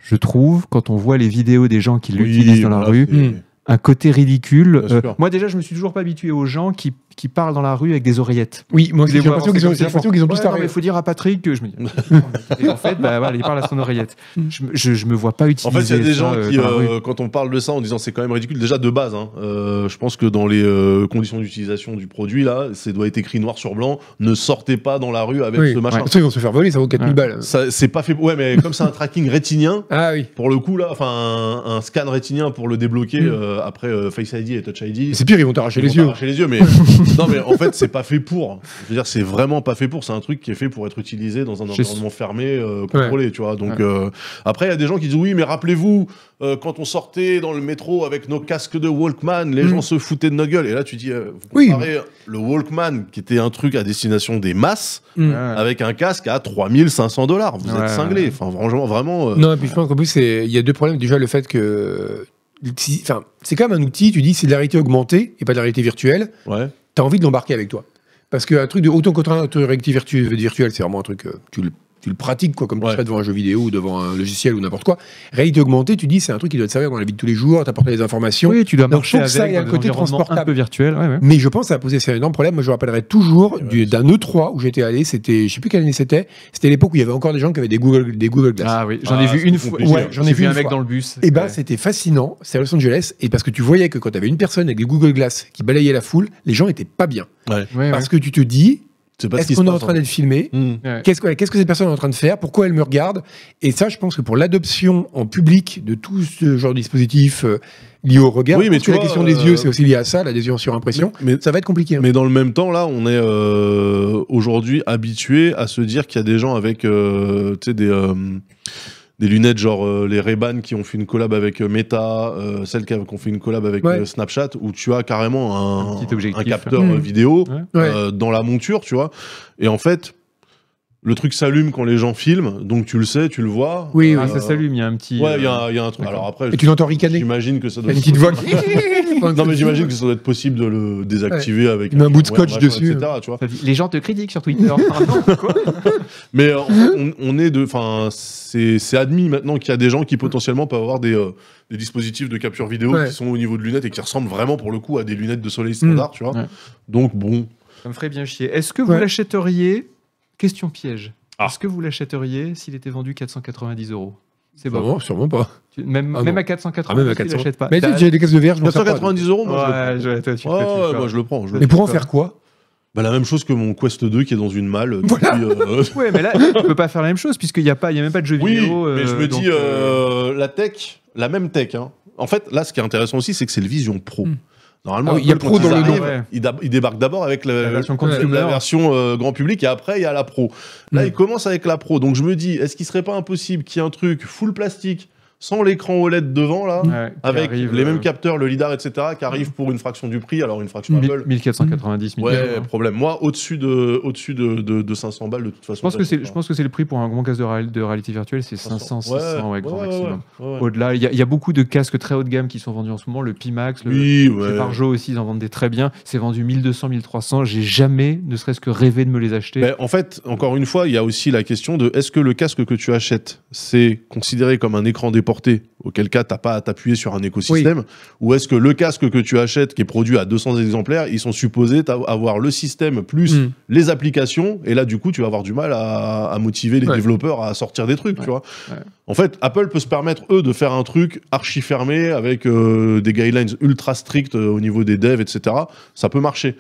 je trouve, quand on voit les vidéos des gens qui l'utilisent dans la voilà, rue, Mhm. c'est- Mm. un côté ridicule. Bien Euh, sûr. moi, déjà, je me suis toujours pas habitué aux gens qui, qui parlent dans la rue avec des oreillettes. Oui, moi Les j'ai voir l'impression qu'ils avancer ont, comme j'ai ça, l'impression qu'ils ont Ouais, plus non, tardé. mais il faut dire à Patrick que je me dis. Et en fait, bah, voilà, il parle à son oreillette. Je, me- je, je me vois pas En utiliser. fait, il y a des ça, gens euh, qui, dans la rue. euh, quand on parle de ça en disant c'est quand même ridicule, déjà de base, hein, euh, je pense que dans les euh, conditions d'utilisation du produit, là, ça doit être écrit noir sur blanc, ne sortez pas dans la rue avec Oui, ce De machin. toute façon, ils vont se faire voler, ça vaut 4000 Ouais. balles. Ça, c'est pas fait. Ouais, mais comme c'est un tracking rétinien, Ah oui. pour le coup, là, enfin, un, un scan rétinien pour le débloquer Mm. euh, après euh, Face ID et Touch ID, Et C'est pire, ils vont t'arracher Ils les vont yeux. t'arracher bah, les yeux, mais non, mais en fait, c'est pas fait pour. Je veux dire, c'est vraiment pas fait pour. C'est un truc qui est fait pour être utilisé dans un Chez- environnement fermé, euh, contrôlé, tu vois. Donc Ouais. euh, après, il y a des gens qui disent oui, mais rappelez-vous euh, quand on sortait dans le métro avec nos casques de Walkman, les Mm. gens se foutaient de nos gueules. Et là, tu dis, euh, vous Oui. comparez le Walkman qui était un truc à destination des masses Mm. Ouais. avec un casque à 3500 dollars. Vous Ouais. êtes cinglés. Enfin, franchement, vraiment. euh, Non, et puis je pense qu'en plus, c'est- il y a deux problèmes. Déjà, le fait que. si- Enfin, c'est quand même un outil, tu dis, c'est de la réalité augmentée et pas de la réalité virtuelle. ouais. T'as envie de l'embarquer avec toi. Parce qu'un truc de. Autant qu'autre un truc de réalité virtu- virtuelle, c'est vraiment un truc. euh, Tu le, tu le pratiques, quoi, comme Ouais. tu serais devant un jeu vidéo ou devant un logiciel ou n'importe quoi. Réalité augmentée, tu dis, c'est un truc qui doit te servir dans la vie de tous les jours, t'apporter des informations. Oui, tu dois Donc, marcher faut que ça avec ait un dans côté environnements un peu transportable. virtuel. Ouais, ouais. Mais je pense que ça a posé un énorme problème. Moi, je me rappellerai toujours du- d'un E3 où j'étais allé. C'était, je sais plus quelle année c'était. C'était l'époque où il y avait encore des gens qui avaient des Google, des Google Glass. Ah oui, j'en Ah, ai vu c'est une fois. Eh compliqué. Ouais, j'en ai J'ai vu vu un une mec fois. dans le bus. Et ben, Ouais. c'était fascinant. C'est à Los Angeles. Et parce que tu voyais que quand tu avais une personne avec des Google Glass qui balayait la foule, les gens étaient pas bien. Ouais, Parce que tu te dis, C'est pas ce est-ce qui se qu'on est en passe, train hein. d'être filmé Mm. ouais. Ouais. Qu'est-ce que, qu'est-ce que cette personne est en train de faire Pourquoi elle me regarde Et ça, je pense que pour l'adoption en public de tout ce genre de dispositif euh, lié au regard, Oui, mais parce tu que vois, la question euh, des yeux, c'est aussi lié à ça, l'adhésion sur impression. Mais- mais- ça va être compliqué. hein. Mais dans le même temps, là, on est euh, aujourd'hui habitué à se dire qu'il y a des gens avec euh, tu sais, des, euh, des lunettes genre euh, les Ray-Ban qui ont fait une collab avec euh, Meta, euh, celles qui, av- qui ont fait une collab avec Ouais. euh, Snapchat, où tu as carrément un, Un petit objectif. capteur Mmh. euh, vidéo Ouais. Ouais. euh, dans la monture, tu vois. Et en fait, le truc s'allume quand les gens filment, donc tu le sais, tu le vois. Euh, Oui, Ah, oui. ça s'allume, il y a un petit. Ouais, il y, a il y a un truc. D'accord. Alors après, Et tu l'entends ricaner. j'imagine que ça doit Une être petite voix. euh, non, mais j'imagine que ça doit être possible de le désactiver avec Il met un bout de firmware, scotch machin, dessus. hein. etc., tu vois. Ça dit, Les gens te critiquent sur Twitter. Ah, non, quoi Mais euh, Hum. on, on est de. Enfin, c'est c'est admis maintenant qu'il y a des gens qui potentiellement peuvent avoir des, euh, des dispositifs de capture vidéo Hum. Ouais. Hum. qui sont au niveau de lunettes et qui ressemblent vraiment pour le coup à des lunettes de soleil standard, tu vois. Ouais. Donc bon. ça me ferait bien chier. Est-ce que vous Ouais. l'achèteriez Question piège. Ah. Est-ce que vous l'achèteriez s'il était vendu 490 euros C'est bon. Sûrement, sûrement pas. Tu- Même, Ah, même non. à 490, Ah, même à tu 400. l'achètes pas. Mais tu sais, T'as- j'ai des caisses de verre, je m'en sers pas, donc. 490 euros, moi, Ouais, je je- le prends. toi, tu- toi, Ouais, tu le ouais, fais. moi je le prends. je le Mais pour en prends. faire quoi Bah, la même chose que mon Quest 2 qui est dans une malle. depuis, euh, Ouais, mais là, tu peux pas faire la même chose puisqu'il n'y a, pas- il y a même pas de jeu Oui, vidéo. mais je euh, me donc, dis, euh, la tech, la même tech. hein. En fait, là, ce qui est intéressant aussi, c'est que c'est le Vision Pro. Hmm. Normalement, Ah oui, il y a Apple, Pro quand dans ils le nom, arrivent, ouais. ils, dab- ils débarquent d'abord avec le- La version la- consumer. la version, euh, grand public et après, il y a la Pro. Là, Hmm. ils commencent avec la Pro. Donc, je me dis, est-ce qu'il serait pas impossible qu'il y ait un truc full plastique, sans l'écran OLED devant, là ouais, qui euh, Avec arrive, les euh, mêmes capteurs, le lidar, etc., qui arrivent pour une fraction du prix, alors une fraction mi- Apple. 1490, 1000 Ouais, problème. Moi, au-dessus de, au-dessus de, de, de 500 balles, de toute façon. Je pense que c'est, j'achète je pas. pense que c'est le prix pour un grand casque de, réal- de réalité virtuelle, c'est 500, 600, ouais, grand maximum. ouais, ouais. Au-delà, il y, a- il y a beaucoup de casques très haut de gamme qui sont vendus en ce moment. Le Pimax, le Oui, chez ouais. Barjo aussi, ils en vendent des très bien. C'est vendu 1200, 1300. J'ai jamais, ne serait-ce que rêvé de me les acheter. Ben, en fait, encore une fois, il y a aussi la question de est-ce que le casque que tu achètes, c'est considéré comme un écran déporté, auquel cas t'as pas à t'appuyer sur un écosystème, ou est-ce que le casque que tu achètes, qui est produit à 200 exemplaires, ils sont supposés t'a- avoir le système plus Hmm. les applications, et là du coup tu vas avoir du mal à, à motiver les Ouais. développeurs à sortir des trucs, Ouais. tu vois. Ouais. En fait, Apple peut se permettre eux de faire un truc archi fermé avec euh, des guidelines ultra strictes euh, au niveau des devs, etc. Ça peut marcher.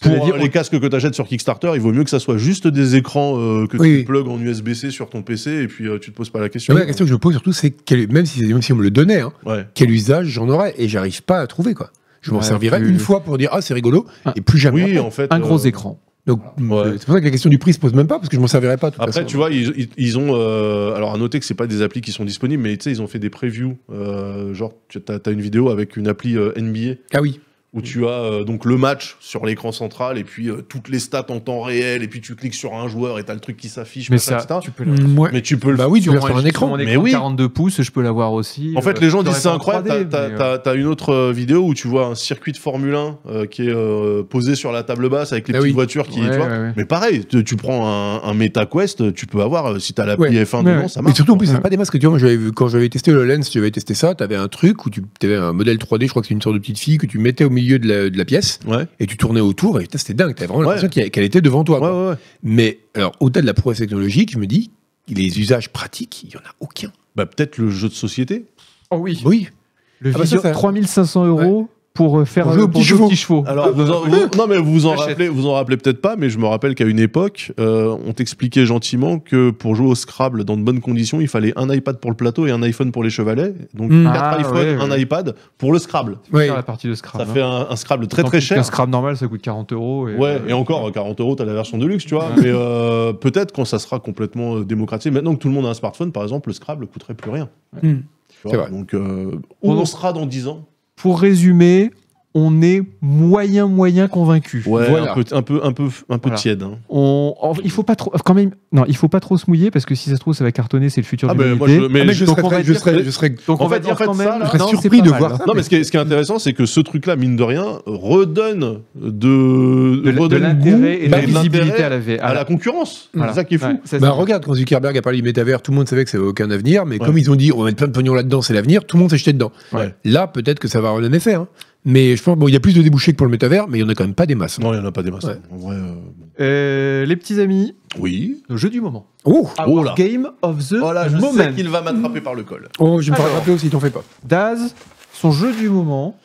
Pour Cela dit, euh, les casques que tu achètes sur Kickstarter, il vaut mieux que ça soit juste des écrans euh, que Oui, tu oui. plugs en USB-C sur ton PC et puis euh, tu te poses pas la question. Mais Ah La question que je me pose surtout, c'est quel- même si même si on me le donnait, hein, Ouais. quel usage j'en aurais Et j'arrive pas à trouver quoi. Je m'en Ouais, servirais tu- une fois pour dire ah c'est rigolo Ah. et plus jamais. Oui, après. en fait. un gros euh, écran. Donc Ouais. euh, c'est pour ça que la question du prix se pose même pas parce que je m'en servirais pas. de toute Après, façon. tu vois, ils, ils- ils ont. euh, alors, à noter que c'est pas des applis qui sont disponibles, mais tu sais, ils ont fait des previews. euh, genre, tu as, une vidéo avec une appli euh, NBA Ah oui. Mm. où tu as euh, donc le match sur l'écran central et puis euh, toutes les stats en temps réel et puis tu cliques sur un joueur et t'as le truc qui s'affiche. Mais machin, ça, etc. tu peux le- Mm, ouais. mais tu peux le Bah oui, tu sur l'as mon- sur un sur écran. mon Mais écran oui. 42 pouces, je peux l'avoir aussi. En Euh, fait, les je gens disent l'aurais c'est pas en incroyable. 3D, T'as- mais, T'as t'as une autre euh, vidéo où tu vois un circuit de Formule 1 euh, qui est euh, posé sur la table basse avec les Ah petites oui. voitures qui. euh, Ouais, tu vois. ouais, ouais. Mais pareil, tu, tu prends un, un MetaQuest, tu peux avoir, euh, si t'as l'appli Ouais. F1 Ouais, dedans, ouais. ça Mais marche. surtout en plus, Ouais. c'est pas des masques. que Tu vois, moi, j'avais vu- quand j'avais testé le lens, j'avais testé ça. T'avais un truc où tu avais un modèle 3D. Je crois que c'est une sorte de petite fille que tu mettais au milieu de la, de la pièce Ah, Ouais. et tu tournais autour. Et putain, c'était dingue. T'avais vraiment Ouais. l'impression qu'il y a- qu'elle était devant toi. Ouais, quoi. ouais, ouais. Mais alors, au-delà de la prouesse technologique, je me dis, les usages pratiques, il n'y en a aucun. Bah, peut-être le jeu de société. Oh oui. Oui. Le Ah bah vidéo, ça, ça- 3500 euros pour euh, faire Pour euh, jouer aux pour petits jouer chevaux. chevaux. Alors, vous en- vous- non, mais vous Ah, en bah, J'achète. rappelez, vous en rappelez peut-être pas, mais je me rappelle qu'à une époque, euh, on t'expliquait gentiment que pour jouer au Scrabble dans de bonnes conditions, il fallait un iPad pour le plateau et un iPhone pour les chevalets. Donc, Mm. quatre Ah, iPhones, ouais, un ouais. iPad pour le Scrabble. Ouais. Faire la partie de Scrabble. hein. ça fait un, un Scrabble très Tant très pis qu'un cher. Scrabble normal, ça coûte 40 euros. et, Ouais, euh, et encore, 40 euros, t'as la version de luxe, tu vois. Ouais. Mais euh, peut-être quand ça sera complètement euh, démocratisé. Maintenant que tout le monde a un smartphone, par exemple, le Scrabble coûterait plus rien. Ouais. Hmm. Tu vois, C'est vrai. Donc, euh, où Bon, on donc- sera dans 10 ans Pour résumer, on est moyen, moyen convaincu. Ouais, Voilà. un peu, un peu, un peu, un peu Voilà. tiède. hein. On, en- il faut pas trop, quand même, non, il faut pas trop se mouiller parce que si ça se trouve, ça va cartonner, c'est le futur Ah, de ben, moi, je, l'humanité. mais Ah, mec, je, donc, serais on va très- je dire serais- que- je serais- Donc en on va fait, dire en fait, quand ça, même. là, je serais non, c'est surpris pas de mal. hein. voir ça. Non, mais ce qui est, ce qui est intéressant, c'est que ce truc-là, mine de rien, redonne de, de, la- de redonne l'intérêt goût et de la et de visibilité Bah, l'intérêt à la V. à la concurrence. Voilà. C'est ça qui est fou. Ouais, ça, Bah, c'est- regarde, quand Zuckerberg a parlé du métavers, tout le monde savait que ça n'avait aucun avenir, mais Ouais. comme ils ont dit, on va mettre plein de pognon là-dedans, c'est l'avenir, tout le monde s'est jeté dedans. Ouais. Là, peut-être que ça va avoir un effet. hein. Mais je pense, bon, il y a plus de débouchés que pour le métavers, mais il y en a quand même pas des masses. Non, il n'y en a pas des masses. Ouais. En vrai, euh, bon. Euh, les petits amis, Oui. le jeu du moment. Oh, Oh là. Our Game of the Voilà, Oh je Moment. sais qu'il va m'attraper par le col. oh je vais me ferai Alors. rattraper aussi, t'en fais pas. Daz, son jeu du moment.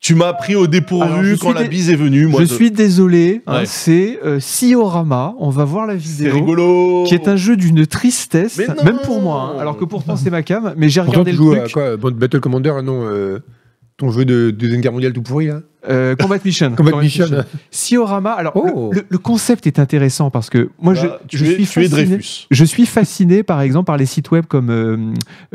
Tu m'as pris au Alors, je dépourvu quand suis la dé- bise est venue. Moi, je suis désolé, hein, Ouais. c'est euh, Siorama. On va voir la C'est vidéo. rigolo. Qui est un jeu d'une tristesse, Mais non même pour moi, hein, alors que pourtant c'est ma cam, mais j'ai Pourtant, regardé tu le joues truc. à quoi Battle Commander, non euh, Ton jeu de Deuxième Guerre mondiale tout pourri, là Euh, Combat Mission. Combat Mission. Siorama. Alors, Oh. le, le- le concept est intéressant parce que moi, Là, je, Bah, tu je es, suis tu fasciné. es Dreyfus. Je suis fasciné, par exemple, par les sites web comme euh,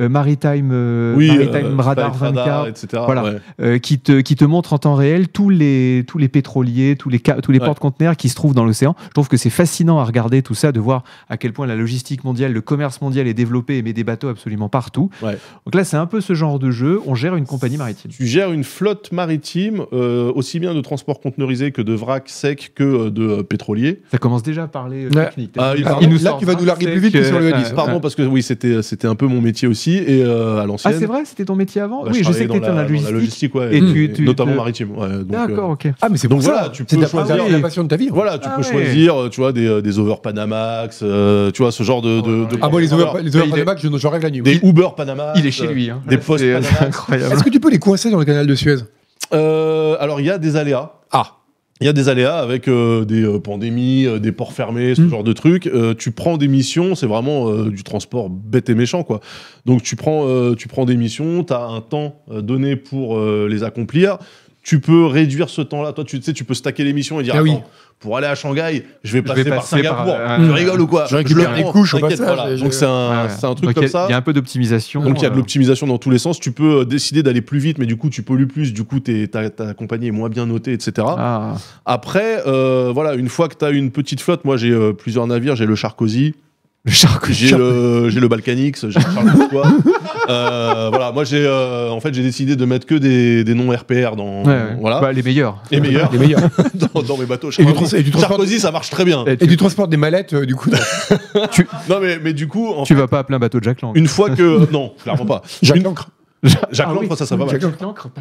euh, Maritime, euh, Maritime euh, Radar Flight 24, etc. voilà. ouais. euh, qui, te, qui te montre en temps réel tous les, tous les pétroliers, tous les, ca- tous les Ouais. porte-conteneurs qui se trouvent dans l'océan. Je trouve que c'est fascinant à regarder tout ça, de voir à quel point la logistique mondiale, le commerce mondial est développé et met des bateaux absolument partout. Ouais. Donc là, c'est un peu ce genre de jeu. On gère une compagnie maritime. Tu gères une flotte maritime, euh, aussi bien de transport conteneurisé que de vrac sec que euh, de euh, pétrolier. Ça commence déjà à parler euh, Ouais. technique. Ah, il- Technique. pardon, là, sort tu vas nous larguer Marseille plus vite que sur le euh, Hadis. ah, Pardon, parce que oui, c'était euh, c'était un peu mon métier aussi. Et euh, à Ah, l'ancienne. c'est vrai, c'était ton métier avant bah, Oui, je sais que travaillais tu étais dans en la, dans logistique. la logistique, ouais, Et et tu- tu- notamment te- maritime. ouais, donc, euh, D'accord, ok. Ah, mais c'est Donc pour voilà, ça. tu C'est peux ta- choisir- c'est la passion de ta vie. hein. Voilà, tu Ah peux ouais. choisir, euh, tu vois, des, euh, des over Panamax, euh, tu vois, ce genre de. Oh de- de- Ah bon, les Alors, over- les over il est- Panamax, je- j'en rêve la nuit. Des Uber Panamax. Il est chez lui. hein. Ah, des postes C'est Panamax. incroyable. Est-ce que tu peux les coincer dans le canal de Suez Euh, alors, il y a des aléas. Ah. Il y a des aléas avec euh, des euh, pandémies, euh, des ports fermés, ce Mm. genre de trucs. Euh, tu prends des missions, c'est vraiment euh, du transport bête et méchant, quoi. Donc tu prends, euh, tu prends des missions, tu as un temps euh, donné pour euh, les accomplir. Tu peux réduire ce temps-là. Toi, tu sais, tu peux stacker les missions et dire Ah oui. Attends, pour aller à Shanghai, je vais passer, par passer par, Singapour. euh, tu euh, rigoles ou quoi je récupère le les prends, couches au t'inquiète, passage, voilà. je- Donc c'est un, Ouais, ouais. c'est un truc Donc, il y comme a- ça. Il y a un peu d'optimisation. Donc il y a de euh, l'optimisation dans tous les sens. Tu peux euh, décider d'aller plus vite, mais du coup tu pollues plus. Du coup t'es- ta, ta compagnie est moins bien notée, etc. Ah, Après, euh, voilà, une fois que t'as une petite flotte, moi j'ai euh, plusieurs navires, j'ai le Charcozy, le charcot. j'ai le, j'ai le Balkanix, j'ai le Charles de Gaulle. Euh, Voilà, moi j'ai euh, en fait j'ai décidé de mettre que des, des noms RPR dans Ouais, ouais. voilà Bah, les meilleurs. et meilleurs Les meilleurs. dans, dans mes bateaux. Et du trans- et du transport- Charcozy, ça marche très bien. Eh, Et tu, du transport des mallettes, euh, du coup. Non mais mais du coup en tu fait, vas pas appeler un bateau de Jack Lang. une fois que non clairement pas. Jacques Une- Lancre. Ah Jacques Ah Lang, ça ça va. mal.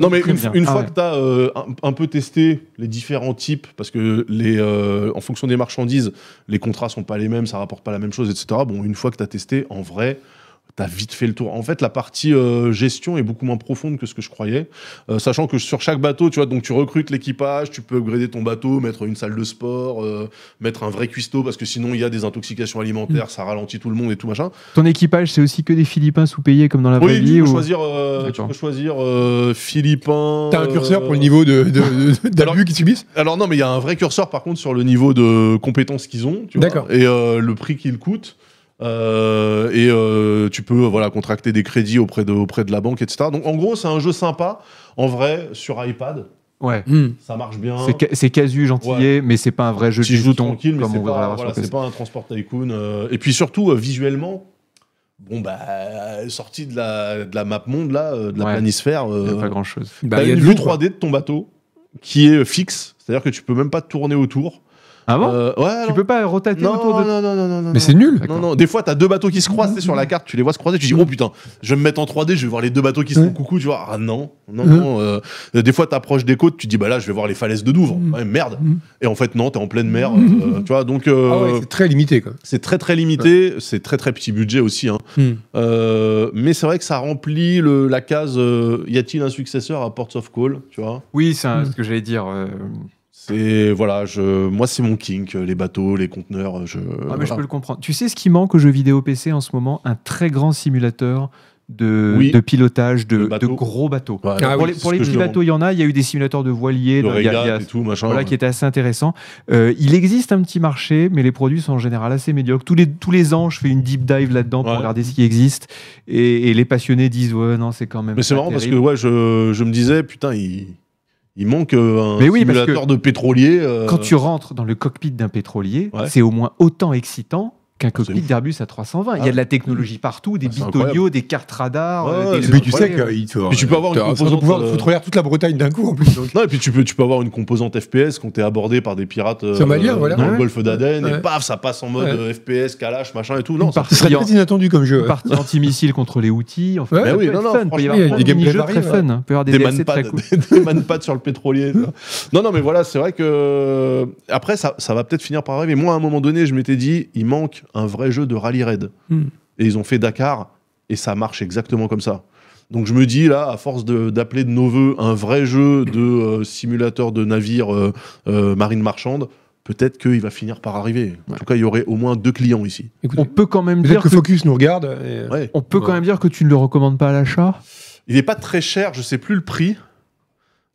Non, mais une, une fois que tu as un, un peu testé les différents types, parce que les, euh, en fonction des marchandises, les contrats sont pas les mêmes, ça rapporte pas la même chose, etc. Bon, une fois que tu as testé, en vrai, tu as vite fait le tour. En fait, la partie euh, gestion est beaucoup moins profonde que ce que je croyais. Euh, sachant que sur chaque bateau, tu vois, donc tu recrutes l'équipage, tu peux upgrader ton bateau, mettre une salle de sport, euh, mettre un vrai cuistot, parce que sinon, il y a des intoxications alimentaires, ça ralentit tout le monde et tout machin. Ton équipage, c'est aussi que des Philippins sous-payés comme dans la vraie Oui, tu vie peux ou- choisir, euh, tu D'accord. peux choisir euh, philippin. T'as un curseur pour le euh, niveau de- de- de- Alors- d'abus qu'ils subissent Alors non, mais il y a un vrai curseur par contre sur le niveau de compétences qu'ils ont, tu vois, D'accord. et euh, le prix qu'ils coûtent. Euh, et euh, tu peux euh, voilà contracter des crédits auprès de auprès de la banque, etc. Donc en gros, c'est un jeu sympa. En vrai, sur iPad, Ouais. ça marche bien. C'est ca- C'est casu, gentillet, mais c'est pas un vrai jeu de Tu joues piston tranquille, mais comme c'est on voudrait pas, l'avoir voilà, sur c'est PC. pas un transport tycoon. euh, et puis surtout euh, visuellement, bon bah sorti de la de la map monde là, euh, de la Ouais. planisphère. euh, Il y a Pas grand chose. Bah, t'as il y a une de vue l'eau, quoi. 3D de ton bateau qui est fixe, c'est-à-dire que tu peux même pas tourner autour. Ah bon Euh, ouais, Tu non. peux pas rotater non, autour de. non, non, non, non, non. Mais c'est nul. Non, non, des fois, t'as deux bateaux qui se croisent tu sais, sur la carte, tu les vois se croiser, tu dis, oh putain, je vais me mettre en 3D, je vais voir les deux bateaux qui se font Ouais. coucou, tu vois, ah non, non, Ouais. non. euh, des fois, t'approches des côtes, tu dis, bah là, je vais voir les falaises de Douvres, Ouais, merde. Mhm. Et en fait, non, t'es en pleine mer, euh, tu vois, donc euh, Ah ouais, c'est très limité, quoi. c'est très très limité, c'est très très petit budget aussi, hein. Euh, mais c'est vrai que ça remplit le, la case, euh, y a-t-il un successeur à Ports of Call, tu vois Oui, c'est un- Mm. ce que j'allais dire. euh, c'est voilà, je, moi c'est mon kink, les bateaux, les conteneurs, je. Ah, mais Euh, voilà. je peux le comprendre. Tu sais ce qui manque aux jeux vidéo PC en ce moment Un très grand simulateur de, Oui. de pilotage de, De de, bateaux. gros bateaux. Ouais, Ah pour oui, les, c'est pour ce les que je petits demande. bateaux, il y en a. Il y a eu des simulateurs de voiliers, de de- il y a- il y a- régates et tout machin. voilà, qui était assez intéressant. Euh, il existe un petit marché, mais les produits sont en général assez médiocres. Tous les, tous les ans, je fais une deep dive là-dedans pour Ouais. regarder ce qui existe. Et, et les passionnés disent Ouais, non, c'est quand même. Mais c'est pas marrant parce que terrible. ouais, je, je me disais putain il, il manque euh, un Mais oui, parce simulateur de pétrolier. euh, Quand tu rentres dans le cockpit d'un pétrolier, Ouais. c'est au moins autant excitant qu'un c'est cockpit ouf. d'Airbus à 320. Il y a ouais. de la technologie partout, des Ah, c'est bitonios, des cartes radar. Ouais, euh, ouais, des- c'est- Mais tu sais Ouais. qu'il faut. Puis tu peux avoir une t'as- ça doit composante, pouvoir euh, foutre en l'air toute la Bretagne d'un coup, en plus. hein. donc. Non et puis tu peux tu peux avoir une composante FPS quand t'es abordé par des pirates euh, Somaliens, dans voilà. le Ouais. Golfe d'Aden et Ouais. paf ça passe en mode Ouais. euh, FPS Kalash machin et tout. Une Non, ça- partie Ce serait en- très inattendu comme jeu. hein. une partie antimissile contre les outils. Enfin, Ouais. ça Mais peut oui, être non, non, fun. Il peut y avoir franchement, il y a plein des de gameplays mini-jeux très variés, ouais. fun. hein. Il peut y avoir des, des DLC très manpads, cool. des manpads sur le pétrolier. tu vois. non, non, mais voilà, c'est vrai que après ça, ça va peut-être finir par arriver. Moi, à un moment donné, je m'étais dit, il manque un vrai jeu de rallye raid. Hmm. Et ils ont fait Dakar et ça marche exactement comme ça. Donc je me dis là, à force de- d'appeler de, nos voeux un vrai jeu de euh, simulateur de navire euh, euh, marine marchande, peut-être qu'il va finir par arriver. En tout cas, il y aurait au moins deux clients ici. On Écoute, peut quand même dire peut-être que que Focus nous regarde. et, euh, Ouais. on peut quand même dire que tu ne le recommandes pas à l'achat. Il n'est pas très cher, je sais plus le prix.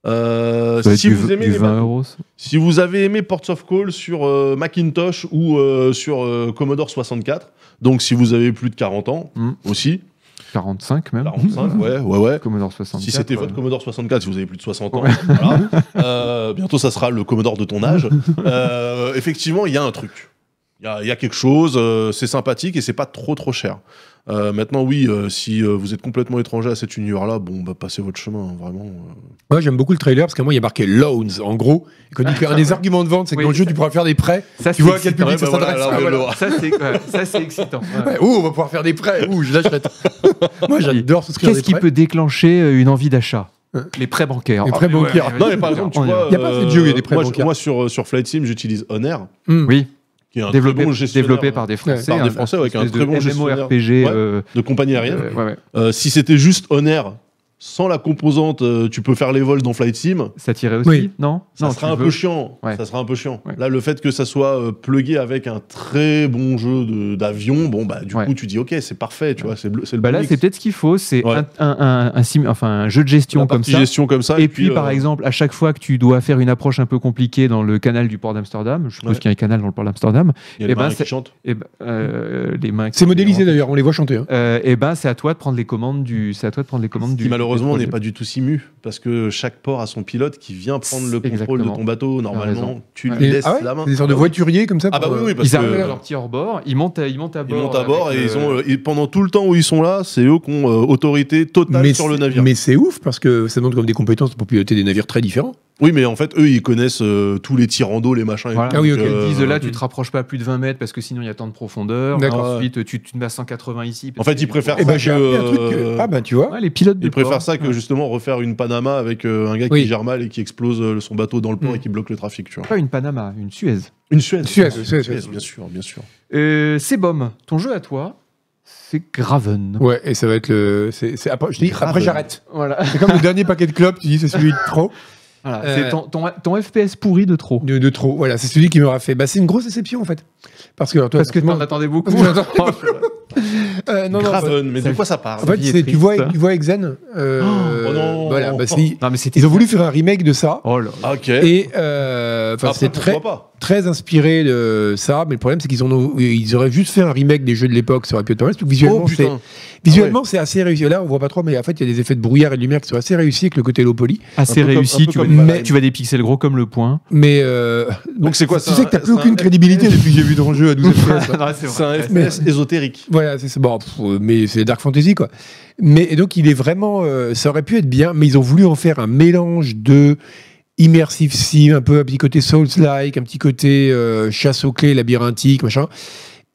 Euh, Ça doit être si, du, vous v- aimez du les 20 Mac- euros. ça. si vous avez aimé Ports of Call sur euh, Macintosh ou euh, sur euh, Commodore 64, donc si vous avez plus de 40 ans Mm. aussi, 45 même. 45, ouais, ouais, ouais. Commodore 64. Si c'était Hmm. ouais. votre Commodore 64, si vous avez plus de 60 ans, Ouais. voilà. Euh, bientôt ça sera le Commodore de ton âge. Euh, effectivement, il y a un truc. Il y a- il y, a quelque chose, euh, c'est sympathique et c'est pas trop trop cher. Euh, maintenant, oui, euh, si euh, vous êtes complètement étranger à cet univers-là, bon, bah, passez votre chemin, hein, vraiment. euh. Moi, j'aime beaucoup le trailer parce qu'à moi, il y a marqué loans. En gros, quand il fait un des arguments de vente, c'est que Oui. dans le jeu, tu pourras faire des prêts. Ça, Tu c'est vois à quel excitant. public ça Ouais, bah voilà, s'adresse. là, on Ah, est voilà. loin. Ça, c'est ouais, ça, c'est excitant. ouais. Ouais, Oh, on va pouvoir faire des prêts. Ouh, je l'achète. moi, j'adore souscrire Qu'est-ce des qui prêts. peut déclencher euh, une envie d'achat Hein Les prêts bancaires. Les Ah, prêts mais ouais, bancaires. ouais, Non, ouais, mais par exemple, tu on y vois. va. Il y a pas euh, fait de jeu, il y a des prêts moi, je- bancaires. Moi, sur, euh, sur Flight Sim, j'utilise Honor, Hmm. Oui, qui est un développé, très bon gestionnaire, développé par des Français. par des hein, Français, ouais, avec un espèce très bon de gestionnaire. MMORPG. Ouais. euh, de compagnie aérienne. euh, ouais, ouais. Euh, si c'était juste Honor, sans la composante, euh, tu peux faire les vols dans Flight Sim. Ça tirait aussi Oui. Non ça non, sera tu un veux- peu chiant. Ouais. Ça sera un peu chiant. Ouais. Là, le fait que ça soit euh, plugué avec un très bon jeu de- d'avion, bon bah du Ouais. coup tu dis ok, c'est parfait, tu vois, c'est bleu- c'est le Bah bon là, mix. c'est peut-être ce qu'il faut, c'est Ouais. un, un- un- un sim- enfin, un jeu de La gestion comme partie ça. gestion comme ça. Et puis, par euh, exemple, à chaque fois que tu dois faire une approche un peu compliquée dans le canal du port d'Amsterdam, je suppose Ouais. qu'il y a un canal dans le port d'Amsterdam, il y a les eh ben, marins qui c'est- chantent. et ben, euh, les mains. C'est modélisé d'ailleurs, on les voit chanter. hein. et ben, c'est à toi de prendre les commandes du. C'est à toi de prendre les commandes Qui du. malheureusement du n'est pas du tout simu parce que chaque port a son pilote qui vient prendre le contrôle Exactement. de ton bateau. raison. Normalement, tu Ouais. lui Et- laisses ah ouais la main. Des sortes de Ah oui. voituriers comme ça. Ah bah pour, oui, euh, oui, parce Ils que arrivent à leur petit hors-bord, ils montent à, ils montent à ils bord. montent à avec bord et le- ils ont euh, et pendant tout le temps où ils sont là, c'est eux qui ont euh, autorité totale Mais sur le c'est- navire. Mais c'est ouf parce que ça demande comme des compétences pour piloter des navires très différents. Oui, mais en fait, eux, ils connaissent euh, tous les tirandos, les machins. et Voilà. tout, Ah oui, donc, ok. Ils euh, disent là, tu te rapproches pas à plus de 20 mètres parce que sinon il y a tant de profondeur. D'accord. Ensuite, tu, tu te mets à 180 ici. parce En fait, que- ils préfèrent Et Eh ben ben, j'ai que, appris un truc. euh, que- Ah bah tu vois. Ouais, les pilotes de Ils préfèrent port. ça que Ouais. justement refaire une Panama avec euh, un gars Oui. qui gère mal et qui explose euh, son bateau dans le pont Mm. et qui bloque le trafic, tu vois. Pas une Panama, une Suez. Une Suède. Suez, Une Suez, Suez. bien sûr, bien sûr. Euh, Sebom, ton jeu à toi, c'est Graven. Ouais, et ça va être le. c'est- c'est après- je dis, Grave. après j'arrête. Voilà. C'est comme le dernier paquet de clopes, tu dis c'est celui de trop. Voilà, Euh, C'est ton, ton- ton FPS pourri de trop. De, de trop, voilà, c'est celui qui m'aura fait. Bah, c'est une grosse déception en fait. Parce que. alors, toi, Parce que forcément- t'en attendais beaucoup. Oh, Parce que j'en Euh, non, non, bah, Graven, mais ça- de quoi ça parle en fait, vie est c'est- tu triste, vois, hein. tu vois Exen. euh, Oh, non. Voilà, bah, c'est- non, mais c'était. ils ont voulu faire un remake de ça. Oh là là. Ah, Ok. Et euh, enfin, Après, c'est pourquoi très, pas très inspiré de ça, mais le problème c'est qu'ils en ont- ils auraient juste fait un remake des jeux de l'époque, ça aurait pu être pas mal. surtout que visuellement, Oh c'est putain. Ah visuellement, c'est assez réussi. Là, on voit pas trop, mais en fait, il y a des effets de brouillard et de lumière qui sont assez réussis avec le côté low poly. Assez un peu réussi, comme- tu, un peu vas- comme mais Valheim. tu vas des pixels gros comme le point. Mais euh, Donc, c'est quoi, Tu c'est sais un- que t'as plus c'est aucune un- E crédibilité depuis que j'ai vu dans le jeu à 12 FPS. hein. Non, c'est C'est vrai. un Mais- FPS ésotérique. Voilà, c'est c'est- bon, pff, euh, mais c'est Dark Fantasy quoi. Mais et donc il est vraiment, euh, ça aurait pu être bien, mais ils ont voulu en faire un mélange de immersive sim, un peu un petit côté Souls-like, un petit côté euh, chasse aux clés labyrinthique, machin,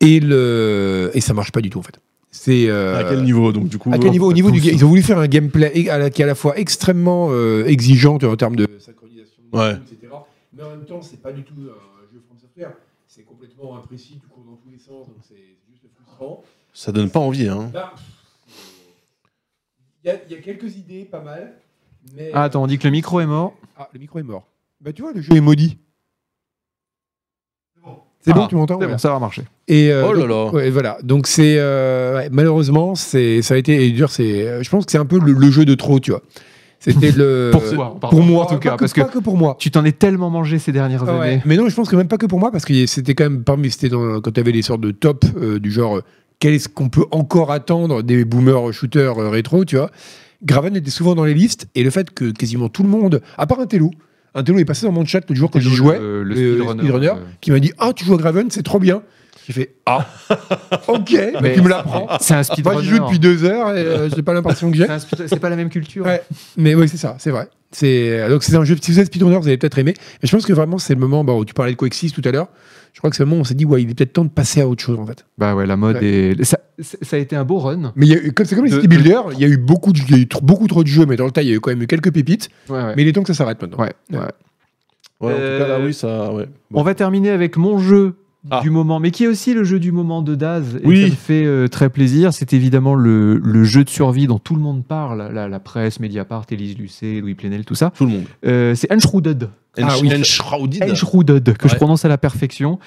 et le et ça marche pas du tout en fait. C'est euh, À quel niveau donc du coup à quel niveau Au niveau du, ga- ils ont voulu faire un gameplay e- à la- qui est à la fois extrêmement euh, exigeant en termes de synchronisation, Ouais. etc. Mais en même temps, c'est pas du tout un jeu from software. C'est complètement imprécis, tu cours dans tous les sens, donc c'est juste frustrant. Ça donne pas envie, hein. Là, Ben, il y, a- il y a quelques idées, pas mal. Mais Ah, attends, on dit que le micro est mort. Ah, le micro est mort. Bah, tu vois, le jeu est maudit. C'est bon, Ah, tu m'entends C'est ouais. bon, ça va marcher. Et euh, Oh là donc, là. ouais, voilà. Donc c'est euh, ouais, malheureusement, c'est ça a été et dur. C'est, euh, je pense que c'est un peu le, le jeu de trop, tu vois. C'était le Pour toi, pour pardon. moi En tout cas, pas que, parce que- pas que pour moi. Tu t'en es tellement mangé ces dernières Ah ouais. années. Mais non, je pense que même pas que pour moi, parce que y- c'était quand même parmi, c'était dans, quand tu avais les sortes de top euh, du genre, euh, quel est-ce qu'on peut encore attendre des boomers shooters euh, rétro, tu vois Graven était souvent dans les listes, et le fait que quasiment tout le monde, à part un télo, un télo est passé dans mon chat le jour que j'y jouais, Le, le euh, speedrunner. speedrunner, euh, qui m'a dit Ah, tu joues à Graven, c'est trop bien. J'ai fait Ah, ok, bah, tu me l'apprends. C'est un Moi, j'y joue speedrunner. depuis deux heures, et euh, j'ai pas l'impression que j'ai. C'est un speed- C'est pas la même culture. Ouais. Mais oui, c'est ça, c'est vrai. C'est euh, donc c'est un jeu. Si vous êtes speedrunner, vous allez peut-être aimer. Mais je pense que vraiment c'est le moment. Bon, tu parlais de Quake 6 tout à l'heure. Je crois que c'est le moment où on s'est dit ouais, il est peut-être temps de passer à autre chose en fait. Bah ouais, la mode est. Ça, ça- ça a été un beau run. Mais il y a eu- comme c'est comme les De- city builders, il y a eu beaucoup, de, il y a eu tr- beaucoup trop de jeux. Mais dans le tas, il y a eu quand même eu quelques pépites. Ouais, ouais. Mais il est temps que ça s'arrête maintenant. Ouais, ouais. Ouais, en tout cas là Euh, oui ça ouais. On va terminer avec mon jeu Ah. du moment, mais qui est aussi le jeu du moment de Daz. Et Oui. Ça me fait euh, très plaisir. C'est évidemment le, le jeu de survie dont tout le monde parle. La, la presse, Mediapart, Élise Lucet, Louis Plenel, tout ça. Tout le monde. Euh, c'est Enshrouded. Ah oui. Enshrouded. Enshrouded, que je Ouais. prononce à la perfection.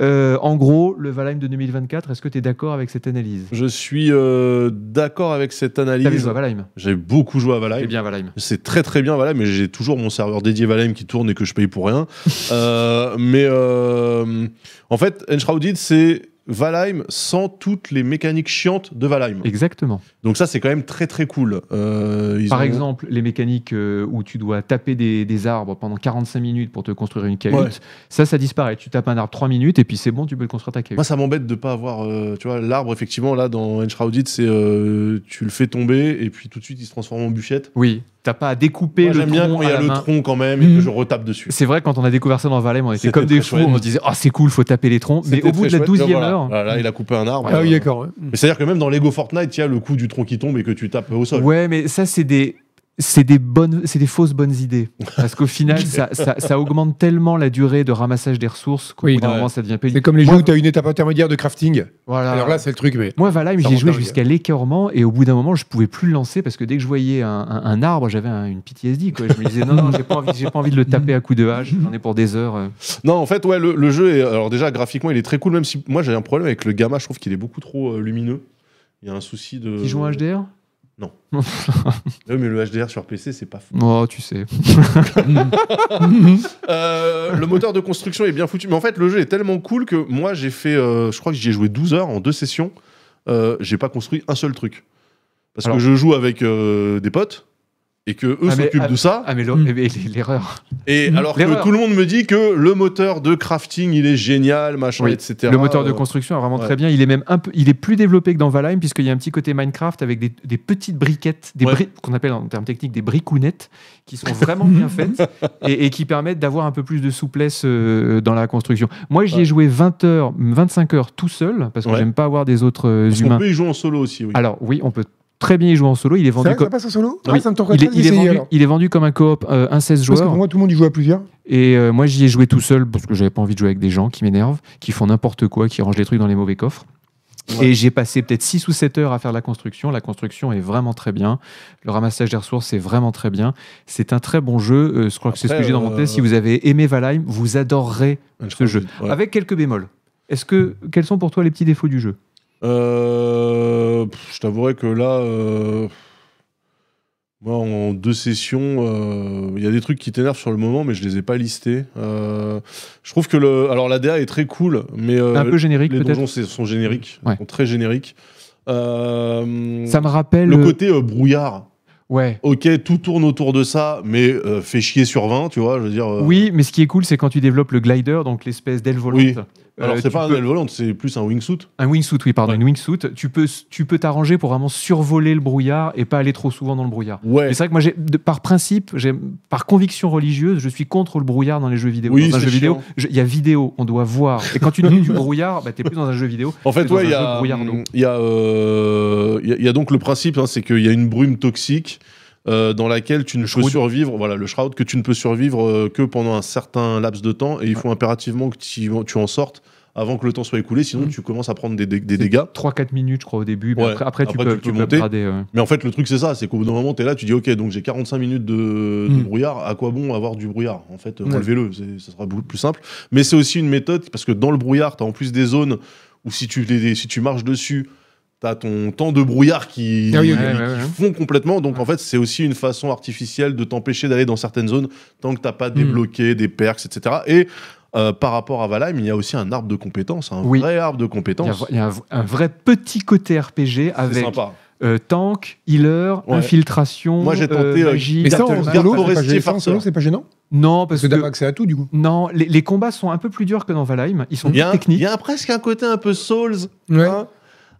Euh, en gros, le Valheim de 2024, est-ce que tu es d'accord avec cette analyse Je suis euh, d'accord avec cette T'as vu analyse. toi, Valheim J'ai beaucoup joué à C'est Eh Valheim. bien Valheim. C'est très très bien Valheim, mais j'ai toujours mon serveur dédié Valheim qui tourne et que je paye pour rien. Euh, mais euh, en fait, Enshrouded, c'est Valheim sans toutes les mécaniques chiantes de Valheim. Exactement. Donc ça, c'est quand même très très cool. Euh, ils Par ont- exemple, les mécaniques euh, où tu dois taper des, des arbres pendant 45 minutes pour te construire une cahute, Ouais. ça, ça disparaît. Tu tapes un arbre 3 minutes et puis c'est bon, tu peux le construire ta cahute. Moi, ça m'embête de pas avoir, euh, tu vois, l'arbre effectivement là dans Enshrouded, c'est euh, tu le fais tomber et puis tout de suite il se transforme en bûchette. oui, t'as pas à découper Moi, le J'aime bien tronc quand il y à a la le main. tronc quand même et Mhm. que je retape dessus. C'est vrai, quand on a découvert ça dans Valheim, on était C'était comme des très fous, chouette. on se disait « Ah, c'est cool, faut taper les troncs », mais C'était au bout de très la chouette. Là, 12e voilà. heure... Là, là, il a coupé un arbre. Ah oui, Euh, d'accord. Mm. ouais. Mais c'est-à-dire que même dans Lego Fortnite, il y a le coup du tronc qui tombe et que tu tapes au sol. Ouais, mais ça, c'est des. C'est des, bonnes, c'est des fausses bonnes idées. Parce qu'au final, ça, ça, ça augmente tellement la durée de ramassage des ressources qu'au Oui. bout d'un Ouais. moment, ça devient C'est pénible. comme les Moi- Ah. jeux où tu as une étape intermédiaire de crafting. Voilà. Alors là, c'est le truc, mais. Moi, Valheim, Ça j'ai joué rend dingue. jusqu'à l'écœurement et au bout d'un moment, je pouvais plus le lancer parce que dès que je voyais un, un- un arbre, j'avais un- une PTSD. Quoi. Je me disais, non, non, j'ai pas, envie- j'ai pas envie de le taper à coups de hache, j'en ai pour des heures. euh. Non, en fait, ouais, le, le jeu est. Alors, déjà, graphiquement, il est très cool, même si moi j'ai un problème avec le gamma, je trouve qu'il est beaucoup trop euh, lumineux. Il y a un souci de. Qui joue en HDR Ouais, mais le HDR sur PC, c'est pas fou. Oh, tu sais. Euh, le moteur de construction est bien foutu. Mais en fait, le jeu est tellement cool que moi, j'ai fait. euh, je crois que j'y ai joué 12 heures en deux sessions. Euh, j'ai pas construit un seul truc. Parce Alors- que je joue avec euh, des potes et que eux Ah, mais- s'occupent ah, de ça. Ah, mais l'or- mais l'erreur. Et alors que Mm. L'erreur. tout le monde me dit que le moteur de crafting, il est génial, machin, Oui. etc. Le moteur de Euh, construction est vraiment ouais. très bien. Il est même un peu, il est plus développé que dans Valheim puisqu'il y a un petit côté Minecraft avec des, des petites briquettes, des Ouais. bri- qu'on appelle en termes techniques des bricounettes, qui sont vraiment bien faites et, et qui permettent d'avoir un peu plus de souplesse euh, dans la construction. Moi, j'y ai Ouais. joué 20 heures, 25 heures tout seul parce que Ouais. j'aime pas avoir des autres euh, Parce qu'on humains. Ah, peut y jouer en solo aussi, oui. Alors oui, on peut très bien y jouer en solo. Il est C'est vendu vrai que ça comme passe en solo Oui. Ah, ça me tenterait il est, pas il est d'essayer, vendu, alors. il est vendu comme un coop euh, un 16 Parce que pour joueurs moi, tout le monde y joue à plusieurs. et euh, moi j'y ai joué tout seul parce que j'avais pas envie de jouer avec des gens qui m'énervent, qui font n'importe quoi, qui rangent les trucs dans les mauvais coffres. Ouais. Et j'ai passé peut-être 6 ou 7 heures à faire la construction. La construction est vraiment très bien. Le ramassage des ressources est vraiment très bien. C'est un très bon jeu. Euh, je crois que c'est ce que Après, j'ai dans mon euh, test. Si vous avez aimé Valheim, vous adorerez ce jeu. Ouais. Avec quelques bémols. Est-ce que quels sont pour toi les petits défauts du jeu Euh, pff, je t'avouerai que là, euh, moi, en deux sessions, euh, il y a des trucs qui t'énervent sur le moment, mais je les ai pas listés. Euh, je trouve que le, alors la DA est très cool, mais euh, Un peu générique les peut-être. donjons c'est- sont génériques, Ouais. sont très génériques. Euh, Ça me rappelle le euh, côté euh, brouillard. ouais. Ok, tout tourne autour de ça, mais euh, fait chier sur 20, tu vois, je veux dire. euh, Oui, mais ce qui est cool, c'est quand tu développes le glider, donc l'espèce d'aile volante. Oui. Euh, Alors tu c'est pas peux- un aile volante, c'est plus un wingsuit. un wingsuit, oui, pardon, Ouais. une wingsuit. Tu peux, tu peux t'arranger pour vraiment survoler le brouillard et pas aller trop souvent dans le brouillard. Ouais. Mais c'est vrai que moi, j'ai, de- par principe, j'ai, par conviction religieuse, je suis contre le brouillard dans les jeux vidéo. Oui, dans un c'est jeu vidéo, chiant. je- il y a vidéo, on doit voir. Et quand tu dis du brouillard, bah, t'es plus dans un jeu vidéo. En fait, C'est dans ouais, un il y jeu a, brouillardo. hum, il y, a, euh, il y a- il y a donc le principe, hein, c'est qu'il y a une brume toxique euh, dans laquelle tu ne peux shroud. survivre, voilà, le shroud que tu ne peux survivre euh, que pendant un certain laps de temps, et il faut impérativement que tu, tu en sortes avant que le temps soit écoulé, sinon Mhm. tu commences à prendre des, dé- des C'est dégâts. 3-4 minutes, je crois, au début. puis Ouais. après, après, tu Après, peux, tu tu peux peux euh, monter. upgrader, ouais. Mais en fait, le truc c'est ça, c'est qu'au bout d'un moment, tu es là, tu dis, ok, donc j'ai 45 minutes de, de Hmm. Mm. brouillard, à quoi bon avoir du brouillard En fait, euh, Ouais. enlevez-le, c'est- ça sera beaucoup plus simple. Mais c'est aussi une méthode, parce que dans le brouillard, tu as en plus des zones où si tu, les, si tu marches dessus, tu as ton temps de brouillard qui, Ah oui, qui ok. Ouais, ouais, ouais. fond complètement. Donc en fait, c'est aussi une façon artificielle de t'empêcher d'aller dans certaines zones tant que t'as pas Hmm. débloqué des perks, etc. Et euh, par rapport à Valheim, il y a aussi un arbre de compétences, un Oui. vrai arbre de Il y a, compétences. il y a un, un vrai petit côté RPG C'est avec sympa. euh, tank, healer, Ouais. infiltration, Moi, j'ai tenté, euh, magie. Mais ça, Garde- en garde solo, c'est pas forestier, gênant. Ça, en farceur. solo, c'est pas gênant. Non, parce Parce que que, t'as pas accès à tout, du coup. non, les, les combats sont un peu plus durs que dans Valheim. Ils sont Il y, plus a un- il techniques. y a presque un côté un peu Souls, Ouais. hein,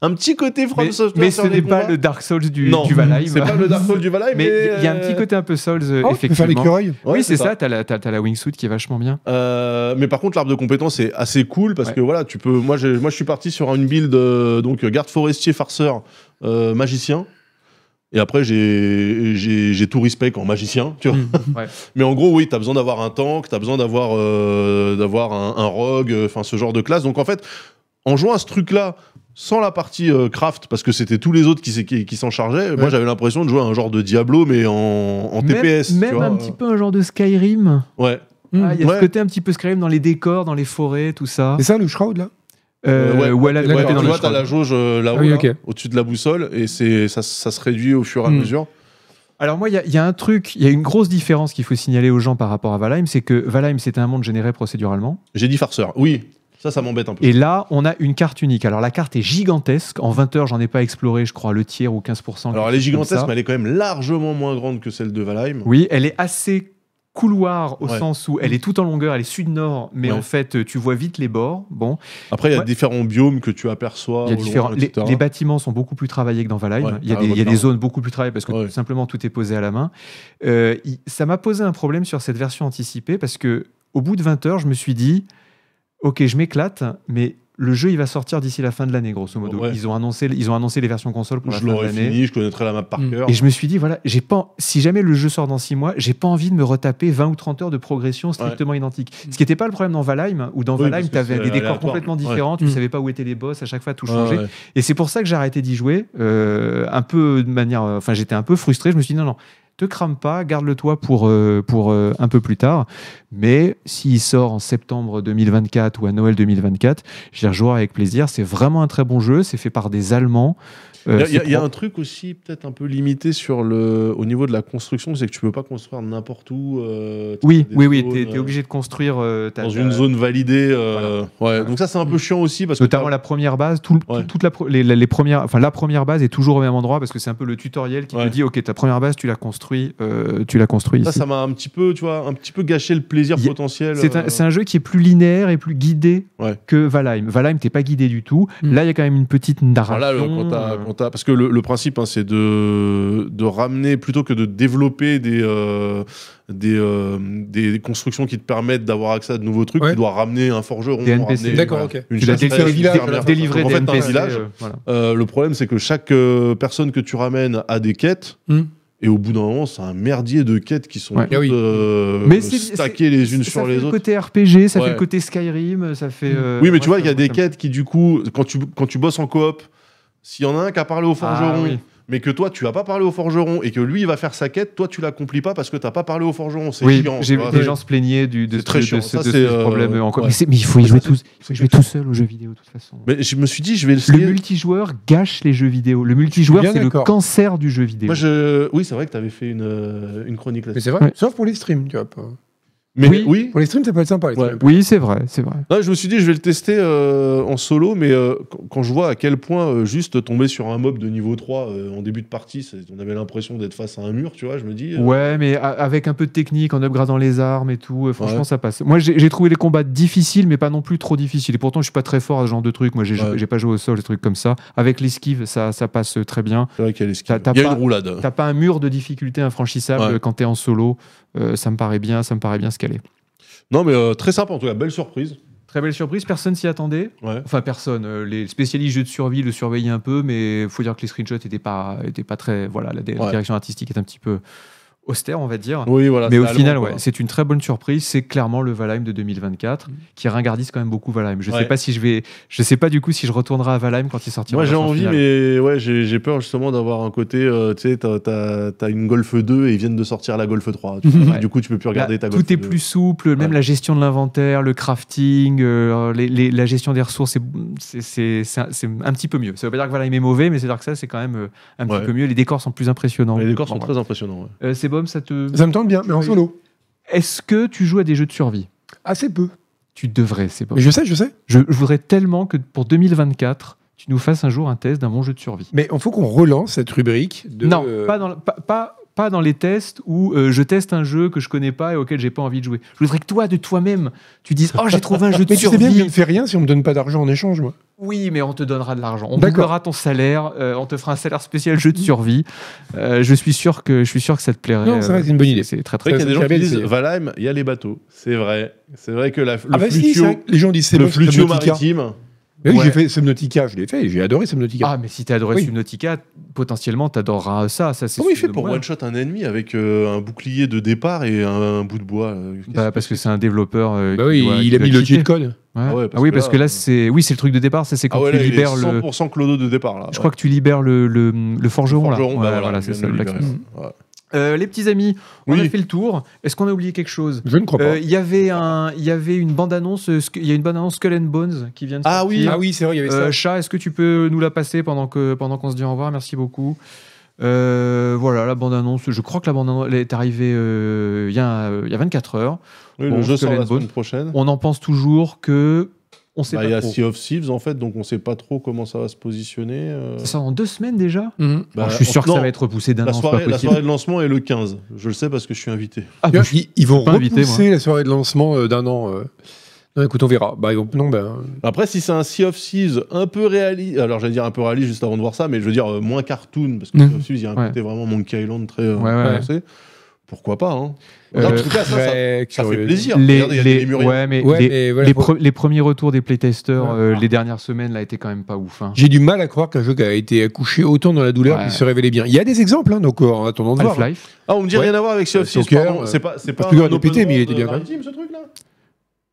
un petit côté From Mais, Software. mais ce sur les n'est pas combats. le Dark Souls du, Non, du Valheim. C'est pas le Dark Souls du Valheim, mais mais il y a un petit euh, côté un peu Souls, euh, Ah, tu peux faire effectivement. l'écureuil. ouais, oui, c'est ça, t'as la, t'as- t'as la wingsuit qui est vachement bien. Euh, mais par contre, l'arbre de compétences est assez cool parce Ouais. que voilà, tu peux. Moi, j'ai- moi, je suis parti sur une build euh, donc euh, garde forestier, farceur, euh, magicien. Et après, j'ai- j'ai j'ai tout respect en magicien, tu vois. Mhm. ouais. Mais en gros, oui, t'as besoin d'avoir un tank, t'as besoin d'avoir euh, d'avoir un, un rogue, euh, enfin ce genre de classe. Donc en fait, en jouant à ce truc-là, sans la partie euh, craft, parce que c'était tous les autres qui, s'est- qui, qui s'en chargeaient, moi Ouais. j'avais l'impression de jouer à un genre de Diablo, mais en, en Même- TPS. tu Même, vois. euh, un petit peu un genre de Skyrim. Ouais. Mm. Ah, Il y a Ouais. ce côté un petit peu Skyrim dans les décors, dans les forêts, tout ça. C'est ça le Shroud là Euh, Euh, ouais, ou à la- ouais, la d'accord. côté dans tu le vois, t'as la scroll. jauge euh, là-haut, Ah oui, là, ok. au-dessus de la boussole, et c'est ça, ça se réduit au fur et à Hmm. mesure. Alors moi, il y a- il y, a un truc, il y a une grosse différence qu'il faut signaler aux gens par rapport à Valheim, c'est que Valheim, c'est un monde généré procéduralement. J'ai dit farceur. Oui, ça, ça m'embête un peu. Et là, on a une carte unique. Alors la carte est gigantesque. En 20 heures, j'en ai pas exploré, je crois, le tiers ou 15%. Alors, elle est Comme gigantesque, ça. mais elle est quand même largement moins grande que celle de Valheim. Oui, elle est assez couloir au Ouais. sens où elle est tout en longueur, elle est sud-nord, mais Ouais. en fait, tu vois vite les bords. Bon, Après, il y a Ouais. différents biomes que tu aperçois. il y a au loin, différents. les, etc. les bâtiments sont beaucoup plus travaillés que dans Valheim. Ouais. Il y a, Ah, des, il y a clairement. des zones beaucoup plus travaillées parce que Ouais. tout simplement tout est posé à la main. Euh, il- ça m'a posé un problème sur cette version anticipée parce que au bout de 20 heures, je me suis dit, ok, je m'éclate, mais le jeu il va sortir d'ici la fin de l'année, grosso modo. Ouais. Ils ont annoncé, ils ont annoncé les versions consoles pour la je fin Hmm. de l'aurais l'année. fini, je connaîtrais la map par Mm. cœur. Et je me suis dit, voilà, j'ai pas, en- si jamais le jeu sort dans 6 mois, j'ai pas envie de me retaper 20 ou 30 heures de progression strictement identique. Mm. Ce qui n'était pas le problème dans Valheim, où dans Oui, parce Valheim, que tu avais c'est des décors aléatoire. complètement Ouais. différents, tu ne Mm. savais pas où étaient les boss, à chaque fois tout Ouais, changeait. ouais. Et c'est pour ça que j'ai arrêté d'y jouer, euh, un peu de manière. euh, Enfin, j'étais un peu frustré, je me suis dit, non, non. Te crame pas, garde-le toi pour, euh, pour euh, un peu plus tard. Mais s'il sort en septembre 2024 ou à Noël 2024, j'y rejouerai avec plaisir. C'est vraiment un très bon jeu. C'est fait par des Allemands. Euh, Il y a- il y, a- c'est il y a pro- un truc aussi peut-être un peu limité sur le, au niveau de la construction, c'est que tu peux pas construire n'importe où. euh, t'as Oui, des oui, oui, zones, t'es euh, t'es obligé de construire euh, ta- Dans ta- Hmm. une zone validée. euh, Ouais, donc ça c'est un peu chiant aussi parce que Notamment la première base, tout, le- tout- Ouais. toute la, pro- les, les- les premières, enfin la première base est toujours au même endroit parce que c'est un peu le tutoriel qui Ouais. te dit ok ta première base tu la construis, euh, tu la construis Ça, ici. ça m'a un petit peu, tu vois, un petit peu gâché le plaisir Il y a- potentiel. C'est un, euh, c'est un jeu qui est plus linéaire et plus guidé Ouais. que Valheim. Valheim t'es pas guidé du tout. Mm. Là il y a quand même une petite narration. Alors là, le- quand t'as- euh, quand t'as- parce que le, le principe, hein, c'est de, de ramener, plutôt que de développer des, euh, des, euh, des constructions qui te permettent d'avoir accès à de nouveaux trucs, Ouais. tu dois ramener un forgeron. Des NPC. ramener, D'accord, voilà, ok. Une Tu l'as chasserelle, délivré- une tu l'as fermière. délivrer Donc, en des fait, t'as un NPC. village. euh, voilà. Euh, le problème, c'est que chaque euh, personne que tu ramènes a des quêtes. Hmm. Et au bout d'un moment, c'est un merdier de quêtes qui sont Ouais. toutes, Ah oui. euh, Mais c'est- stackées les unes Ça sur fait les le autres. côté RPG, ça Ouais. fait le côté Skyrim, ça fait. Mm. euh, oui, mais moi, tu vois, il y ça- a des ça me- quêtes qui, du coup, quand tu, quand tu bosses en coop, s'il y en a un qui a parlé au forgeron, Ah, oui. mais que toi, tu vas pas parlé au forgeron et que lui, il va faire sa quête, toi, tu l'accomplis pas parce que t'as pas parlé au forgeron. C'est Oui, chiant. j'ai tu vois. vu des gens se plaignaient du, de, C'est ce- très de chiant. ce, Ça, de c'est, ce problème. euh, encore. ouais. Mais, c'est- mais il faut y jouer, c'est- tout, il faut c'est y jouer tout seul aux jeux vidéo, de toute façon. Mais je me suis dit, je vais le essayer. multijoueur gâche les jeux vidéo. Le multijoueur, bien c'est le d'accord. cancer du jeu vidéo. Moi, je... Oui, c'est vrai que t'avais fait une, euh, une chronique Mais là-dessus. c'est vrai, Ouais. sauf pour les streams, tu vois. pas- Mais Oui. oui. Pour les streams, ça peut être sympa. les Ouais. streams. Oui, c'est vrai, c'est vrai. Non, je me suis dit, je vais le tester euh, en solo, mais euh, quand- quand je vois à quel point euh, juste tomber sur un mob de niveau 3 euh, en début de partie, c'est- on avait l'impression d'être face à un mur, tu vois, je me dis... euh, Ouais, mais a- avec un peu de technique, en upgradant les armes et tout, euh, franchement, Ouais. ça passe. Moi, j'ai j'ai trouvé les combats difficiles, mais pas non plus trop difficiles. Et pourtant, je suis pas très fort à ce genre de trucs. Moi, j'ai Ouais. j'ai pas joué au sol, des trucs comme ça. Avec l'esquive, ça, ça passe euh, très bien. C'est vrai qu'il y a l'esquive. T'as- t'as Il y a pas- une roulade. T'as pas un mur de difficulté infranchissable Ouais. quand t'es en solo. Euh, ça me paraît bien, ça me paraît bien ce qu'elle est. Non, mais euh, très sympa, en tout cas, belle surprise. Très belle surprise, personne s'y attendait. Ouais. Enfin, personne. euh, Les spécialistes jeux de survie le surveillaient un peu, mais faut dire que les screenshots n'étaient pas, étaient pas très. Voilà, la dé- Ouais. direction artistique est un petit peu austère, on va dire. Ah. Oui, voilà. mais c'est au allemand, final, quoi. Mm. ouais, c'est une très bonne surprise. C'est clairement le Valheim de 2024 Mhm. qui ringardise quand même beaucoup Valheim. Je Ouais. sais pas si je vais, je sais pas du coup si je retournerai à Valheim quand il sortira. Moi en j'ai version envie, finale. mais ouais, j'ai j'ai peur justement d'avoir un côté, euh, tu sais, t'as- t'as t'as une Golf 2 et ils viennent de sortir la Golf 3. tu vois. Ouais. Du coup, tu peux plus regarder Là, ta Golf tout est 2. plus souple, même Ouais. la gestion de l'inventaire, le crafting, euh, les- les- la gestion des ressources, c'est- c'est- c'est un- c'est un petit peu mieux. Ça veut pas dire que Valheim est mauvais, mais c'est dire que ça, c'est quand même euh, un Ouais. petit peu mieux. Les décors sont plus impressionnants. Les décors Bon, sont voilà. très impressionnants. ouais. Euh, c'est bon, ça te. Ça me tente bien, mais en Oui. solo. Est-ce que tu joues à des jeux de survie Assez peu. Tu devrais, c'est bon. Mais je sais, je sais. Je, je voudrais tellement que pour 2024, tu nous fasses un jour un test d'un bon jeu de survie. Mais il faut qu'on relance cette rubrique de. non, euh, pas, dans, la- pas, pas, pas dans les tests où euh, je teste un jeu que je connais pas et auquel j'ai pas envie de jouer. Je voudrais que toi, de toi-même, tu dises Oh, j'ai trouvé un jeu de Mais tu sais bien que je survie. ne fais rien si on me donne pas d'argent en échange, moi. Oui, mais on te donnera de l'argent. On D'accord. doublera ton salaire. euh, on te fera un salaire spécial jeu de survie. Euh, je, suis sûr que, je suis sûr que ça te plairait. Non, c'est vrai, euh, c'est une bonne idée. C'est très, C'est très. vrai Ça, qu'il y a des ça gens fait qui bien disent d'essayer. Valheim, il y a les bateaux. C'est vrai. C'est vrai que la, le Ah bah si, c'est flutio, vrai que les gens disent c'est le bon, flutio Subnautica. maritime. Oui, Ouais. j'ai fait Subnautica, je l'ai fait, j'ai adoré Subnautica. Ah, mais si t'as adoré Oui. Subnautica, potentiellement t'adoreras ça. ça c'est Comment il sûr fait de pour moi. one shot un ennemi avec euh, un bouclier de départ et un, un bout de bois euh, qu'est-ce Bah, que- parce que c'est un développeur. euh, Bah qui oui, doit- qui il a doit mis le quitter. cheat code. Ouais. Ah ouais, Ah oui, parce que là, euh, c'est oui, c'est le truc de départ, ça c'est quand ah ouais, tu là, il est libères le 100% clodo de départ là. je crois que tu libères le, le, le forgeron, là. Ah Forgeron, bah Ouais, voilà, voilà, il c'est vient ça, de le la- libérer, ouais. Ouais. Euh, les petits amis, on Oui. a fait le tour. Est-ce qu'on a oublié quelque chose Je ne crois pas. Euh, Il y avait un, il y avait une bande annonce. Il y a une bande annonce Skull and Bones qui vient de Ah sortir. oui. ah oui, c'est vrai, il y avait Euh, ça. Chat, est-ce que tu peux nous la passer pendant que pendant qu'on se dit au revoir Merci beaucoup. Euh, voilà la bande annonce. Je crois que la bande annonce elle est arrivée euh, il y, a, euh, il y a 24 heures. Oui, Bon, le jeu Skull sort and la semaine Bones. prochaine. On en pense toujours que on sait Bah, Il y pas a trop. Sea of Thieves en fait, donc on sait pas trop comment ça va se positionner. euh. Ça sort en deux semaines déjà. Mhm. Bah, Oh, je suis sûr on- que ça non, va être repoussé d'un an. La c'est soirée, pas la possible. soirée de lancement est le 15. Je le sais parce que je suis invité. Ah, D'ailleurs, je- ils, ils vont pas invité, repousser la soirée de lancement euh, d'un an. euh. Non, écoute, on verra. Bah, ils vont- non, ben, Après, si c'est un Sea of Thieves un peu réaliste, alors j'allais dire un peu réaliste juste avant de voir ça, mais je veux dire euh, moins cartoon, parce que Mhm. Sea of Thieves, il y a un Ouais. côté vraiment Monkey Island très euh, Ouais, ouais, ouais. prononcé. Pourquoi pas hein. Euh, En tout cas, ça, ça, très ça fait curieux. plaisir. les, Regardez, il y a des les- lémuriens. ouais, mais Ouais, les, mais voilà, les faut- pre- les premiers retours des playtesters Ouais. euh, les dernières semaines là étaient quand même pas ouf. hein. J'ai du mal à croire qu'un jeu qui a été accouché autant dans la douleur Ouais. qu'il se révélait bien. Il y a des exemples, hein, donc euh, en attendant de voir. Half-Life. Ah, on me dit Ouais. rien à voir avec Sea of Thieves, Stalker, pardon. euh, C'est pas, c'est pas Stalker un est open pété, mais il world, était bien euh, maritime, ce truc-là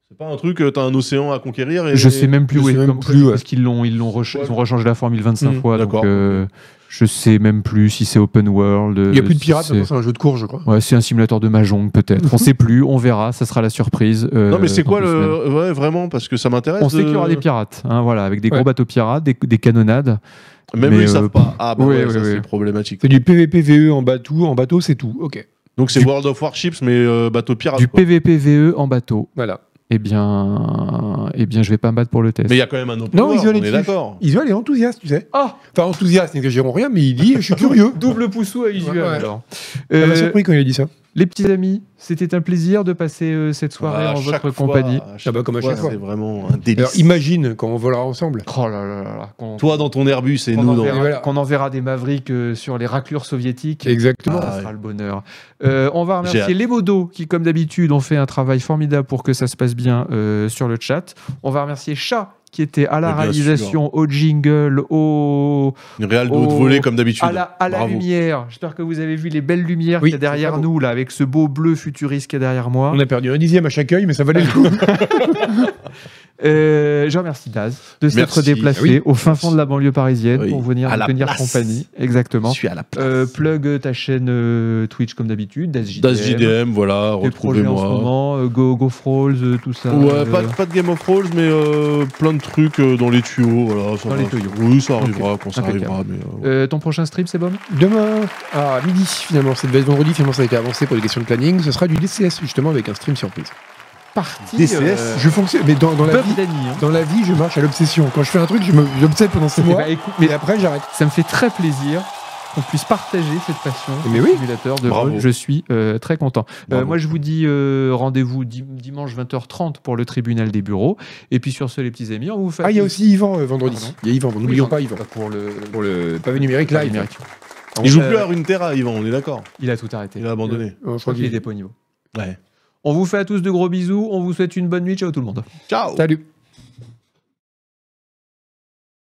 C'est pas un truc, euh, t'as un océan à conquérir et... Je sais même plus Je où sais est même comme- plus, ouais. parce qu'ils l'ont ils l'ont recha- Ouais. Mmh, ils ont rechangé la formule 25 Mhm, fois d'accord. donc euh, je sais même plus si c'est open world. hein. Il n'y a plus de si pirates, c'est- maintenant, euh, c'est un jeu de course, je crois. Ouais, c'est un simulateur de mahjong peut-être. On sait plus, on verra, ça sera la surprise. euh, Non mais c'est dans quoi deux semaines. le... Ouais, vraiment, parce que ça m'intéresse. On sait qu'il y aura euh, des pirates, hein, voilà, avec des Ouais. gros bateaux pirates, des, des canonnades. Même mais, eux, ils euh, savent pas. Ah bah oui, ouais, oui, ça oui. c'est problématique. C'est du PVPVE en bateau, en bateau, c'est tout. Ok, Donc c'est World of Warships, mais euh, bateau pirate. Du quoi. PVPVE E en bateau. voilà. Eh bien, eh bien, je vais pas me battre pour le test. Mais il y a quand même un open Non, world, ils on allaient est dessus. d'accord. Iso, elle est enthousiaste, tu sais. Ah Enfin, enthousiaste, n'exagérons rien, mais il dit Je suis curieux. Double poussou à Isuel Ouais, ouais. alors. Ça m'a Euh, surpris quand il a dit ça. les petits amis, c'était un plaisir de passer euh, cette soirée Ah, à en chaque votre fois, compagnie. Ah bah, comme à chaque fois. C'est vraiment un délice. Alors, imagine quand on volera ensemble. Oh là là là là, qu'on Toi dans ton Airbus et qu'on nous dans. enverra, Et voilà. qu'on enverra des mavericks euh, sur les raclures soviétiques. Exactement. Ça Ah, sera le bonheur. Euh, on va J'ai remercier les modos qui, comme d'habitude, ont fait un travail formidable pour que ça se passe bien euh, sur le chat. On va remercier Chat qui était à la Mais bien réalisation, au jingle, au, Une réelle de Oh. haute volée comme d'habitude. à la, à la Bravo. lumière. J'espère que vous avez vu les belles lumières Oui, qu'il y a derrière c'est pas nous, là, avec ce beau bleu futuriste qu'il y a derrière moi. On a perdu un dixième à chaque œil, mais ça valait le coup. Euh, je remercie Daz de s'être Merci. déplacé Ah oui. au fin fond de la banlieue parisienne Oui. pour venir À nous la tenir place. compagnie. Exactement. Je suis à la place. Euh, plug euh, ta chaîne euh, Twitch comme d'habitude, DazJDM. Das JDM, voilà, Tes projets en ce retrouvez-moi. moment, euh, Go, Go Frawls, euh, tout ça. Ouais, euh, pas, de- pas de Game of Thrones, mais euh, plein de trucs euh, dans les tuyaux. Voilà, ça Dans va. les tuyaux. Oui, ça arrivera quand ça Impeccable. arrivera. Mais, euh, euh, ton prochain stream, c'est bon Demain à midi, finalement, c'est devait être vendredi, finalement, ça a été avancé pour des questions de planning. Ce sera du DCS, justement, avec un stream surprise. Parti. DCS, euh, Je fonctionne, mais dans, dans la Bob vie, Dany, hein. dans la vie, je marche à l'obsession. Quand je fais un truc, je me- j'obsède pendant six Eh mois, ben, écoute, mais mais après, j'arrête. ça me fait très plaisir qu'on puisse partager cette passion. Mais oui. Simulateur de Bravo. vol. Je suis euh, très content. Euh, bravo. moi, je vous dis euh, rendez-vous dim- dimanche 20h30 pour le tribunal des bureaux. Et puis sur ce, les petits amis, on vous fait. Ah, il y a aussi Yvan euh, vendredi. Pardon Il y a Yvan, Oui, n'oublions j'en- pas Yvan. Pour le. Euh, Pour le pavé numérique live. numérique. Il joue Euh, plus à Runeterra, Yvan, on est d'accord. Il a tout arrêté. Il a abandonné. on Je se crois qu'il redit. était pas au niveau. Ouais. On vous fait à tous de gros bisous. On vous souhaite une bonne nuit. Ciao tout le monde. Ciao Salut.